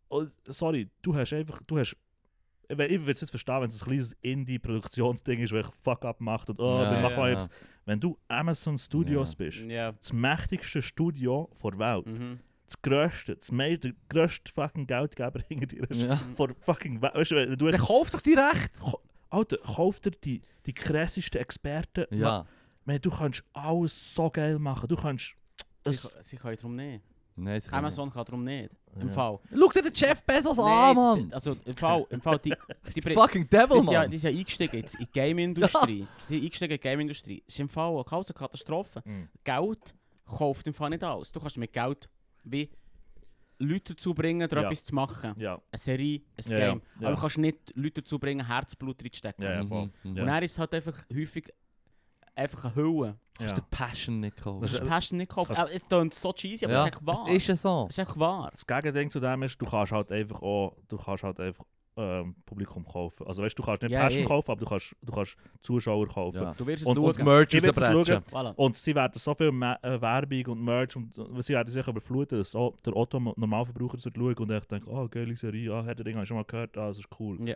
A: und oh, sorry, du hast einfach, du hast, ich würde es jetzt verstehen, wenn es ein kleines Indie-Produktionsding ist, welches Fuck up macht und oh,
C: Ja,
A: wir machen
B: ja,
A: mal
C: ja.
A: etwas. Wenn du Amazon Studios
C: Ja.
A: bist,
B: Ja.
A: das mächtigste Studio der Welt,
B: Mhm.
A: das grösste, das me- der grösste fucking [LAUGHS] Geldgeber hinter dir ist,
C: Ja.
A: vor fucking, We- weißt du, wenn du
C: Dann kauf doch die Rechte!
A: Ko- Alter, kauf dir die, die krassesten Experten. Ma-
C: Ja.
A: Man, du kannst alles so geil machen. Du kannst.
B: Sie,
A: Das,
B: sie können darum nicht.
C: Nein, sie können
B: Amazon kann darum nicht. Im
A: Dus- Ja.
B: Fall.
C: nicht. Schau dir den Jeff Bezos an,
B: Nein,
C: Mann!
B: d- Also im Fall, im Fall die, die, Bre-
C: Fucking Devil,
B: die, sind ja,
C: Mann!
B: die sind ja eingestiegen jetzt in die Game-Industrie. Die sind eingestiegen in die Game-Industrie. Ist im Fall eine grosse Katastrophe.
A: Mhm.
B: Geld kauft im Fall nicht alles. Du kannst mit Geld wie Leute dazu bringen, dir
A: Ja.
B: etwas zu machen.
A: ja,
B: Eine Serie, ein
A: Ja, ja,
B: Game.
A: ja.
B: Aber du kannst nicht Leute dazu bringen, Herzblut reinzustecken.
A: Ja, ja. voll.
C: Mhm.
A: Ja.
B: Und er ist es halt einfach häufig einfach eine Hülle.
C: Du
A: ja.
C: kannst den Dus Passion nicht
B: Du kannst
C: kaufen.
A: Ja.
B: Passion nicht kaufen.
A: Kannst-
B: Aber Es klingt so cheesy, aber es ist echt wahr.
C: es ist ja so.
B: Es ist echt wahr.
A: Das Gegending zu dem ist, du kannst halt einfach auch, du kannst halt einfach ähm, Publikum kaufen. Also weißt du, du kannst nicht
B: Ja,
A: Passion
B: eh.
A: kaufen, aber du kannst, du kannst Zuschauer kaufen.
C: Ja.
B: Du wirst es
A: Und-
B: schauen.
A: und
C: Und Merch
A: Ich will das
C: rausbrechen.
B: voilà.
A: Und sie werden so viel Ma- äh, Werbung und Merch und äh, sie werden sich überfluten, dass auch der Otto Normalverbraucher sollte schauen und echt denkt, oh geile Serie, ah, Herr der Ringe, habe ich schon mal gehört, ah, das ist cool.
B: Ja.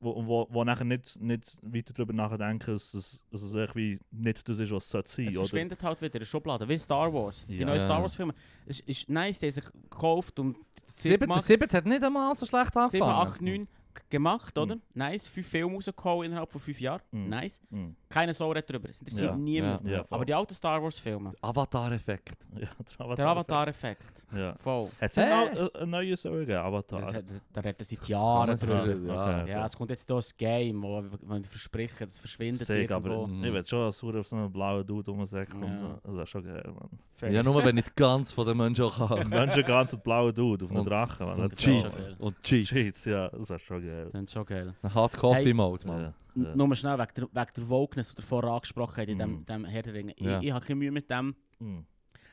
A: Wo, und wo, wo nachher nicht, nicht weiter darüber nachdenken, dass, es- dass es echt wie nicht das ist, was es sollte sein
B: Es
A: sollte.
B: verschwindet halt wieder in der Schublade, wie Star Wars. Die
A: Ja.
B: neuen
C: Ja.
B: Star Wars Filme. Es ist nice, die haben sich gekauft und
C: Siebert,
B: gemacht.
C: Siebert hat nicht einmal so schlecht
B: 7,
C: angefangen.
B: 8, 9
C: Mm.
B: gemacht, oder? Nice. Fünf Filme rausgehauen innerhalb von fünf Jahren.
A: Mhm.
B: Nice.
A: Mhm.
B: Keine Sau redet drüber. Es interessiert
C: Ja,
B: niemand.
A: Ja, voll.
B: Aber die alten Star Wars Filme.
C: Avatar-Effekt.
A: [LAUGHS] ja, der Avatar.
B: Der Avatar-Effekt.
A: Ja.
B: Voll.
A: Hat es hey.
C: Hey.
A: eine, äh, eine neue Serie gegeben, Avatar?
B: Das, hat- da redet er seit Jahren
C: Kann man
B: drüber.
C: drüber, ja.
A: okay.
B: Ja, es kommt jetzt hier ein Game, wo man versprechen, das verschwindet
A: Sick, aber
B: irgendwo.
A: ich
C: Mhm.
A: will schon, dass er auf so einem blauen Dude rumsäckt
B: Ja.
A: und so. Das ist schon geil, Mann. [LAUGHS]
C: Ja, nur wenn nicht ganz von den Menschen kann. [LAUGHS]
A: Menschen ganz mit blauen Dude auf einem
C: Und-
A: Drachen, Mann.
C: Und
A: Let's go.
C: Cheats. Und Cheats.
A: Cheats, ja, das wäre schon geil.
B: Dann schon geil.
C: Ein Hard Coffee Mode, Mann.
A: Ja,
B: N-
A: ja.
B: Nur schnell wegen der, wegen der Wokeness, die ihr vorher angesprochen habt, in dem,
A: Mhm.
B: dem Herr der Ringe.
C: Ja.
B: Ich, ich habe ein bisschen Mühe mit dem,
A: Mhm.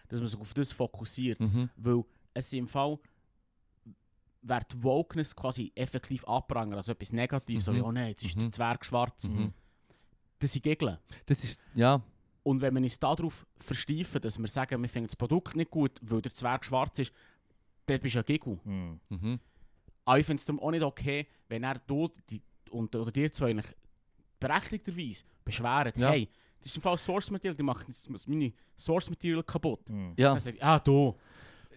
B: dass man sich auf das fokussiert.
C: Mhm.
B: Weil es sind im Fall wäre die Wokeness quasi effektiv abrangert, also etwas Negatives, so
C: Mhm.
B: wie, oh nein, jetzt ist der
C: Mhm.
B: Zwerg schwarz.
C: Mhm.
B: Das sind Gegner.
C: Das ist, ja.
B: Und wenn wir uns darauf versteifen, dass wir sagen, wir finden das Produkt nicht gut, weil der Zwerg schwarz ist, dann bist du ein Gegner.
A: Mhm.
C: Mhm.
B: Aber ich finde es darum auch nicht okay, wenn er du die, und, oder dir zwei eigentlich berechtigterweise beschweren,
C: Ja.
B: hey, das ist im Fall Source Material, die machen das- das- meine Source Material kaputt.
A: Mhm.
C: Ja.
B: Dann sage ich, ah du,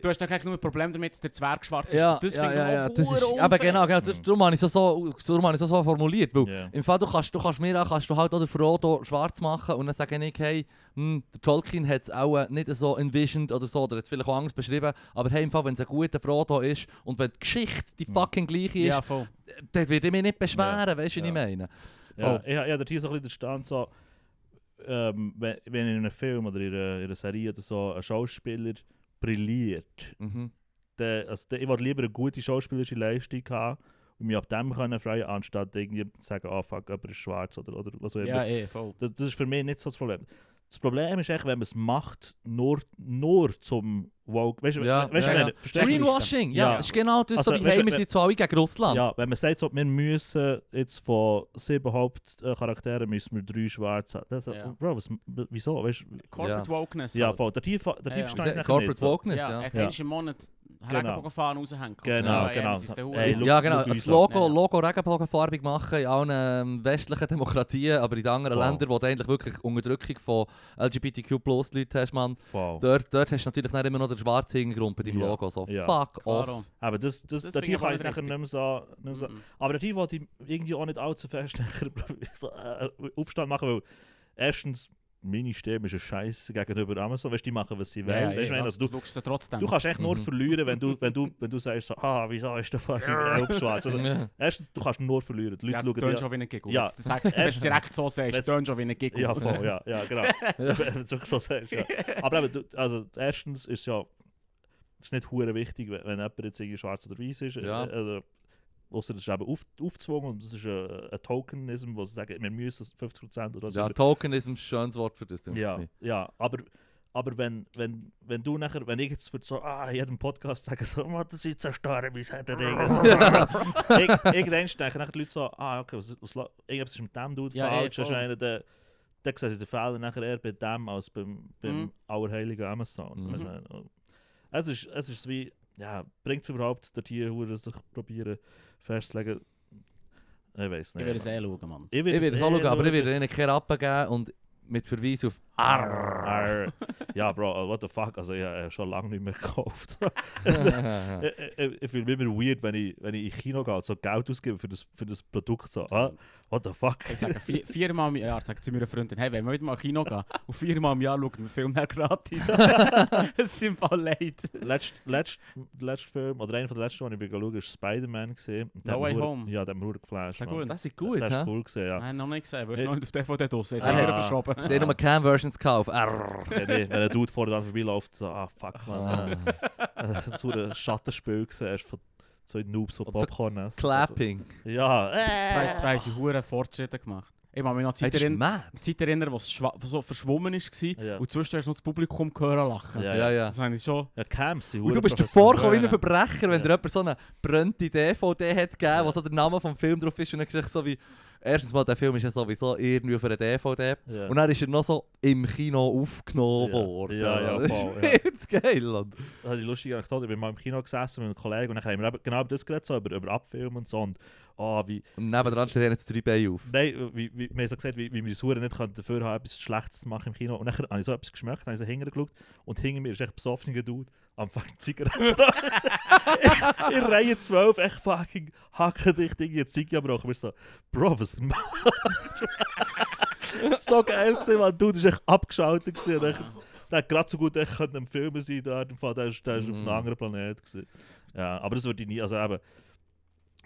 B: du hast doch eigentlich nur ein Problem damit, dass der Zwerg schwarz ist.
C: Ja,
B: das
C: ja,
B: finde ich
C: ja, ja, nou,
B: auch
C: das ist,
B: hure
C: aber genau,
B: unfair.
C: genau, das- darum habe ich es so, so, darum habe ich es so formuliert, weil
A: Ja.
C: im Fall, du kannst, du kannst mir auch, kannst du halt auch den Frodo schwarz machen und dann sage ich, hey, hm, der Tolkien hat es auch äh, nicht so envisioned oder so, oder hat es vielleicht auch anders beschrieben, aber hey, im Fall, wenn es ein guter Frodo ist und wenn die Geschichte die fucking gleiche ist, äh,
B: Ja, voll.
C: dann würde ich mich nicht beschweren, weißt du,
A: Hm. Ja.
C: was ich meine?
A: Ja,
C: Voll.
A: ich, ich habe hier so ein bisschen den Stand, so, ähm, wenn, wenn in einem Film oder in einer, in einer Serie oder so ein Schauspieler brilliert,
C: Mhm.
A: dann, also, dann, ich wollte lieber eine gute schauspielerische Leistung haben und mich ab dem können freuen, anstatt irgendwie zu sagen, oh fuck, jemand ist schwarz oder, oder was auch immer.
B: Ja, eh, voll.
A: Das, das ist für mich nicht so das Problem. Das Problem ist echt, wenn man es macht, nur, nur zum Woke. Weißt du,
C: Ja,
A: weißt, du,
C: ja,
A: wenn-
C: ja.
A: verstehst du?
C: Greenwashing, ja,
A: Ja.
C: ist genau das,
A: Also,
C: so
A: weißt
C: wie
A: du,
C: hey, wir
A: wenn-
C: sind zwar alle gegen Russland.
A: Ja, wenn man sagt, so, wir müssen jetzt von sieben Hauptcharakteren müssen wir drei schwarz haben. Das,
B: Ja.
A: Bro, was, w- wieso? Weißt, du?
B: Corporate Wokeness.
A: ja,
B: halt.
A: voll. Der Tief, der
B: Ja,
A: Tief
B: ja.
A: steht
C: Ist ja
A: nachher
C: Corporate
A: nicht so.
C: Wokeness,
B: Ja,
C: ja.
B: eigentlich
A: Ja.
B: einmal im Monat Regenbogenfahren raushängen.
A: Genau, genau. Ey,
B: Hey,
A: schau-
C: Ja, genau.
A: schau
C: Das
A: uns
C: Logo,
B: an.
C: Logo regenbogenfarbig machen in allen ähm, westlichen Demokratien, aber in den anderen
A: Voll.
C: Ländern, wo du eigentlich wirklich Unterdrückung von LGBTQ-Plus-Leuten hast, man,
A: Voll.
C: dort, dort hast du natürlich dann immer noch den schwarzen Hintergrund bei deinem
A: Ja.
C: Logo. So,
A: Ja.
C: fuck
B: Klaro.
C: off.
A: Aber das, das,
B: Das
A: der
B: finde
A: Tief
B: ich aber
A: kann ich
B: nicht
A: nachher nicht mehr so... Nicht mehr so.
B: Mhm.
A: Aber der Tief wollte ich irgendwie auch nicht allzu fest [LAUGHS] nachher so, äh, Aufstand machen, weil erstens, meine Stimme ist ein Scheiß gegenüber Amazon. Weißt du, die machen, was sie wollen.
B: Ja,
A: weißt, du, ich
B: ja,
A: meine, also, du,
B: du schaust sie trotzdem.
A: Du kannst echt nur
C: Mhm.
A: verlieren, wenn du, wenn, du, wenn du sagst, so, ah, wieso ist der
B: [LAUGHS]
A: fucking Elb schwarz? Also,
C: [LAUGHS] Ja.
A: erstens, du kannst nur verlieren. Die
B: ja,
A: Leute
B: du
A: schauen
B: tönst schon wie ein Giggle.
A: Ja.
B: Jetzt, sag- jetzt, wenn du es direkt so sagst, du
A: Jetzt-
B: tönst schon wie ein Giggle.
A: Ja, voll, ja, ja genau. [LAUGHS] Wenn du es wirklich so sagst, ja. Aber eben, du, also, erstens ist ja es ist nicht hure wichtig, wenn, wenn jemand jetzt irgendwie schwarz oder weiß ist.
C: Ja.
A: Äh, Also, Ausser das ist eben auf, aufgezwungen und das ist äh, ein, ein Tokenism, wo sie sagen, wir müssen 50% oder so.
C: Ja, Token ist ein schönes Wort für das. denke ich
A: Ja,
C: mir.
A: ja, aber, aber wenn, wenn, wenn du nachher, wenn ich jetzt für so, ah, jedem Podcast sage, so, man, das ist zerstören, bis hat der Regen. So, [LAUGHS] ich, irgendwann denken nachher die Leute so, ah, okay, was, was, la- irgendwas ist mit dem Dude
B: Ja, eh,
A: falsch,
B: voll.
A: wahrscheinlich, dann dann sehen sie den Fehler nachher eher bei dem als beim, beim
B: Mhm.
A: allerheiligen Amazon.
C: Mhm.
A: wahrscheinlich. Es ist, es ist wie, ja, bringt es überhaupt, der Tier, sich probieren festzulegen? Ich weiß nicht.
B: Ich werde es
A: Mann.
B: eh schauen, Mann.
A: ich eh
C: Ich werde es auch schauen, aber ich
A: will
C: werde ihnen keine Rappen geben und mit
A: [LAUGHS]
C: Verweis auf [LAUGHS]
A: Arr. [LAUGHS] Ja, Bro, uh, what the fuck? Also, ich habe äh, schon lange nicht mehr gekauft. also,
C: Ja.
A: ich, äh, ich, ich fühle mich immer weird, wenn ich, wenn ich in Kino gehe und so Geld ausgebe für das, für das Produkt. So, ah, what the fuck?
B: Ich sage vier, viermal im Jahr, sage zu meiner Freundin, hey, wenn wir wieder mal ins Kino gehen, und viermal im Jahr schauen wir Film her [LAUGHS] gratis. Es ist im Fall leid.
A: Letzt, letzt, der letzte Film, oder einer von den letzten, den ich bin schauen, war Spider-Man. gesehen. Und der
B: No
A: hat
B: Way
A: mich hure-
B: Home.
A: Ja, der hat mir hure geflasht.
B: Ist der
A: Mann.
B: gut?
C: Das ist gut,
A: Der, der
C: hä?
A: ist cool gesehen, ja.
B: Nein, noch nicht gesehen. Weil
A: Äh,
B: du noch nicht auf DVD draussen ist.
C: Ah.
B: Er hat verschoben.
C: Sie haben nur Cam-Versions gekauft. Arr.
A: wenn, ich, wenn ein Dude vorne dran vorbeiläuft, so, ah, fuck, man. [LAUGHS] Das war so ein Schattenspiel, gewesen, erst von so Noobs, die
C: Und so
A: Popcorn essen.
C: Clapping.
A: Ja,
B: Da,
A: äh.
B: da haben sie hure Fortschritte gemacht. Ich kann mich noch
C: Hey,
B: Zeit
C: das ist
B: erinnern,
C: mad.
B: Zeit erinnern, wo es schwa- so verschwommen war.
A: Ja.
B: Und zwischendurch hast du noch das Publikum gehört lachen.
A: Ja.
C: Ja, ja.
B: Das habe ich schon.
A: Ja, Camps sind
C: Und du
A: verdammt
C: bist
A: professionell.
C: davor gekommen wie ein
B: Ja.
C: Verbrecher, wenn
A: Ja.
C: dir jemand so eine brennte DVD hat gegeben, wo so der Name vom Film drauf ist und dann gesagt so wie... Erstens mal, der Film ist ja sowieso irgendwie für eine DVD.
A: Ja.
C: Und dann ist er noch so im Kino aufgenommen
A: Ja.
C: worden.
A: Ja, ja,
C: Das ist [LAUGHS]
A: voll, ja.
C: übelst geil. Und
A: Das hatte ich lustige Anekdote. Ich bin mal im Kino gesessen mit einem Kollegen und dann haben wir eben genau über das geredet, so über, über Abfilmen und so. Und ah, wie,
C: nebendran steht jetzt drei Beine auf.
A: nein, äh, wie, wie, wir haben so gesagt, wie, wie wir das Huren nicht können, dafür haben, etwas Schlechtes zu machen im Kino. Und dann habe ich so etwas geschmeckt, dann habe ich so hingeschaut und hinter mir ist echt besoffener Dude am fucking Zigaretten. [LAUGHS] in, in Reihe 12, echt fucking hackendicht irgendwie Zigaretten gebrochen. Wir so, Bro, was [LAUGHS] machst du? so geil gesehen, weil Dude ist echt abgeschaltet gewesen. Und echt, der hat gerade so gut echt könnte im Film sein dort. Im Fall, der ist, der ist auf einem
C: Mhm.
A: anderen Planet gewesen. Ja, aber das würde ich nie, also eben,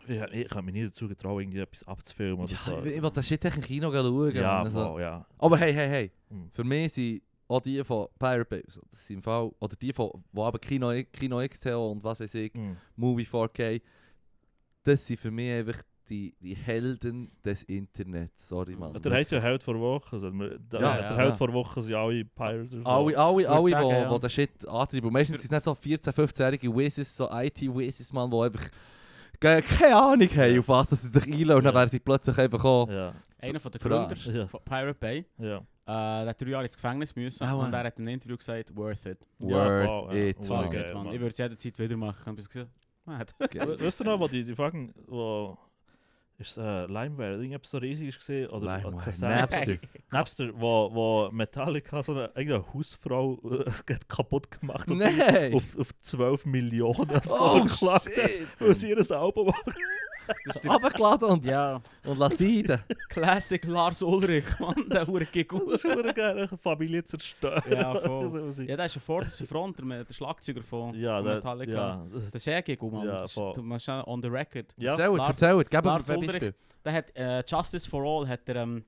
A: ich, ich kann mich nie dazu getrauen, irgendwie etwas abzufilmen oder so.
C: Ja, ich will das shit echt im Kino schauen.
A: Ja,
C: Mann. Also-
A: voll, ja.
C: Aber Oh, hey, hey, hey.
A: Mhm.
C: Für mich sind auch die von Pirate Babes, das sind im Fall, oder die von wo eben Kino, Kino XTO und was weiß ich,
A: Mhm.
B: Mm.
C: Movie 4K, das sind für mich einfach die, die Helden des Internets. Sorry, Mann.
A: Der hat ja Held vor Wochen. Also, wir- der
C: Ja,
A: der
C: ja,
A: Held
C: ja.
A: vor Wochen sind alle Pirates. und so.
C: Alle, alle, alle,
B: sagen,
C: wo,
B: ja.
C: wo den Shit antreiben. Und meistens sind es dann so 14-, 15-jährige Whizzes, so IT-Whizzes, Mann, die einfach ge- keine Ahnung haben, auf was dass sie sich einlösen. Und dann
A: Ja.
C: wären sie plötzlich einfach auch...
A: Ja,
B: Einer von der
C: Verarsch.
B: Gründer
A: Ja.
B: von Pirate Bay, äh,
A: ja.
B: der hat drei Jahre ins Gefängnis müssen.
C: Ah,
B: und
C: Mann.
B: er hat in einem Interview gesagt, worth it.
A: voll,
C: Worth
A: ja.
C: it,
A: Wow,
C: Mann.
B: Fuck
A: geil,
B: it, man.
A: Mann.
B: Ich würde es jederzeit wieder machen. Bis gesagt, mad.
A: We- Weißt du noch, wo nou die, die fucking. Wo, ist es äh, Limeware? Irgendetwas so riesig ist gesehen? Oder oder
C: Limewire,
A: Cassette?
C: Napster.
A: Napster, wo, wo Metallica eh, so eine, irgendeine Hausfrau [LAUGHS] äh, hat kaputt gemacht hat. sie
C: Nein!
A: Auf, auf 12 Millionen so
C: Oh,
A: verklagt hat,
C: shit!
A: Weil sie ihr Album [LAUGHS]
B: Das ist der
C: Abgeladen und,
B: ja,
C: und lass leiden.
B: Classic Lars Ulrich, [LAUGHS] Mann, der hure geht
A: Das ist verdammt geil, eine Familie zerstören. [LAUGHS]
B: Ja, voll.
A: Also, was ich-
B: Ja, der ist ja vorderste Front, der, der Schlagzeuger von,
A: ja,
B: von
A: der,
B: Metallica.
A: ja, das ist-
B: Das ist eh gegen, Mann.
A: Ja,
B: das
A: voll.
B: ist, du musst ja on the record.
A: ja,
C: Erzählt,
B: Lars-
C: erzählt. Geben wir ein
B: Lars
C: Beispiel.
B: Ulrich, der hat äh, Justice for All, hat er, ähm,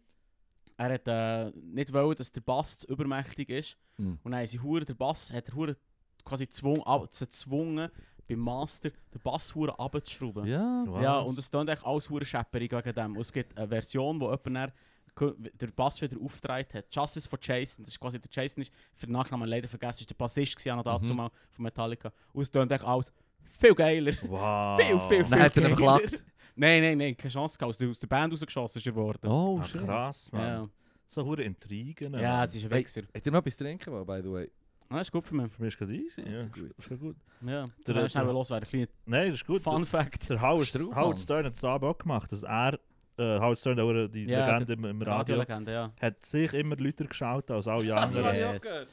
B: er hat äh, nicht wollen, dass der Bass zu übermächtig ist.
C: Mhm.
B: Und dann haben sie hure, der Bass hat er hure quasi zwung, ab, zu zwungen, beim Master den Bass hure runterzuschrauben.
C: Ja.
B: Ja, und es tönt echt alles hure schepperig wegen dem. Und es gibt eine Version, wo jemand dann k- der Bass wieder aufgetragen hat. Justice for Jason, das ist quasi der Jason ist, für den Nachnamen leider vergessen, ist der Bassist gewesen, auch noch dazu
C: Mhm.
B: mal von Metallica. Und es tönt echt alles viel geiler.
C: Ah.
A: wow.
B: Viel, viel, viel
A: Nou,
C: Dann hat er ihn
B: geiler.
C: verklagt.
B: Nein, nein, nein, keine Chance gehabt. Aus der, aus der Band rausgeschossen ist er geworden.
C: Oh,
A: Ah,
C: shit.
A: krass, man.
B: ja.
A: So hure Intrigen.
B: ja, es ist ein
C: Hey.
B: Wechsel.
C: Hat ihr noch etwas trinken wollen, by the way?
B: Das ist gut für mich.
A: Für mich ist gerade easy.
C: Ja,
A: Ja,
C: das
A: ist
C: ist gut.
A: ist gut.
B: Ja,
A: Der-
B: das ist schnell
A: der-
B: los, ein kleiner
A: Nein, das ist gut.
B: Fun Fact.
A: Der Howard,
C: Strauch,
A: Howard
C: Mann.
A: Stern hat es aber auch gemacht, dass er, äh, Howard Stern, der hure- die
B: Ja,
A: Legende im, im Radio,
B: Radiolegende, ja.
A: hat sich immer Leute geschaut als
B: [LAUGHS]
A: alle
C: das
A: anderen.
C: habe ich auch gehört.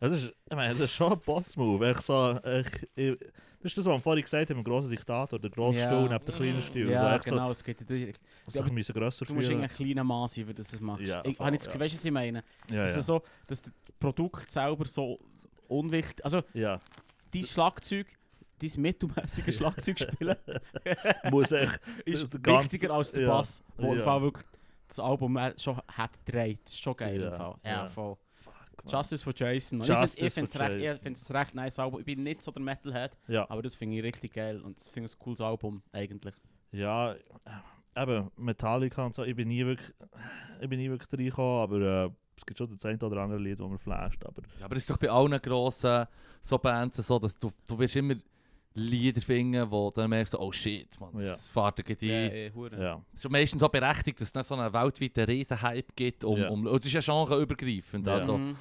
A: Das ist, ich meine, das ist schon ein Boss-Move. Ich so, ich, ich, das ist das, was wir vorhin gesagt haben, im grossen Diktator, der grosse
B: Ja.
A: Stuhl neben der kleinen Stuhl.
B: Ja,
A: also echt
B: genau, es geht in die Richtung.
A: so, dass ich mich so grösser
B: Du musst
A: fühlen.
B: irgendein kleiner Mann sein, für das du es machst.
A: Ja,
B: ich,
A: voll,
B: habe jetzt,
A: ja.
B: Weißt du, was ich meine?
A: Ja,
B: Dass,
A: ja.
B: du so, dass das Produkt selber so unwichtig Also,
A: ja.
B: dein Schlagzeug, dein
A: [LAUGHS]
B: mittelmäßige Schlagzeug spielen,
A: Muss echt.
B: [LAUGHS] ist
A: Der ganze-
B: wichtiger als der
A: ja,
B: Bass, wo im
A: ja.
B: Fall wirklich das Album äh, schon hat gedreht. Das ist schon geil
A: Ja,
B: im Fall.
A: ja.
B: voll.
A: Fuck, Mann.
B: Justice for Jason. Und
A: Justice
B: ich finde es
A: for
B: recht, ich
A: Jason.
B: find's ein recht nice Album. Ich bin nicht so der Metalhead,
A: Ja.
B: aber das finde ich richtig geil und das finde ich ein cooles Album eigentlich.
A: Ja, eben, Metallica und so, ich bin nie wirklich, ich bin nie wirklich reingekommen, aber äh, es gibt schon das eine oder andere Lied, das mir flasht, aber
C: Ja, aber es ist doch bei allen grossen so Bands so, dass du, du wirst immer Lieder finden, wo du dann merkst, so, oh shit, man,
A: Ja.
C: das fährt dir gleich ein.
B: eh, hure.
A: ja.
C: Es ist ja meistens so berechtigt, dass es dann so einen weltweiten Riesenhype gibt. Um,
A: Ja.
C: um, und es ist ja genreübergreifend.
A: Ja.
C: Also,
B: Mhm.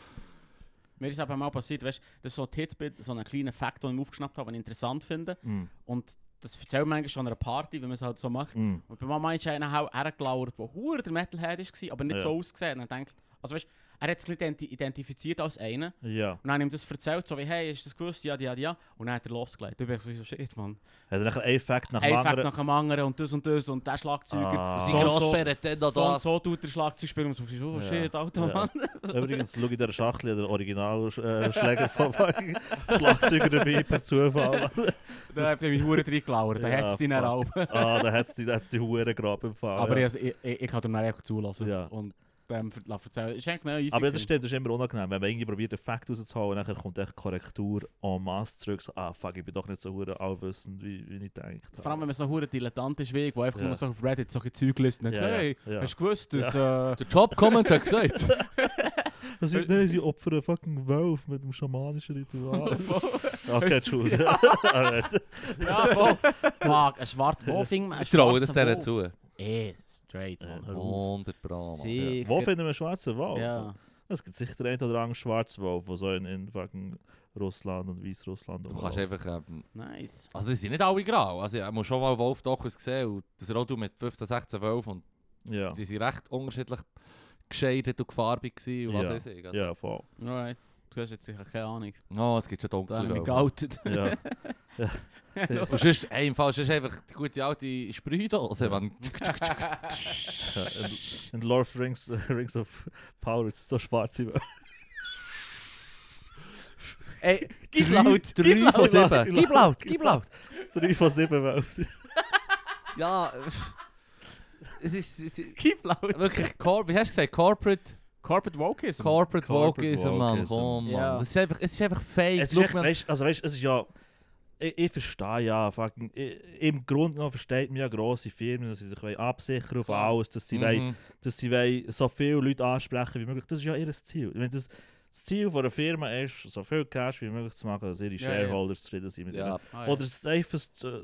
B: Mir ist aber mal passiert, weißt, das ist so ein Titbit, so ein kleiner Fakt, den ich aufgeschnappt habe, den ich interessant finde.
A: Mm,
B: Und das erzählt man eigentlich schon an einer Party, wenn man es halt so macht.
A: mm.
B: Und bei Mama ist einer hau- hergelauert, der hure der Metalhead war, aber nicht
A: Ja.
B: so ausgesehen. Und denkt, also weißt, er hat sich nicht identi- identifiziert als einen.
A: Ja.
B: Und dann habe ich ihm das erzählt, so wie, hey, ist das gewusst? Ja, ja, ja. Und dann hat er losgelegt. Du bist so, so, shit, man.
A: Hat er nachher einen Fact nach dem
B: Ein Fakt
A: anderen?
B: nach dem anderen und das und das und der Schlagzeuger.
A: Ah.
B: und
C: die
B: so und so.
C: Grosssperre, so,
B: So und
C: das.
B: so tut der Schlagzeug spielen und so, oh
A: Ja.
B: shit, Alter,
A: Ja.
B: Mann. [LAUGHS]
A: Übrigens, schau in der Schachtel, der Originalschläger von fucking Schlagzeuger dabei, per Zufall.
B: Da hat er mich hure drin gelauert, da
A: Ja,
B: hat es dich dann
A: fuck.
B: auch.
A: ah, da hat es die, da hat's die Huren gerade im Fall.
B: Aber
A: ja.
B: ich, ich, ich, ich kann ihm dann einfach zulassen.
A: Ja.
B: Und ähm, ver- lassen erzählen. Ist eigentlich noch easy.
A: Aber ja, das
B: gewesen.
A: stimmt, das ist immer unangenehm, wenn man irgendwie probiert, einen Fact rauszuhauen, nachher kommt echt Korrektur en masse zurück. So, ah, fuck, ich bin doch nicht so hure allwissend, wie, wie ich denke.
B: Vor allem, wenn man so hure Dilettant ist wie ich, der einfach
A: Ja.
B: nur so auf Reddit solche Zeug liest. Und
A: Ja,
B: denkt,
A: ja,
B: hey,
A: ja.
B: hast du gewusst, dass...
A: [LAUGHS]
B: Äh,
C: Der Top-Comment hat gesagt.
A: Das sind nein, sie opfern einen fucking Wolf mit dem schamanischen Ritual. [LAUGHS] Ah, okay, tschüss.
B: ja, voll. Fuck, ein schwarzer Wolfing.
C: Ich traue das denen zu.
B: Eh, straight, man. Hör auf.
C: 100 Pro. Mann.
B: Sicher.
A: Wo finden wir einen schwarzen Wolf?
B: Ja.
A: Es gibt sicher einen oder anderen schwarzen Wolf, der so in, in fucking Russland und Weißrussland
C: Du kannst einfach... Ähm,
B: Nice.
C: also sie sind nicht alle grau. Also ich muss schon mal Wolf-Dokus gesehen und das Rodu mit 15, 16 Wölfen und
A: Ja,
C: sie sind recht unterschiedlich gescheiden und gefarbig gewesen und was
A: Ja.
C: weiß ich. Also,
A: ja voll.
B: Alright. Du hast jetzt sicher keine Ahnung.
C: Oh, es gibt schon
B: Da habe ich mich
C: dunkle Wölfe.
B: geoutet. [LAUGHS]
C: [LAUGHS]
A: Ja.
C: Und sonst, ey, im Fall, sonst einfach die gute alte Also, Sprühdose.
A: Ja.
C: man.
A: Ja, in, in Lord of Rings, [LAUGHS] Rings of Power ist es so schwarz wie
B: Ey, gib
C: Drei-
B: laut!
C: drei
B: Gib laut!
C: von sieben.
B: Gib laut! Gib laut!
A: [LAUGHS] drei von sieben Wölfen.
C: Ja, äh, es ist...
B: [LAUGHS]
C: Es ist
B: Gib laut!
C: wirklich, Cor wie hast du gesagt? Corporate...
B: Corporate Wokeism.
C: Corporate
A: Corporate
C: Wokeism, Mann.
A: Wokeism.
C: Komm, Mann.
B: Ja.
C: Das ist einfach, es ist einfach fake.
A: Es ist
C: Schau
A: echt,
C: mal-
A: weißt, also weißt, es ist ja, ich, ich verstehe ja, fucking, ich, im Grunde genommen versteht man ja grosse Firmen, dass sie sich wollen absichern auf
B: Klar.
A: alles, dass sie, wollen,
C: Mhm.
A: dass sie wollen so viele Leute ansprechen wie möglich. Das ist ja ihr Ziel. Ich meine, das, das Ziel von einer Firma ist, so viel Cash wie möglich zu machen, dass ihre
C: Ja, ja.
A: Shareholders zufrieden sind mit ihnen.
C: Ja,
B: Oh,
A: Oder das safest äh,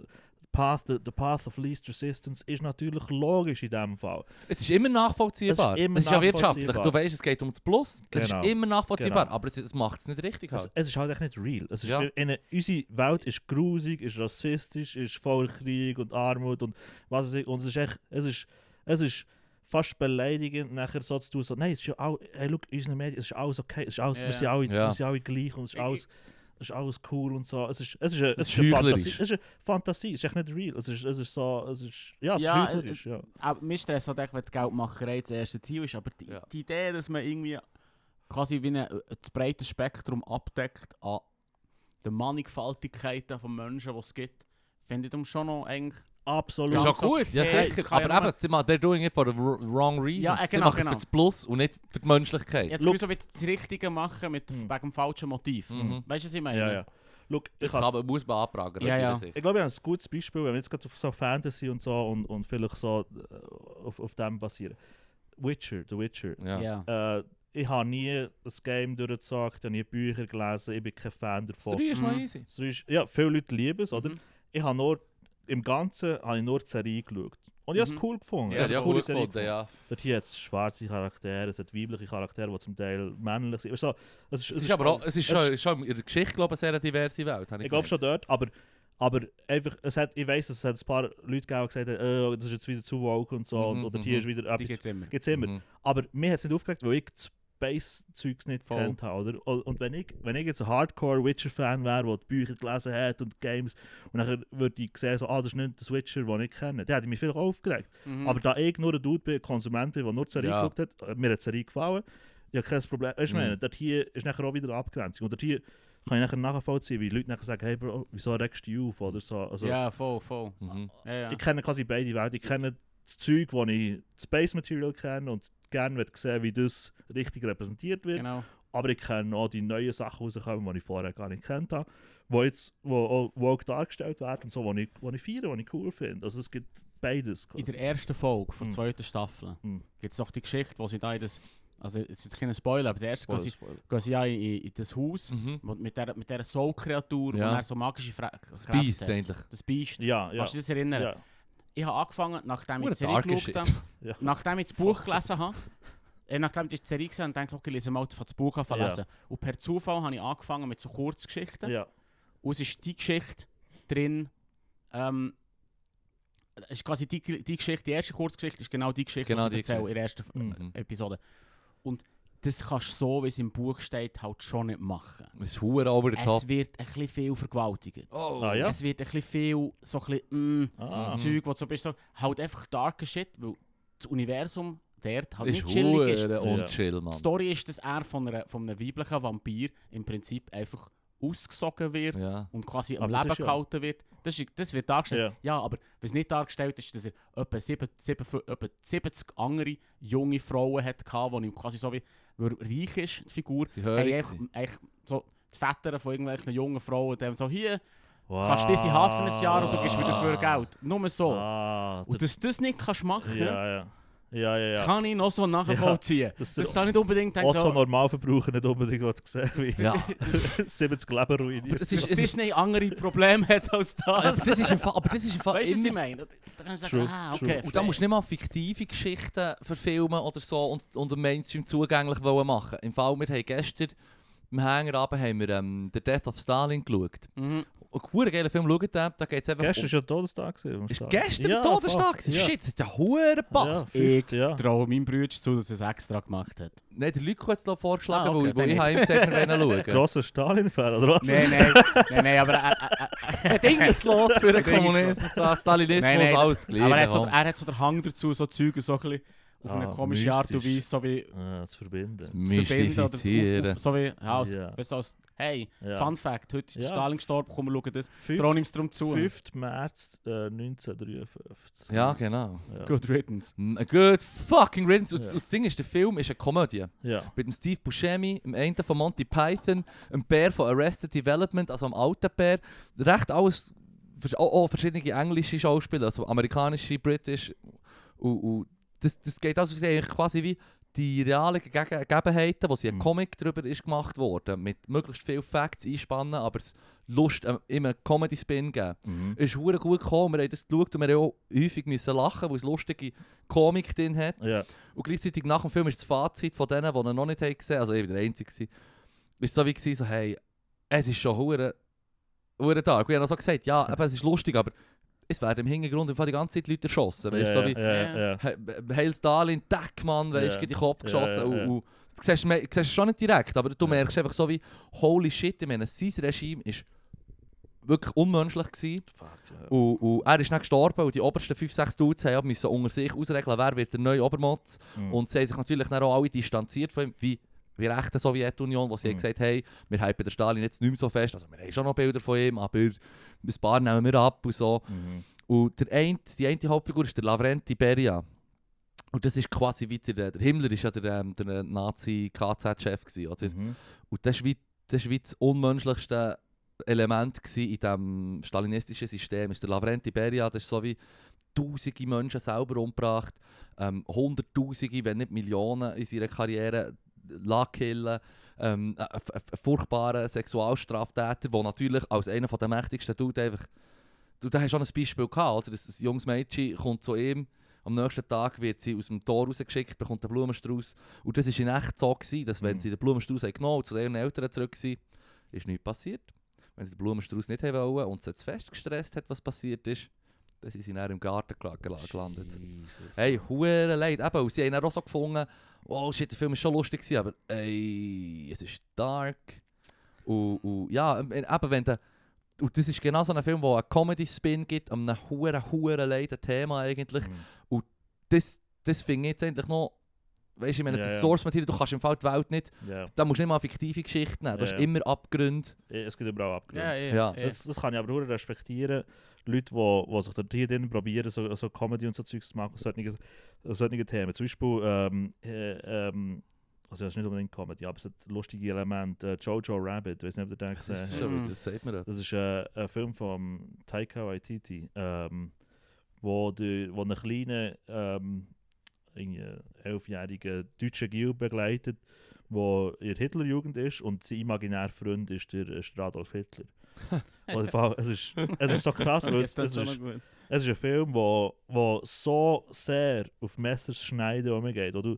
A: path, the, the path of least resistance ist natürlich logisch in diesem Fall.
C: es ist immer nachvollziehbar.
A: Es ist immer
C: ja wirtschaftlich.
A: nachvollziehbar.
C: Du weißt, es geht ums Plus. Es
A: Genau.
C: ist immer nachvollziehbar,
A: Genau.
C: aber es, es macht es nicht richtig.
A: Es,
C: Halt.
A: es ist halt echt nicht real. Es ist,
C: Ja.
A: eine, unsere Welt ist grusig, ist rassistisch, ist voller Krieg und Armut und was weiß ich. Und es ist echt, es ist, es ist fast beleidigend, nachher so zu tun, so, nein, es ist ja auch, hey, look, in unseren Medien, es ist alles okay, es ist alles,
B: Ja.
A: wir, sind alle,
C: Ja.
A: wir sind alle gleich und es ist
B: Ich-
A: alles, es ist alles cool und so. Es ist, es ist, eine, es
C: Es ist
A: ist eine Fantasie, es
C: heuchlerisch.
A: ist eine Fantasie, es ist echt nicht real. Es ist, es ist so, es ist, ja, es
B: Ja,
A: ist heuchlerisch,
C: äh,
A: ja.
B: Aber mir stresst halt echt, wenn die Geldmacherei das erste Ziel ist. Aber die,
C: Ja.
B: die Idee, dass man irgendwie quasi wie ein, ein breites Spektrum abdeckt an den Mannigfaltigkeiten von Menschen, die es gibt, finde ich darum schon noch eigentlich...
A: Absolut.
C: ist
B: Ja,
C: ja
B: ganz
C: gut, ja
B: okay, es
C: sicher.
B: kann ja
C: Aber
B: nur-
C: eben, sie machen, they're doing it for the wr- wrong reasons.
B: Ja, äh,
C: sie
B: genau,
C: machen es
B: genau.
C: für das Plus und nicht für die Menschlichkeit.
B: Jetzt
A: Äh, Look-
B: so wie das Richtige machen mit,
A: Hm.
B: wegen dem falschen Motiv.
C: Mhm.
B: Weißt du, was ich meine?
A: Ja, ja. Look, ich
C: das
A: has-
C: kann, man- muss man anprangern.
B: Ja,
C: aus
B: ja.
C: meiner Sicht.
A: Ich glaube, ich habe ein gutes Beispiel, wenn wir jetzt gerade auf so Fantasy und so und, und vielleicht so äh, auf, auf dem basieren. Witcher, The Witcher.
C: Ja.
B: Ja.
A: Äh, ich habe nie das Game durchgezockt, ich habe nie Bücher gelesen, ich bin kein Fan
C: Das 3
A: davon.
C: ist noch
B: Mhm.
C: easy.
A: Das ist, ja, viele Leute lieben es, oder?
C: Mhm.
A: Ich habe nur, im Ganzen habe ich nur die Serie geschaut. Und ich habe
B: Mhm.
A: es cool gefunden.
C: Ja,
A: ich habe
C: ja,
A: eine coole
C: gut
A: Serie
C: gefunden,
A: gefunden.
C: ja.
A: Dort hier hat es schwarze Charaktere, es hat weibliche Charaktere, die zum Teil männlich sind. Weißt du, so, es ist,
C: Es ist aber auch, es ist
A: es
C: schon, schon in der Geschichte, glaube ich, eine sehr diverse Welt. habe
A: Ich glaube
C: gemeint.
A: schon dort, aber, aber einfach, es hat, ich weiß, es hat ein paar Leute gegeben, die gesagt haben, «Äh, das ist jetzt wieder zu woke und so,
C: Mhm,
A: und, oder hier
C: mhm.
A: ist wieder
B: Die gibt
A: etwas.
B: es immer.
A: Gibt's immer.
C: Mhm.
A: Aber mir hat es nicht aufgeregt, weil ich das Space-Zeugs nicht
B: Voll.
A: kennt habe. Oder? Und- Und wenn ich, wenn ich jetzt ein Hardcore-Witcher-Fan wäre, der die Bücher gelesen hat und die Games, und dann würde ich sehen, so, ah, das ist nicht der Witcher, den ich kenne, dann hätte ich mich vielleicht auch aufgeregt.
B: Mhm.
A: Aber da ich nur ein Dude bin, ein Konsument bin, der nur die Serie
C: Ja.
A: geguckt hat, äh, mir hat die Serie gefallen, ich habe kein Problem. Weißt du,
C: Mhm.
A: ich meine, dort hier ist nachher auch wieder eine Abgrenzung. Und dort hier kann ich nachher nachvollziehen, wie Leute nachher sagen, hey Bro, wieso regst du dich auf oder so. Also,
B: ja, voll, voll.
C: Mhm.
B: Ja, ja.
A: Ich kenne quasi beide Welten. Ich kenne das Zeug, das ich das Space Material kenne und gerne möchte sehen, wie das richtig repräsentiert wird.
B: genau.
A: Aber ich kenne auch die neuen Sachen rauskommen, die ich vorher gar nicht kennt habe, wo jetzt wo, auch- wo auch dargestellt werden und so, wo ich, wo ich feiere, die ich cool finde. Also es gibt beides.
B: In
A: quasi.
B: der ersten Folge von der
A: Mhm.
B: zweiten Staffel
A: Mhm.
B: gibt es noch die Geschichte, wo sie da in das. Also, jetzt ist kein Spoiler, aber der erste
A: Spoiler,
B: gehen sie,
A: Spoiler.
B: gehen sie ja in, in das Haus
C: Mhm.
B: mit- mit dieser mit der Soul-Kreatur,
C: Ja.
B: wo er so magische Fra
C: Das
B: Kräfte
C: Beast
B: hat.
C: eigentlich.
B: Das Biest.
A: Ja, ja.
B: Kannst du dich das erinnern?
A: ja.
B: Ich habe angefangen, nachdem ich
C: Hure
B: die Serie
C: darker
B: geschaut
C: Shit.
B: habe,
A: Ja.
B: nachdem ich das Buch gelesen habe, [LAUGHS] äh, nachdem ich die Serie gesehen habe, dachte ich, okay, ich lese mal das Buch anfangen
A: Ja.
B: lesen. Und per Zufall habe ich angefangen mit so Kurzgeschichten.
A: Ja,
B: Und es ist die Geschichte drin. Ähm, es ist quasi die, die Geschichte, die erste Kurzgeschichte ist genau die Geschichte,
C: Genau
B: die
C: die
B: ich erzähle in
C: Geschichte.
B: der ersten
C: Hm. Mm.
B: äh,
A: Mhm.
B: Episode. Und das kannst du so, wie es im Buch steht, halt schon nicht machen.
C: Es ist hure over the top.
B: Es wird ein bisschen viel vergewaltigt.
C: Oh.
A: Ah, ja?
B: Es wird ein bisschen viel so ein bisschen, mm,
A: Ah.
B: Zeug, wo du so bist, so, halt einfach darker Shit, weil das Universum dort halt
C: Ist
B: nicht Ah, chillig ist.
C: hure unchill,
B: Die
C: Mann.
B: Story ist, dass er von, einer, von einem weiblichen Vampir im Prinzip einfach ausgesogen wird
C: Ja.
B: und quasi am
A: Aber das
B: Leben
A: ist ja-
B: gehalten wird. Das, ist, das wird dargestellt. Ja, aber was nicht dargestellt ist, dass er etwa, sieben, sieben, etwa 70 andere junge Frauen hatte, die ihm quasi so wie, weil er reich ist, die Figur,
C: Sie
B: haben
C: hören
B: eigentlich,
C: sie.
B: eigentlich so die Väter von irgendwelchen jungen Frauen, die haben so, hier,
A: Wow.
B: kannst du diese Hafen ein Jahr und du gibst mir dafür
C: Ah.
B: Geld. Nur so.
A: Ah,
B: Und
A: das-
B: dass du das nicht kannst machen
A: ja, ja. Ja, ja, ja.
B: kann ich noch so nachvollziehen.
A: das-
B: dass du da nicht unbedingt denkst, oh,
A: Otto
B: so,
A: Normalverbraucher nicht unbedingt was gesehen wie
C: Ja.
A: [LAUGHS] 70 Leben
C: Aber
A: ruiniert.
C: das
B: dass
C: ist, es ist,
B: Disney andere Probleme hat als
C: [LAUGHS] aber
B: das.
C: das ist im Fall, aber das ist im Fall
B: Weißt du, was ich
C: immer...
B: meine? Da da kann ich sagen,
A: True,
B: ah,
A: true.
B: okay.
C: Und da musst du nicht mal fiktive Geschichten verfilmen oder so und, und dem Mainstream zugänglich wollen machen. Im Fall, wir haben gestern im Hängerabend haben wir ähm, «The Death of Stalin» geschaut.
B: Mhm.
C: Ein cooler geiler Film, schaut den, da geht es einfach
A: Gestern war ja Todestag. gewesen am
C: Ist
A: Start.
C: gestern
A: ja,
C: der Todestag?
A: fuck, Ja.
C: Shit, das hat ja hure
A: Ja,
C: passt.
A: fünft, ja.
B: Traue meinem Bruder zu, dass er es extra gemacht hat.
C: Nein, der Lyko hat es noch vorgeschlagen,
B: Ah, okay,
C: weil, weil ich
B: dann
C: habe ihm gesagt,
B: [LAUGHS]
C: wir wollen schauen.
A: Grosser Stalin-Fan, oder was?
B: [LAUGHS] Nein, nein, nein, nein, aber er, er, er, er
C: Ding ist los für den
B: Ding ist
C: Kommunismus, das Stalinismus,
B: Nein, nein,
C: alles gleich.
B: [LAUGHS] aber er, hat so, er hat so den Hang dazu, so Züge so ein bisschen auf eine
A: Ah,
B: komische Art und Weise,
A: mystisch.
B: so wie
A: Äh, zu verbinden.
B: zu verbinden oder auf, auf, so wie, ja, als,
A: Ja.
B: weißt du, als, hey,
A: Ja.
B: Fun Fact, heute ist der
A: Ja.
B: Stalin gestorben, komm, wir schauen das.
A: Fünf-
B: Traue ihm es darum zu.
A: 5. März äh, 1953.
C: Ja, genau.
A: Ja.
B: Good riddance.
C: Mm, A good fucking riddance. Und,
A: Ja.
C: und das Ding ist, der Film ist eine Komödie.
A: Ja.
C: Mit dem Steve Buscemi, dem einen von Monty Python, dem Bär von Arrested Development, also dem alten Bär. Recht alles, vers- auch, auch verschiedene englische Schauspieler, also amerikanische, britisch. Und, und das, das geht also sie haben quasi wie die realen Gege- Gegebenheiten, wo sie ein
A: Mhm.
C: Comic darüber ist gemacht worden, mit möglichst viel Facts einspannen, aber es Lust ähm, immer Comedy-Spin geben.
A: Mhm.
C: Es ist verdammt gut gekommen, wir haben das geschaut und wir haben auch häufig müssen lachen, weil es lustige Komik drin hat.
A: Ja.
C: Und gleichzeitig nach dem Film ist das Fazit von denen, die ihn noch nicht haben gesehen haben, also ich war der Einzige, gewesen, ist so wie gewesen, so, hey, es ist schon hure, hure dark. Und ich habe auch so gesagt, ja, eben, es ist lustig, aber es werden im Hintergrund einfach die ganze Zeit Leute erschossen.
A: ja,
C: Weißt, so
A: ja,
C: wie,
A: ja, ja.
C: He- Heil Stalin, Deckmann, weißt du,
A: Ja.
C: yeah. in den Kopf
A: Ja,
C: geschossen.
A: ja, ja.
C: Und, und das siehst du me- siehst du schon nicht direkt, aber du
A: Ja.
C: merkst einfach so wie, holy shit, ich meine, sein Regime ist wirklich unmenschlich gewesen.
A: Fuck, ja.
C: Und, und er ist nicht gestorben und die obersten 5-6 Dudes haben müssen unter sich ausregeln, wer wird der neue Obermotz.
A: Mhm.
C: Und sie haben sich natürlich dann auch alle distanziert von ihm, wie wie recht der Sowjetunion, wo sie
A: Mhm.
C: haben gesagt hey, wir hypen den Stalin jetzt nicht mehr so fest. Also wir haben schon noch Bilder von ihm, aber ein paar nehmen wir ab und so.
A: Mhm.
C: Und der ein, die eine Hauptfigur ist der Lavrenti Beria. Und das ist quasi wie der, der Himmler ist ja der, ähm, der Nazi-KZ-Chef gewesen, oder?
A: Mhm.
C: Und das war wie, das, ist wie das unmenschlichste Element gewesen in diesem stalinistischen System. Ist der Lavrenti Beria, das ist so wie tausende Menschen selber umgebracht, ähm, hunderttausende, wenn nicht Millionen in seiner Karriere lassen killen. Ähm, ein- ein ein furchtbarer Sexualstraftäter, der natürlich als einer der mächtigsten tut, einfach. Du da hast schon ein Beispiel gehabt, oder? Dass Ein junges Mädchen kommt zu ihm, am nächsten Tag wird sie aus dem Tor rausgeschickt, bekommt einen Blumenstrauß. Und das war in echt so, gewesen, dass wenn
A: Mhm.
C: sie den Blumenstrauß haben genommen und zu ihren Eltern zurück waren, ist nichts passiert. Wenn sie den Blumenstrauß nicht haben wollen und sie zu fest gestresst hat, was passiert ist, dann sind sie dann im Garten gel- gel- gelandet.
A: Jesus.
C: Hey, hure leid. Eben, und sie haben dann auch so gefunden, oh shit, der Film war schon lustig, gewesen, aber ey, es ist dark. Und, und ja, ähm, eben, wenn der, und das ist genau so ein Film, wo einen Comedy-Spin gibt, an einem hure, hure leiden Thema eigentlich.
A: Mhm.
C: Das, das finde ich jetzt endlich noch, weißt du, ich meine,
A: Ja,
C: das
A: ja.
C: Source-Material, du kannst im Fall die Welt nicht,
A: Ja.
C: da musst du nicht mal fiktive Geschichten nehmen, du
A: Ja,
C: hast
A: ja.
C: immer Abgründe.
A: Eh, Es gibt überall Abgründe.
B: Ja, ja,
C: Ja.
B: ja.
A: Das, das kann ich aber nur respektieren. Leute, die, die sich da hier drin probieren, so, so Comedy und so Zeugs zu machen, solche, solche Themen. Zum Beispiel, ähm, äh, ähm, also das ist nicht unbedingt Comedy, aber es hat lustige Elemente. Äh, Jojo Rabbit, weiß nicht, ob ihr den
C: Das ist
A: gesehen
C: das
A: habt.
C: schon
B: Mhm.
C: wieder, das sagt mir das.
A: Das ist äh, ein Film von Taika Waititi, ähm, wo, die, wo ein kleiner ähm, irgendwie elfjähriger deutscher Gil begleitet, wo ihr Hitlerjugend ist und sein imaginärer Freund ist der, ist der Adolf Hitler. Und im Fall, es, ist, es ist so
B: [LAUGHS]
A: krass, weil es, es, ist,
B: gut.
A: es ist ein Film, wo, wo so sehr auf Messers schneiden umgeht, wo du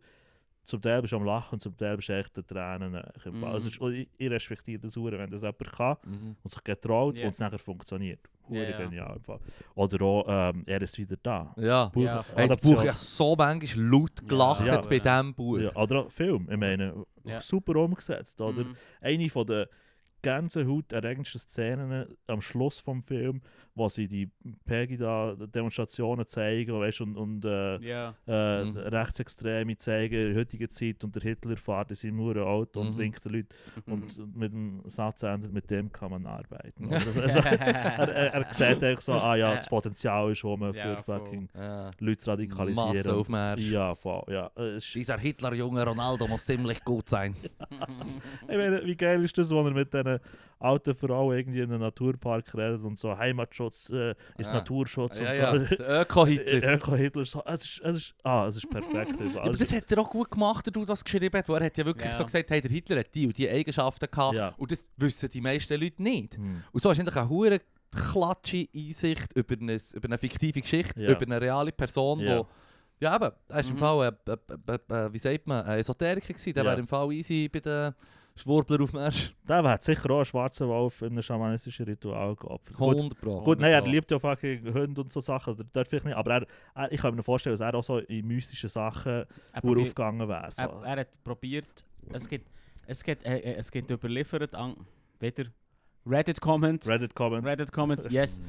A: zum Teil bist du am Lachen und zum Teil bist du echt den Tränen. nahe. Im Fall.
B: Mhm.
A: Es ist, und ich, ich respektiere das sehr, wenn das jemand kann
C: Mhm.
A: und sich getraut
B: Ja.
A: und es nachher funktioniert.
B: Ja,
A: Hure
B: ja.
A: genial im Fall. Oder auch, ähm, er ist wieder da.
C: Ja.
A: Buch-
B: Ja,
C: Ey,
A: Adaption.
C: das Buch ja so manchmal laut gelacht
A: Ja.
C: bei diesem Buch.
A: Ja, oder auch Film, ich meine,
B: Ja.
A: super umgesetzt. Oder?
B: Mhm.
A: Eine von der ganzen Haut erregendsten Szenen am Schluss vom Film, wo sie die Pegida-Demonstrationen zeigen weißt, und, und äh,
B: Ja.
A: äh,
C: Mhm.
A: Rechtsextreme zeigen in der heutigen Zeit und der Hitler fährt in seinem Uhr Auto
C: Mhm.
A: und winkt den Leuten. Und mit dem Satz endet, mit dem kann man
C: [LAUGHS]
A: arbeiten. Oder? Also, also, er, er, er sieht eigentlich so, ah ja, das
C: Äh,
A: Potenzial ist um für
B: Ja, voll.
A: fucking
C: Ja.
A: Leute zu radikalisieren.
C: Massenaufmarsch.
A: Ja, voll, ja. Äh, es ist-
C: Dieser Hitlerjunge Ronaldo muss ziemlich gut sein.
A: Ich meine, wie geil ist das, wenn er mit diesen alten Frauen irgendwie in einem Naturpark redet und so Heimatschutz äh, ist
C: Ah.
A: Naturschutz
C: Ja,
A: und so.
C: ja.
A: [LAUGHS]
C: Der Öko-Hitler.
A: Öko Hitler so, es ist, es ist, ah, es ist perfekt.
C: [LAUGHS] Ja, aber das hat er auch gut gemacht, der du das geschrieben hat. wo Er hat ja wirklich
B: Ja.
C: so gesagt, hey, der Hitler hat die und die Eigenschaften gehabt.
A: Ja.
C: Und das wissen die meisten Leute nicht.
A: Hm.
C: Und so hast du eigentlich eine hure klatsche Einsicht über eine, über eine fiktive Geschichte,
A: Ja.
C: über eine reale Person,
A: Ja.
C: wo... Ja eben, er war im
B: Mhm.
C: Fall, äh, äh, äh, äh, wie sagt man, ein Esoteriker gewesen. Der
A: Ja.
C: wäre im Fall easy bei den Schwurbler auf Marsch.
A: Da hat sicher auch einen schwarzen Wolf in einem schamanistischen Ritual geopfert. Gut,
C: 100 Pro.
A: gut nein, er
B: 100
A: liebt ja fucking Hunde und so Sachen, also dort vielleicht nicht, aber er, er, ich kann mir vorstellen, dass er auch so in mystischen Sachen
B: Er, probiert-
A: uraufgegangen wäre. So.
B: er, er hat probiert, es gibt, es gibt, äh, äh, es gibt überliefert an, wieder Reddit-Comments,
A: Reddit-Comment.
B: [LAUGHS] Reddit-Comments, yes,
C: Mhm.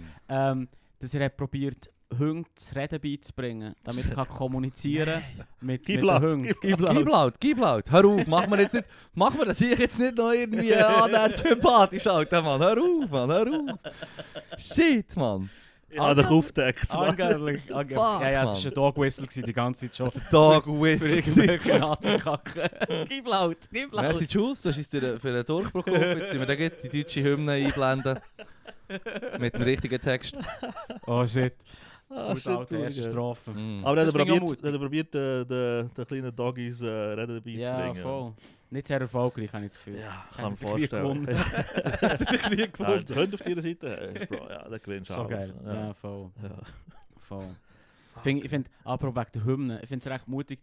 B: ähm, dass er hat probiert, Hunden zu reden beizubringen, damit er kann [LAUGHS] kommunizieren mit, mit
A: Gib
B: den
A: laut,
B: Hunden.
A: gib laut.
C: Gib laut, gib laut. Hör auf, mach mir jetzt nicht, mach mir das hier jetzt nicht noch irgendwie an, der sympathisch, Alter, Mann. Hör auf, Mann, hör auf. Shit, Mann.
A: Ich habe dich aufgedeckt.
B: Ah, Angeblich, angeblich.
C: Fuck,
B: Ja, ja, es
C: Mann.
B: war ein Dog-Whistle gewesen die ganze Zeit [LAUGHS] schon.
C: Dog
B: Für
C: Whistle.
B: irgendwelche Nazi-Kacken. [LAUGHS] gib laut, gib laut.
C: Merci Jules, du hast uns durch den- für
A: [LAUGHS]
C: den Durchbruch geholfen. Jetzt müssen wir dann gleich die deutsche Hymne einblenden. Mit dem richtigen Text.
B: [LAUGHS] Oh shit.
A: Ah,
B: Gut,
A: shit,
B: Alter, erste
A: Digga.
B: Strafe.
C: Mm.
A: Aber er hat
B: Das finde ich auch
A: probiert, er hat probiert den, den, den kleinen Doggies äh, Reden dabei zu
B: Ja,
A: bringen.
B: voll. Nicht sehr erfolgreich, habe ich das Gefühl. [LAUGHS]
A: Ja, ich
B: Hat
A: kann mir
B: den Krieg
A: vorstellen.
B: [LAUGHS] gewonnen. Hat er den [LAUGHS] Krieg
A: Ja,
B: gewonnen.
A: der Hund auf deiner Seite, äh, Bro, ja, der gewinnt
B: So
A: alles.
B: geil. Ja,
A: Ja.
B: voll.
A: Ja.
B: voll. Ich finde, ich find, apropos wegen der Hymne, ich finde es recht mutig,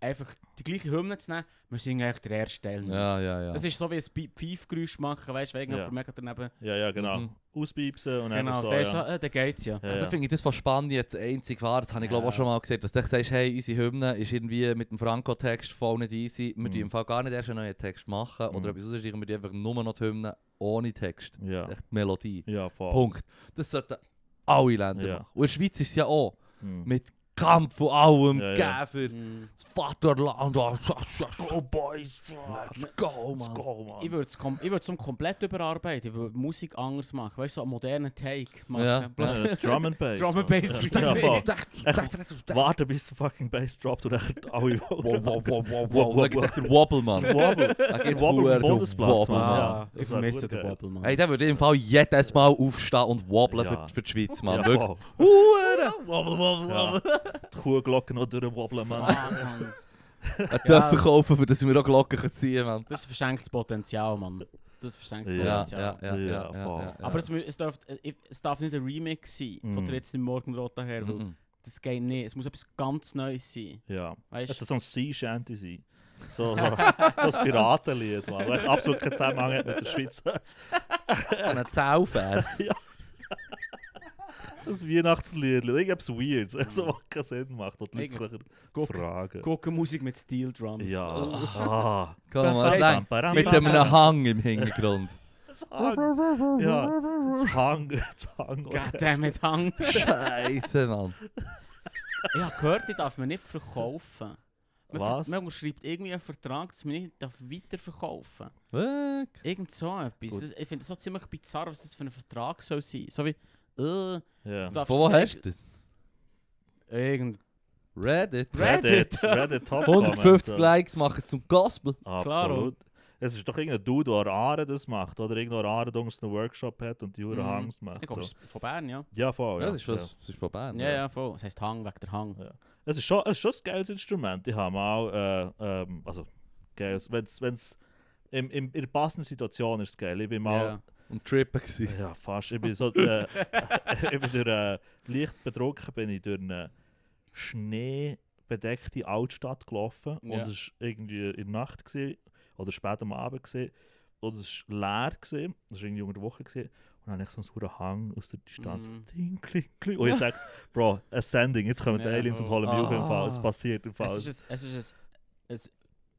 B: einfach die gleiche Hymne zu nehmen, wir singen eigentlich den ersten Teil. nicht.
C: Ja, ja, ja.
B: Das ist so wie ein Pi- Pfeifgeräusch machen, weißt du, wegen
A: Ja.
B: ja. mega daneben.
A: ja, ja, genau.
C: Mhm.
A: Auspiepsen und
B: Genau,
A: dann so.
B: der
A: ja.
B: ist so, äh, der geht's ja.
A: ja,
C: Ja,
A: ja.
C: Da finde ich das von Spanien das einzig wahr, das habe ich glaube auch
B: Ja.
C: schon mal gesagt, dass du sagst, hey, unsere Hymne ist irgendwie mit dem Franco-Text voll nicht easy, wir
A: Mhm.
C: tun im Fall gar nicht erst einen neuen Text machen
A: Mhm.
C: oder etwas anderes, wir tun einfach nur noch die Hymne ohne Text,
A: ja.
C: echt Melodie,
A: ja, voll.
C: Punkt. Das sollten alle Länder
A: Ja.
C: machen. Und in der Schweiz ist es ja auch,
A: Mhm.
C: mit Kampf von allem,
A: Ja,
C: ja,
A: ja.
C: Gäfer,
B: Mhm.
C: das Vaterland, oh, so, so,
A: Go, boys! Ja,
C: let's go,
A: Let's
C: man.
A: go, man!
B: Ich würde es kom ich würd's zum komplett überarbeiten, ich würde Musik anders machen, weißt du, so einen modernen Take machen.
C: Ja.
B: Bloß-
A: [LAUGHS] Ja, Drum and Bass.
B: Drum and
A: man.
B: [LAUGHS] Bass.
A: Ja, ja, voll.
C: Wow,
A: Warte, bis der fucking Bass droppt [LAUGHS]
C: [LAUGHS]
A: und dann alle
C: wow, wow, wow, wow,
A: Wow, [LAUGHS] wow,
C: wow, da gibt's echt den Wobble, Mann.
A: Wobble.
C: Da gibt's
A: Wobble auf dem
C: verdammt
A: Bundesplatz,
C: Wobble,
A: Mann.
C: Mann.
A: Ja, das
B: ich
A: wär
B: vermisse
A: gut
B: den
A: geil.
B: Wobbel, Mann.
C: Hey, der würde im Fall jedes Mal aufstehen und wobbeln
A: Ja.
C: für, für die Schweiz,
A: Ja,
C: Mann. Wirklich.
A: voll.
C: Hure! Wobbel, wobbel,
A: Ja. Die Kuhglocken noch durchwobbeln, Mann.
B: Ah, Mann.
C: Er darf verkaufen, für das wir auch Glocken können ziehen können, Mann.
B: Das versenkt das Potenzial, Mann. Das versenkt das
A: Ja,
B: Potenzial.
A: ja, ja, voll.
C: Ah,
B: Aber es, mü- es, darf, äh, ich- es darf nicht ein Remix sein, von
A: Mhm.
B: der jetzt im Morgenrot her. weil
C: Mhm.
B: Das geht nicht. Es muss etwas ganz Neues sein.
A: Ja. Es
B: Weißt du?
A: soll so ein Sea Shanty sein. So, so, so ein Piratenlied, Mann. Weil absolut keinen Zusammenhang hat mit der Schweiz.
C: Von einem Zaufers.
A: Das Weihnachtslied. Irgendwas Weird.
C: Mhm.
A: Also, was keinen Sinn macht. Und die Leute
B: Irgendwie.
A: sicher
B: [LAUGHS] Guck-
A: fragen.
B: Gurkenmusik mit Steel Drums.
A: Ja.
B: Oh.
A: Ah.
C: Komm, mal,
B: Hey,
C: lang. Mit einem Hang im Hintergrund.
A: Das Hang. [LAUGHS] Ja. Das Hang. [LAUGHS] Das Hang.
B: [LAUGHS] Goddammit, Hang.
C: Scheiße, Mann.
B: ich habe gehört, die darf man nicht verkaufen. Man, ver-
A: Was?
B: man schreibt irgendwie einen Vertrag, dass man nicht darf weiterverkaufen
C: Weg.
B: Irgend so etwas.
A: Gut.
B: Das, ich finde das so ziemlich bizarr, was das für ein Vertrag soll sein. So wie, äh,
A: Ja.
B: Darfst
C: Von wo
B: du
C: hast
B: sagen-
C: du das?
B: irgend...
C: Reddit.
A: Reddit. Reddit Top
C: 150
A: Comment.
C: Likes machen es zum Gospel.
A: Absolut. Es ist doch irgendein Dude, der an Aare das macht. Oder irgendein Aare, der einen Workshop hat und die Hure
B: Mhm.
A: Hangs macht.
B: Ich glaube,
A: So.
B: es ist von Bern, ja.
A: Ja, voll. Ja,
C: Ja, das ist,
A: ja.
C: was, das ist von Bern.
B: Ja, ja, voll. Das heisst Hang wegen der Hang.
A: Es ist schon, es ist schon ein geiles Instrument. Ich habe mal, äh, ähm, also, geiles, wenn's, wenn's im, im, in der passenden Situation ist es geil. Ich bin mal,
B: Ja.
C: Und Trippen gewesen.
A: ja, fast, ich bin so, äh, [LAUGHS] ich bin durch, äh, leicht betrunken bin ich durch eine schneebedeckte Altstadt gelaufen
B: Ja.
A: und es war irgendwie in der Nacht gewesen, oder spät am Abend gewesen, und es war leer gewesen, es war irgendwie unter der Woche gewesen, und dann habe ich so einen sauren Hang aus der Distanz,
B: Mhm.
A: ding, kling, kling, und ich dachte, Bro, Ascending, jetzt kommen die
B: Ja,
A: Aliens und
B: voll.
A: holen mich auf jeden
C: Ah.
A: Fall, es passiert im Fall.
B: Es ist ein, es ist ein, ein,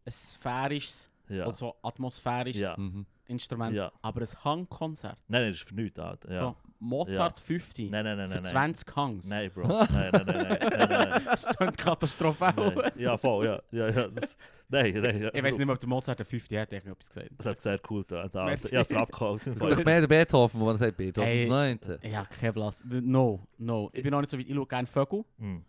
B: ein sphärisches,
A: Ja.
B: also atmosphärisches
A: Ja.
C: Mhm.
B: Instrument,
A: ja.
B: aber ein Hangkonzert.
A: Nein, nein, das ist für nichts, Alter. Ja.
B: So, Mozarts 50
A: Nein, nein, nein,
B: für
A: nein. Nein,
B: 20 Hangs.
A: nein Bro. Nein, nein, nein, nein, nein,
B: [LAUGHS] Das klingt katastrophal.
A: nein, nein.
B: [LAUGHS]
A: Ja, voll, ja. ja, ja das, nein, nein. Ja.
B: Ich weiß nicht mehr, ob der Mozart der 50 hat, ich habe etwas gesagt.
A: Das hat sehr cool da. da ich
B: Merci.
A: habe es
B: [LAUGHS]
A: abgeholt.
C: Das ist doch mehr der Beethoven, wo er sagt, Beethoven
B: Hey.
C: hey. 9.
B: Ja, kein Blass. No, no. Ich bin noch nicht so weit. Ich schaue gerne Vögel.
A: Hm.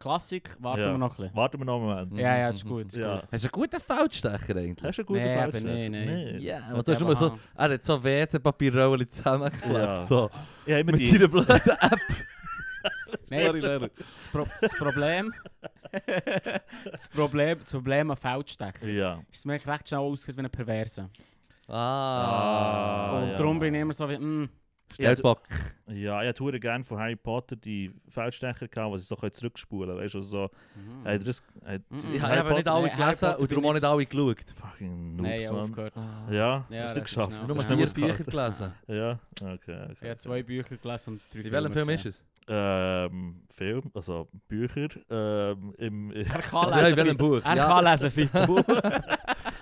B: Klassik, warten
A: Ja.
B: wir noch ein bisschen.
A: Warten wir noch einen Moment.
B: Ja, ja, ist gut. Ist
A: Ja.
B: gut.
C: Hast du einen guten Feldstecher eigentlich?
A: Hast du einen guten
B: Nee,
A: Flash?
B: aber nee, nee.
C: Ja,
B: sollte
C: aber du hast
B: ich
C: nur
B: aber
C: so,
B: haben.
C: er hat so WC-Papierrollen zusammengeklebt,
A: Ja.
C: so,
A: Ich habe immer
C: mit
A: die...
C: seiner blöden App.
B: Nein, das, das, Pro das Problem. das Problem, das Problem an Feldstechen.
A: Ja.
B: Ist mir eigentlich recht schnell aussieht wie ein Perverse.
A: Ah,
C: Ah.
B: Und
A: ja.
B: darum bin ich immer so wie, mm,
A: Ja,
C: Stellt Bock.
A: Ja, ich hatte gerne von Harry Potter die Feldstecher, gehabt, die sie so können zurückspulen können. Weißt du, also so.
B: Mhm.
A: Habt ihr das- habt-
B: Mhm.
C: Ich
A: Harry
C: habe nicht
A: Potter-
C: alle
B: Nee, Harry
C: gelesen
B: Potter
C: und darum
B: bin
C: auch nicht alle geschaut.
A: Fucking Noobs,
B: Nein, ich habe
A: Mann. Ah.
B: aufgehört.
A: Ja,
B: Ja,
A: hast du geschafft?
B: das ist
A: Hast
B: schnell.
A: du
C: Nur
B: [LAUGHS] Ja.
A: nicht
C: vier
A: ausgehalten?
C: Bücher gelesen.
A: Ja, okay. okay.
B: Ich habe zwei Bücher gelesen und drei
C: In welchem Film ist es?
A: Ähm, Film, also Bücher. Ähm, im,
B: Er kann
C: Ja, in
B: lesen.
C: welchem
B: viel-
C: Buch?
B: Er
C: Ja.
B: kann
A: [LAUGHS]
B: lesen, viel.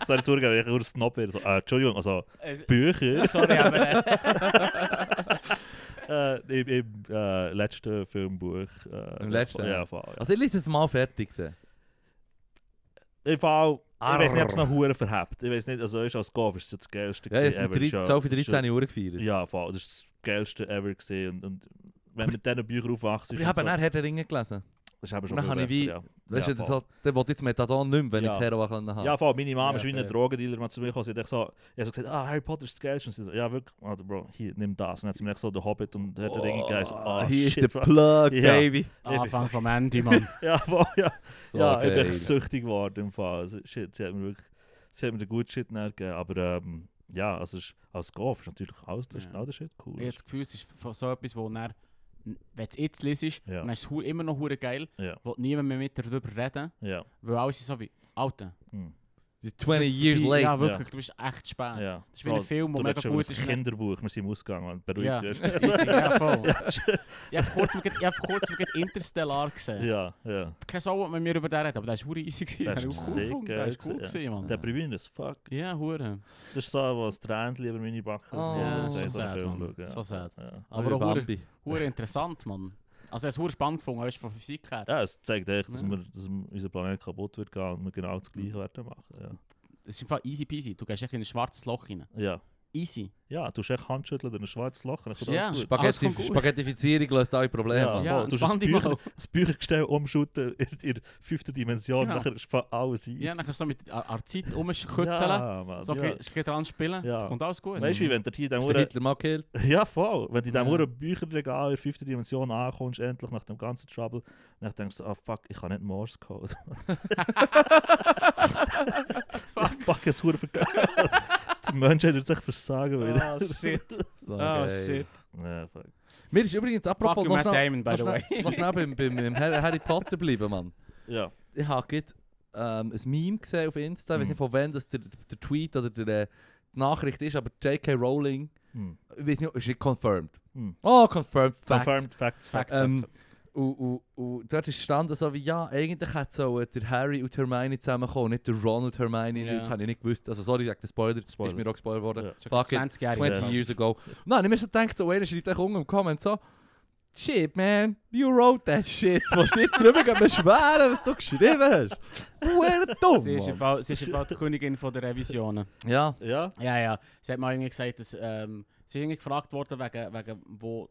A: sorry, zu ich habe Snob werden. So, äh, Entschuldigung, also
C: Eh, [LAUGHS]
A: Bücher. [LAUGHS]
B: Sorry, aber äh,
A: äh, Im im äh, letzten Filmbuch. Äh,
C: Im letzten,
A: Ja,
C: ja.
A: Fall, ja.
C: Also ich lese es mal fertig. dann.
A: Im Fall, ich
C: Arr.
A: weiß nicht, ob es noch Huren verhebt. Ich weiß nicht, also ist als Golf ist das das geilste
C: Ja, jetzt
A: gewesen
C: mit
A: ever,
C: 13,
A: schon.
C: 12,
A: Das ist
C: 13 Uhr gefeiert.
A: Ja, voll. Das ist das geilste ever gesehen. Und, und wenn du mit diesen Büchern aufwachst,
C: Aber
A: ist
C: ich
A: es
C: habe
A: so,
C: nachher Herr der Ringe gelesen.
A: das ist eben schon
C: dann
A: viel
C: habe ich
A: besser,
C: wie-
A: ja.
C: Weißt
A: Ja,
C: du, das
A: voll.
C: hat- der will jetzt Methadon nicht mehr, wenn ich
A: Ja.
C: das Heroin kann. haben.
A: Ja, voll. Meine Mama
C: Ja,
A: ist wie ein
C: fair.
A: Drogendealer, mal zu mir gekommen. Sie hat echt so, ich hab so gesagt, ah, Harry Potter ist das Geilste. Und sie so, ja, wirklich, Alter, Bro, hier, nimm das. Und dann hat sie mir echt so den Hobbit und hat oh, Ringe gegeben.
C: Oh,
A: Ah,
C: hier
A: shit,
C: ist der
A: wa-
C: Plug,
A: Ja.
C: Baby.
B: Anfang vom
A: [LAUGHS]
B: Ende, Mann.
A: Ja, voll, ja.
B: [LAUGHS]
C: So
A: ja, ich bin
C: geil.
A: echt süchtig geworden im Fall. Also, shit, sie hat mir wirklich, sie hat mir den guten Shit näher gegeben. Aber ähm, ja, also es ist, als Golf ist natürlich alles, das ist
B: Ja.
A: auch der Shit cool.
B: Ich habe das Gefühl, es ist von so etwas, wo dann, wenn du es jetzt liest,
A: Ja.
B: dann ist es hu- immer noch hure geil,
A: Ja.
B: wo niemand mehr mit dir darüber reden,
A: Ja,
B: weil alles ist so wie, Alter.
A: hm,
C: 20
B: es ist
C: years
B: vorbei.
C: late.
B: Ja, wirklich, du bist echt spät.
A: ja.
B: Ah, Das ist wie ein Film,
A: Du
B: der mega
A: redest über
B: gut
A: das
B: ist. und
A: Kinderbuch, wir sind im Ausgang, man,
B: dann-
A: beruhigt
B: Ja,
A: wirst.
B: [LAUGHS] easy, ja, voll. Ich habe vor kurzem gerade- ich habe vor kurzem gerade Interstellar
A: [LAUGHS]
B: gesehen.
A: Ja, ja.
B: Keine Sau hat mit mir über den reden, aber der war hure [LAUGHS] easy. gewesen.
A: Der
B: Den
A: ist
B: hab ich cool
A: sick,
B: gefunden,
A: ja,
B: Der
A: ist
B: ist cool
A: ja.
B: gewesen, Mann.
A: Deprimierend as fuck.
B: Ja, hure.
A: Das ist so, was Tränchen über meine Backe
C: Oh,
A: kommen,
C: ja,
A: wenn ich
C: so
A: einen
B: sad,
A: Film
B: Mann.
A: schaue, ja.
B: Ah, So sad.
A: Ja.
B: Aber auch hure-
C: Bambi.
B: hure interessant, Mann. Also, ich habe es hure spannend gefunden, weißt du, von Physik her.
A: Ja, es zeigt echt, dass,
B: Ja. Mhm.
A: wir, dass unser Planet kaputt wird gehen und wir genau das gleiche werden machen.
B: Es ist einfach easy peasy. Du gehst echt in ein schwarzes Loch rein.
A: Ja, ja.
B: Easy.
A: ja du hast echt Handschütteln in ein schwarzes Loch. Dann kommt
B: Ja.
A: alles gut.
B: Alles
C: Spaghetti,
B: kommt gut.
C: Spaghettifizierung löst alle Probleme.
A: Ja,
C: Mann.
A: voll.
B: und
A: du hast ein
B: spann dich mal.
A: Bücher, das Büchergestell umschütten in in der fünften Dimension,
B: Genau.
A: nachher ist fa- alles easy.
B: Ja, dann kannst du so mit an an der Zeit rumkützeln.
A: ja, Mann,
B: So
A: ja.
B: ein bisschen dran spielen.
A: Ja.
B: Das kommt alles gut.
A: Weißt du, wie wenn du hier in
C: Hast du
A: diesem
C: Hitler mal gekillt?
A: Ja, voll. Wenn du in diesem
B: Ja.
A: ja. Bücherregal in der fünften Dimension ankommst, endlich nach dem ganzen Trouble, dann denkst du, ah fuck, ich kann nicht Morse
B: [LAUGHS]
A: Code. fuck. fuck, ich habe es vergessen. Die Menschheit wird sich versagen. weil-
B: Ah, shit.
C: So
B: [LAUGHS] Ah,
C: geil.
B: shit.
A: [LAUGHS] Ja, fuck.
C: Mir ist übrigens, apropos,
B: Fuck you,
C: noch
B: Matt
C: schnell,
B: Damon, by
C: noch
B: the
C: schnell,
B: way.
C: noch schnell beim, beim, beim Harry Harry Potter bleiben, Mann.
A: Ja.
C: Ich habe gerade ähm, ein Meme gesehen auf Insta, ich
A: Mhm.
C: weiß nicht von wem das der, der Tweet oder der, äh, die Nachricht ist, aber J.K. Rowling,
A: Hm.
C: ich weiß nicht, ist nicht confirmed.
A: Hm.
C: Oh, confirmed, facts.
A: Confirmed Facts. Facts.
C: Ähm, Und, und, und dort ist gestanden so wie, ja, eigentlich hätte so äh, der Harry und Hermione zusammenkommen, nicht der Ron und Hermione,
B: Ja.
C: das habe ich nicht gewusst. Also sorry, sagt der Spoiler,
A: Spoiler.
C: ist mir auch gespoilert worden.
A: Ja.
C: Fuck it,
B: 20 Jahre
C: 20
A: Ja.
C: years ago. Nein, ich mir so gedacht, so einer schreibt euch unten im Comment so, shit man, you wrote that shit, was willst du jetzt drüber gehen beschweren, was du geschrieben hast? Huere
B: Sie ist, im
C: dumm, Mann.
B: Fall, sie ist im Fall die Königin von der Revisionen.
C: Ja,
A: ja.
B: Ja, ja. Sie hat mal irgendwie gesagt, dass, ähm, sie ist irgendwie gefragt worden, wegen, wegen wo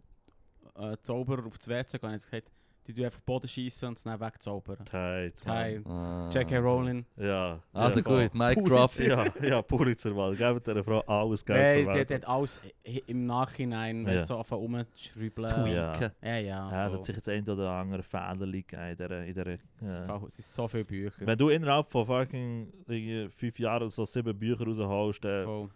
B: äh, Zauberer auf das WC gehen. Und sie hat gesagt, die tun einfach Boden schießen und es dann wegzaubern.
A: Tight.
B: Teil.
C: Ah.
B: J.K. Rowling.
A: Mann. Ja.
C: Also
A: ja,
C: gut, Mic drop.
A: Voll. Ja, ja, Pulitzer, Mann. Gebt dieser Frau alles Geld
B: Nein,
A: für
B: die, die
A: Welt.
B: hat alles i- im Nachhinein, weißt du, so anfangen rumzuschrübeln.
A: Ja.
B: Ja, ja.
A: Ja, es
B: voll.
A: hat sich jetzt ein oder andere Fehler gegeben in dieser... äh, In
B: Es
A: dieser
B: ist
A: ja.
B: voll- Es sind so viele Bücher.
A: Wenn du innerhalb von fucking irgendwie fünf Jahren so sieben Bücher rausholst, dann
B: Voll.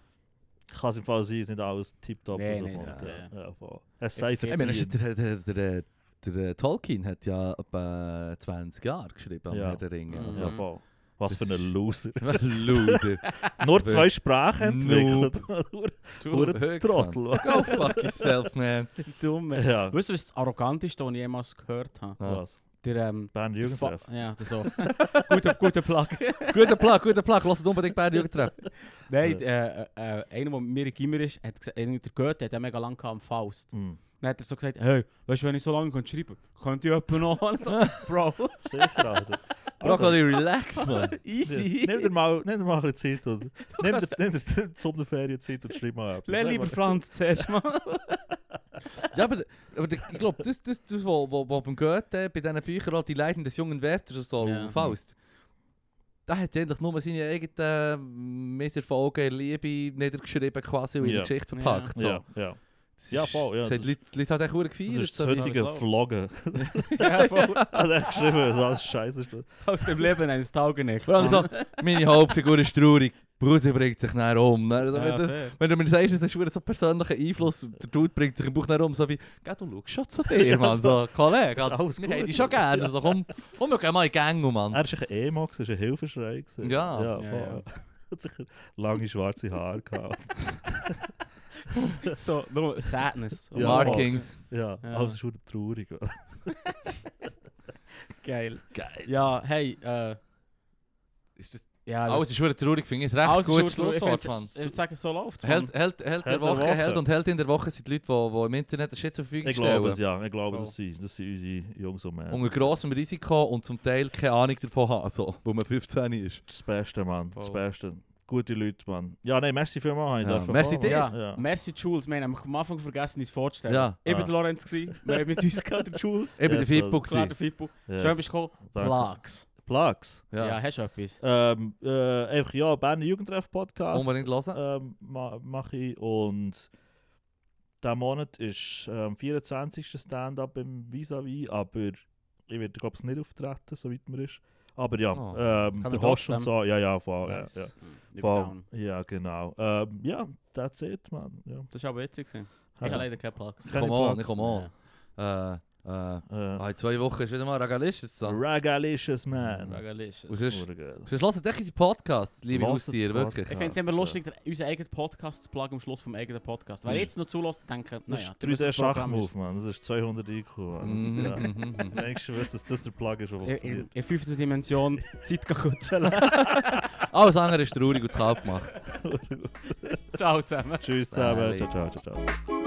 A: kann es im Fall sein, es ist nicht alles tiptop
B: Nee,
A: und
B: nee,
A: so.
B: so,
A: ja,
B: ja.
A: ja, voll. Es sei
B: Ich
C: Ich meine, das ist
A: verziehen.
C: der, der, der, der, der Tolkien hat ja etwa 20 Jahre geschrieben am
A: Ja.
C: Herr der Ringe.
B: Mhm.
C: Also, [LAUGHS]
A: Ja, voll. Was für ein
B: [LAUGHS]
A: Loser.
C: Loser.
A: Nur zwei Sprachen
C: Noob.
A: entwickelt. [LAUGHS] Nur Trottel. Mann.
C: Go fuck yourself, man.
B: Dumme.
A: Ja,
B: [LAUGHS] Weißt du, was das Arroganteste, was ich jemals gehört habe?
C: Ja.
A: was?
B: Der, ähm,
A: Bernd
B: der Fa-
A: Jugendtreff.
B: Ja, das so. guter, guter Plug.
C: [LAUGHS] Guter Plug, guter Plug. Lass uns unbedingt beide Jugend treffen.
B: Nein, äh, äh, einer, der mit mir im Gimmer ist, hat gesagt, irgendwie der Goethe hat ja mega lange am Faust.
A: Mhm.
B: Dann hat er so gesagt, hey, weißt du, wenn ich so lange kann schreiben kann, könnte ich jemanden noch so, Bro,
A: [LAUGHS] Sicher, Alter. Also,
C: Brokkoli, relax, [LAUGHS] man.
B: easy.
A: Nimm dir mal, nimm dir mal ein bisschen Zeit
B: [LAUGHS]
A: und nimm dir, nimm dir die Sommerferien Zeit und schreib mal ab.
B: Lehr lieber Franz zuerst mal.
C: Ja, aber, aber der- ich glaube, das, das, das wo, wo, wo beim Goethe bei diesen Büchern auch die Leiden des jungen Werther und so
B: Ja.
C: und Faust, da hat er eigentlich nur seine eigenen mm, Misserfolge, Liebe niedergeschrieben quasi und in
A: Ja.
C: der Geschichte
B: Ja.
C: verpackt. So.
A: Ja, ja.
C: Das ist-
A: Ja, voll, ja,
C: Das hat
A: das-
C: die Leute, die Leute haben echt verdammt
A: Das
C: gefeiert.
A: ist
C: so
A: das
C: wie-
A: heutige Vloggen. [LAUGHS]
B: ja, voll.
A: Hat er geschrieben, was alles scheiße ist.
B: [LAUGHS] Aus dem Leben eines Taugenichts.
C: Vor allem
B: Mann.
C: so, meine Hauptfigur ist traurig, Bruder bringt sich näher um. Dann- Also,
B: Ja,
C: wenn, du,
B: fair.
C: wenn du mir sagst, es ist verdammt so persönlicher Einfluss, und der Dude bringt sich im Buch näher um, so wie, «Geh, du schaust
A: [LAUGHS]
C: schon zu dir, Mann, so, Kollege,
A: Ist alles
C: wir
A: gut,
C: hätten dich schon
A: oder?»
C: gerne, so, komm, komm, wir gehen mal in die Gang, Mann.
A: Er ist ein Emo, gewesen, ist ein Hilfeschrei. gewesen.
C: Ja.
A: ja,
B: Ja,
A: voll, [LAUGHS]
B: ja.
A: ja. Hat sicher lange schwarze Haare gehabt.
B: [LAUGHS] so, nur Sadness.
A: Ja,
C: Markings.
A: Ja,
B: Ja.
A: alles ist verdammt traurig.
B: Geil.
C: Geil.
B: Ja, hey, äh,
C: Ist das,
B: ja,
C: alles ist schon traurig, finde ich. Ist recht
B: alles ist
C: gutes
B: schon- ich
C: Schlusswort,
B: find's-
C: Mann.
B: Ich würde sagen, so läuft's. Mann.
C: Held, Held, Held der
A: der
C: Woche,
A: Woche.
C: Held und Heldin der Woche sind die Leute, die, die im Internet den Shit zur Verfügung
A: ich glaube es,
C: stellen.
A: ja. Ich glaube,
C: Voll.
A: das sind, das sind unsere Jungs und Männer.
C: Unter grossem Risiko und zum Teil keine Ahnung davon haben, so, wo man 15 ist.
A: Das Beste, Mann. Das
C: Voll.
A: Beste. Gute Leute, Mann. Ja, nein, merci vielmals.
C: Ja,
A: Ja.
C: merci dir.
B: Ja.
A: Ja.
B: Merci Jules, wir haben am Anfang vergessen, uns vorzustellen.
C: Ja.
B: Ich bin
A: Ah.
B: der Lorenz, gewesen. wir haben mit uns gehabt, der Jules.
C: Ich bin
A: Ja,
C: der Fippo.
A: so-
B: Klar, der
C: gewesen.
B: Fippo.
A: Yes.
B: Schön bist du gekommen.
A: Danke.
B: Plags.
A: Plugs.
B: Ja.
C: Ja.
B: hast du etwas?
A: Ähm, äh, einfach, ja, Berner Jugendtreff-Podcast.
C: Unbedingt hören.
A: ähm, ma mache ich. Und dieser Monat ist äh, am 24. Stand-up im Vis-a-vis, aber ich werde, glaube ich, nicht auftreten, soweit mir ist. Aber ja,
C: Oh,
A: ähm, der
B: kann man
A: Host und
B: trotzdem.
A: so, ja, Oh, ja, voll.
B: Nice.
A: Ja, ja.
B: Hm, ich bin
A: Voll,
B: down.
A: ja, genau. Ähm, ja, that's it, man. Ja.
B: Das war aber witzig. gewesen. Ich
A: Ja.
B: habe leider keinen Plug.
A: Keine
C: Komm on,
A: Plugs.
C: ich komm on. Äh, äh,
A: Äh,
C: ah, in zwei Wochen ist wieder mal Ragalicious. So.
A: Ragalicious, man.
B: Ragalicious.
C: Und
B: Ich
C: sonst,
A: Nur geil.
C: sonst hört echt unsere Podcasts, liebe
A: Hört
C: Haustiere,
A: Podcasts.
C: wirklich.
B: finde es immer
A: Ja.
B: lustig, der- unseren eigenen Podcast zu pluggen am Schluss vom eigenen Podcast. Weil jetzt noch zulässt, denken,
A: Das
B: naja,
A: ist 3D-Schachmove, man. Das ist 200 IQ, man.
C: Mhm,
A: Das- also, Ja.
C: mhm, mhm.
A: Nächstes Mal, dass das der Plug ist, der
B: In, in,
A: funktioniert.
B: in fünfter Dimension [LAUGHS] Zeit kürzeln.
C: Alles andere ist traurig und kalt gemacht.
B: Ciao zusammen.
A: Tschüss zusammen.
C: Bye.
A: Ciao, ciao, ciao, ciao.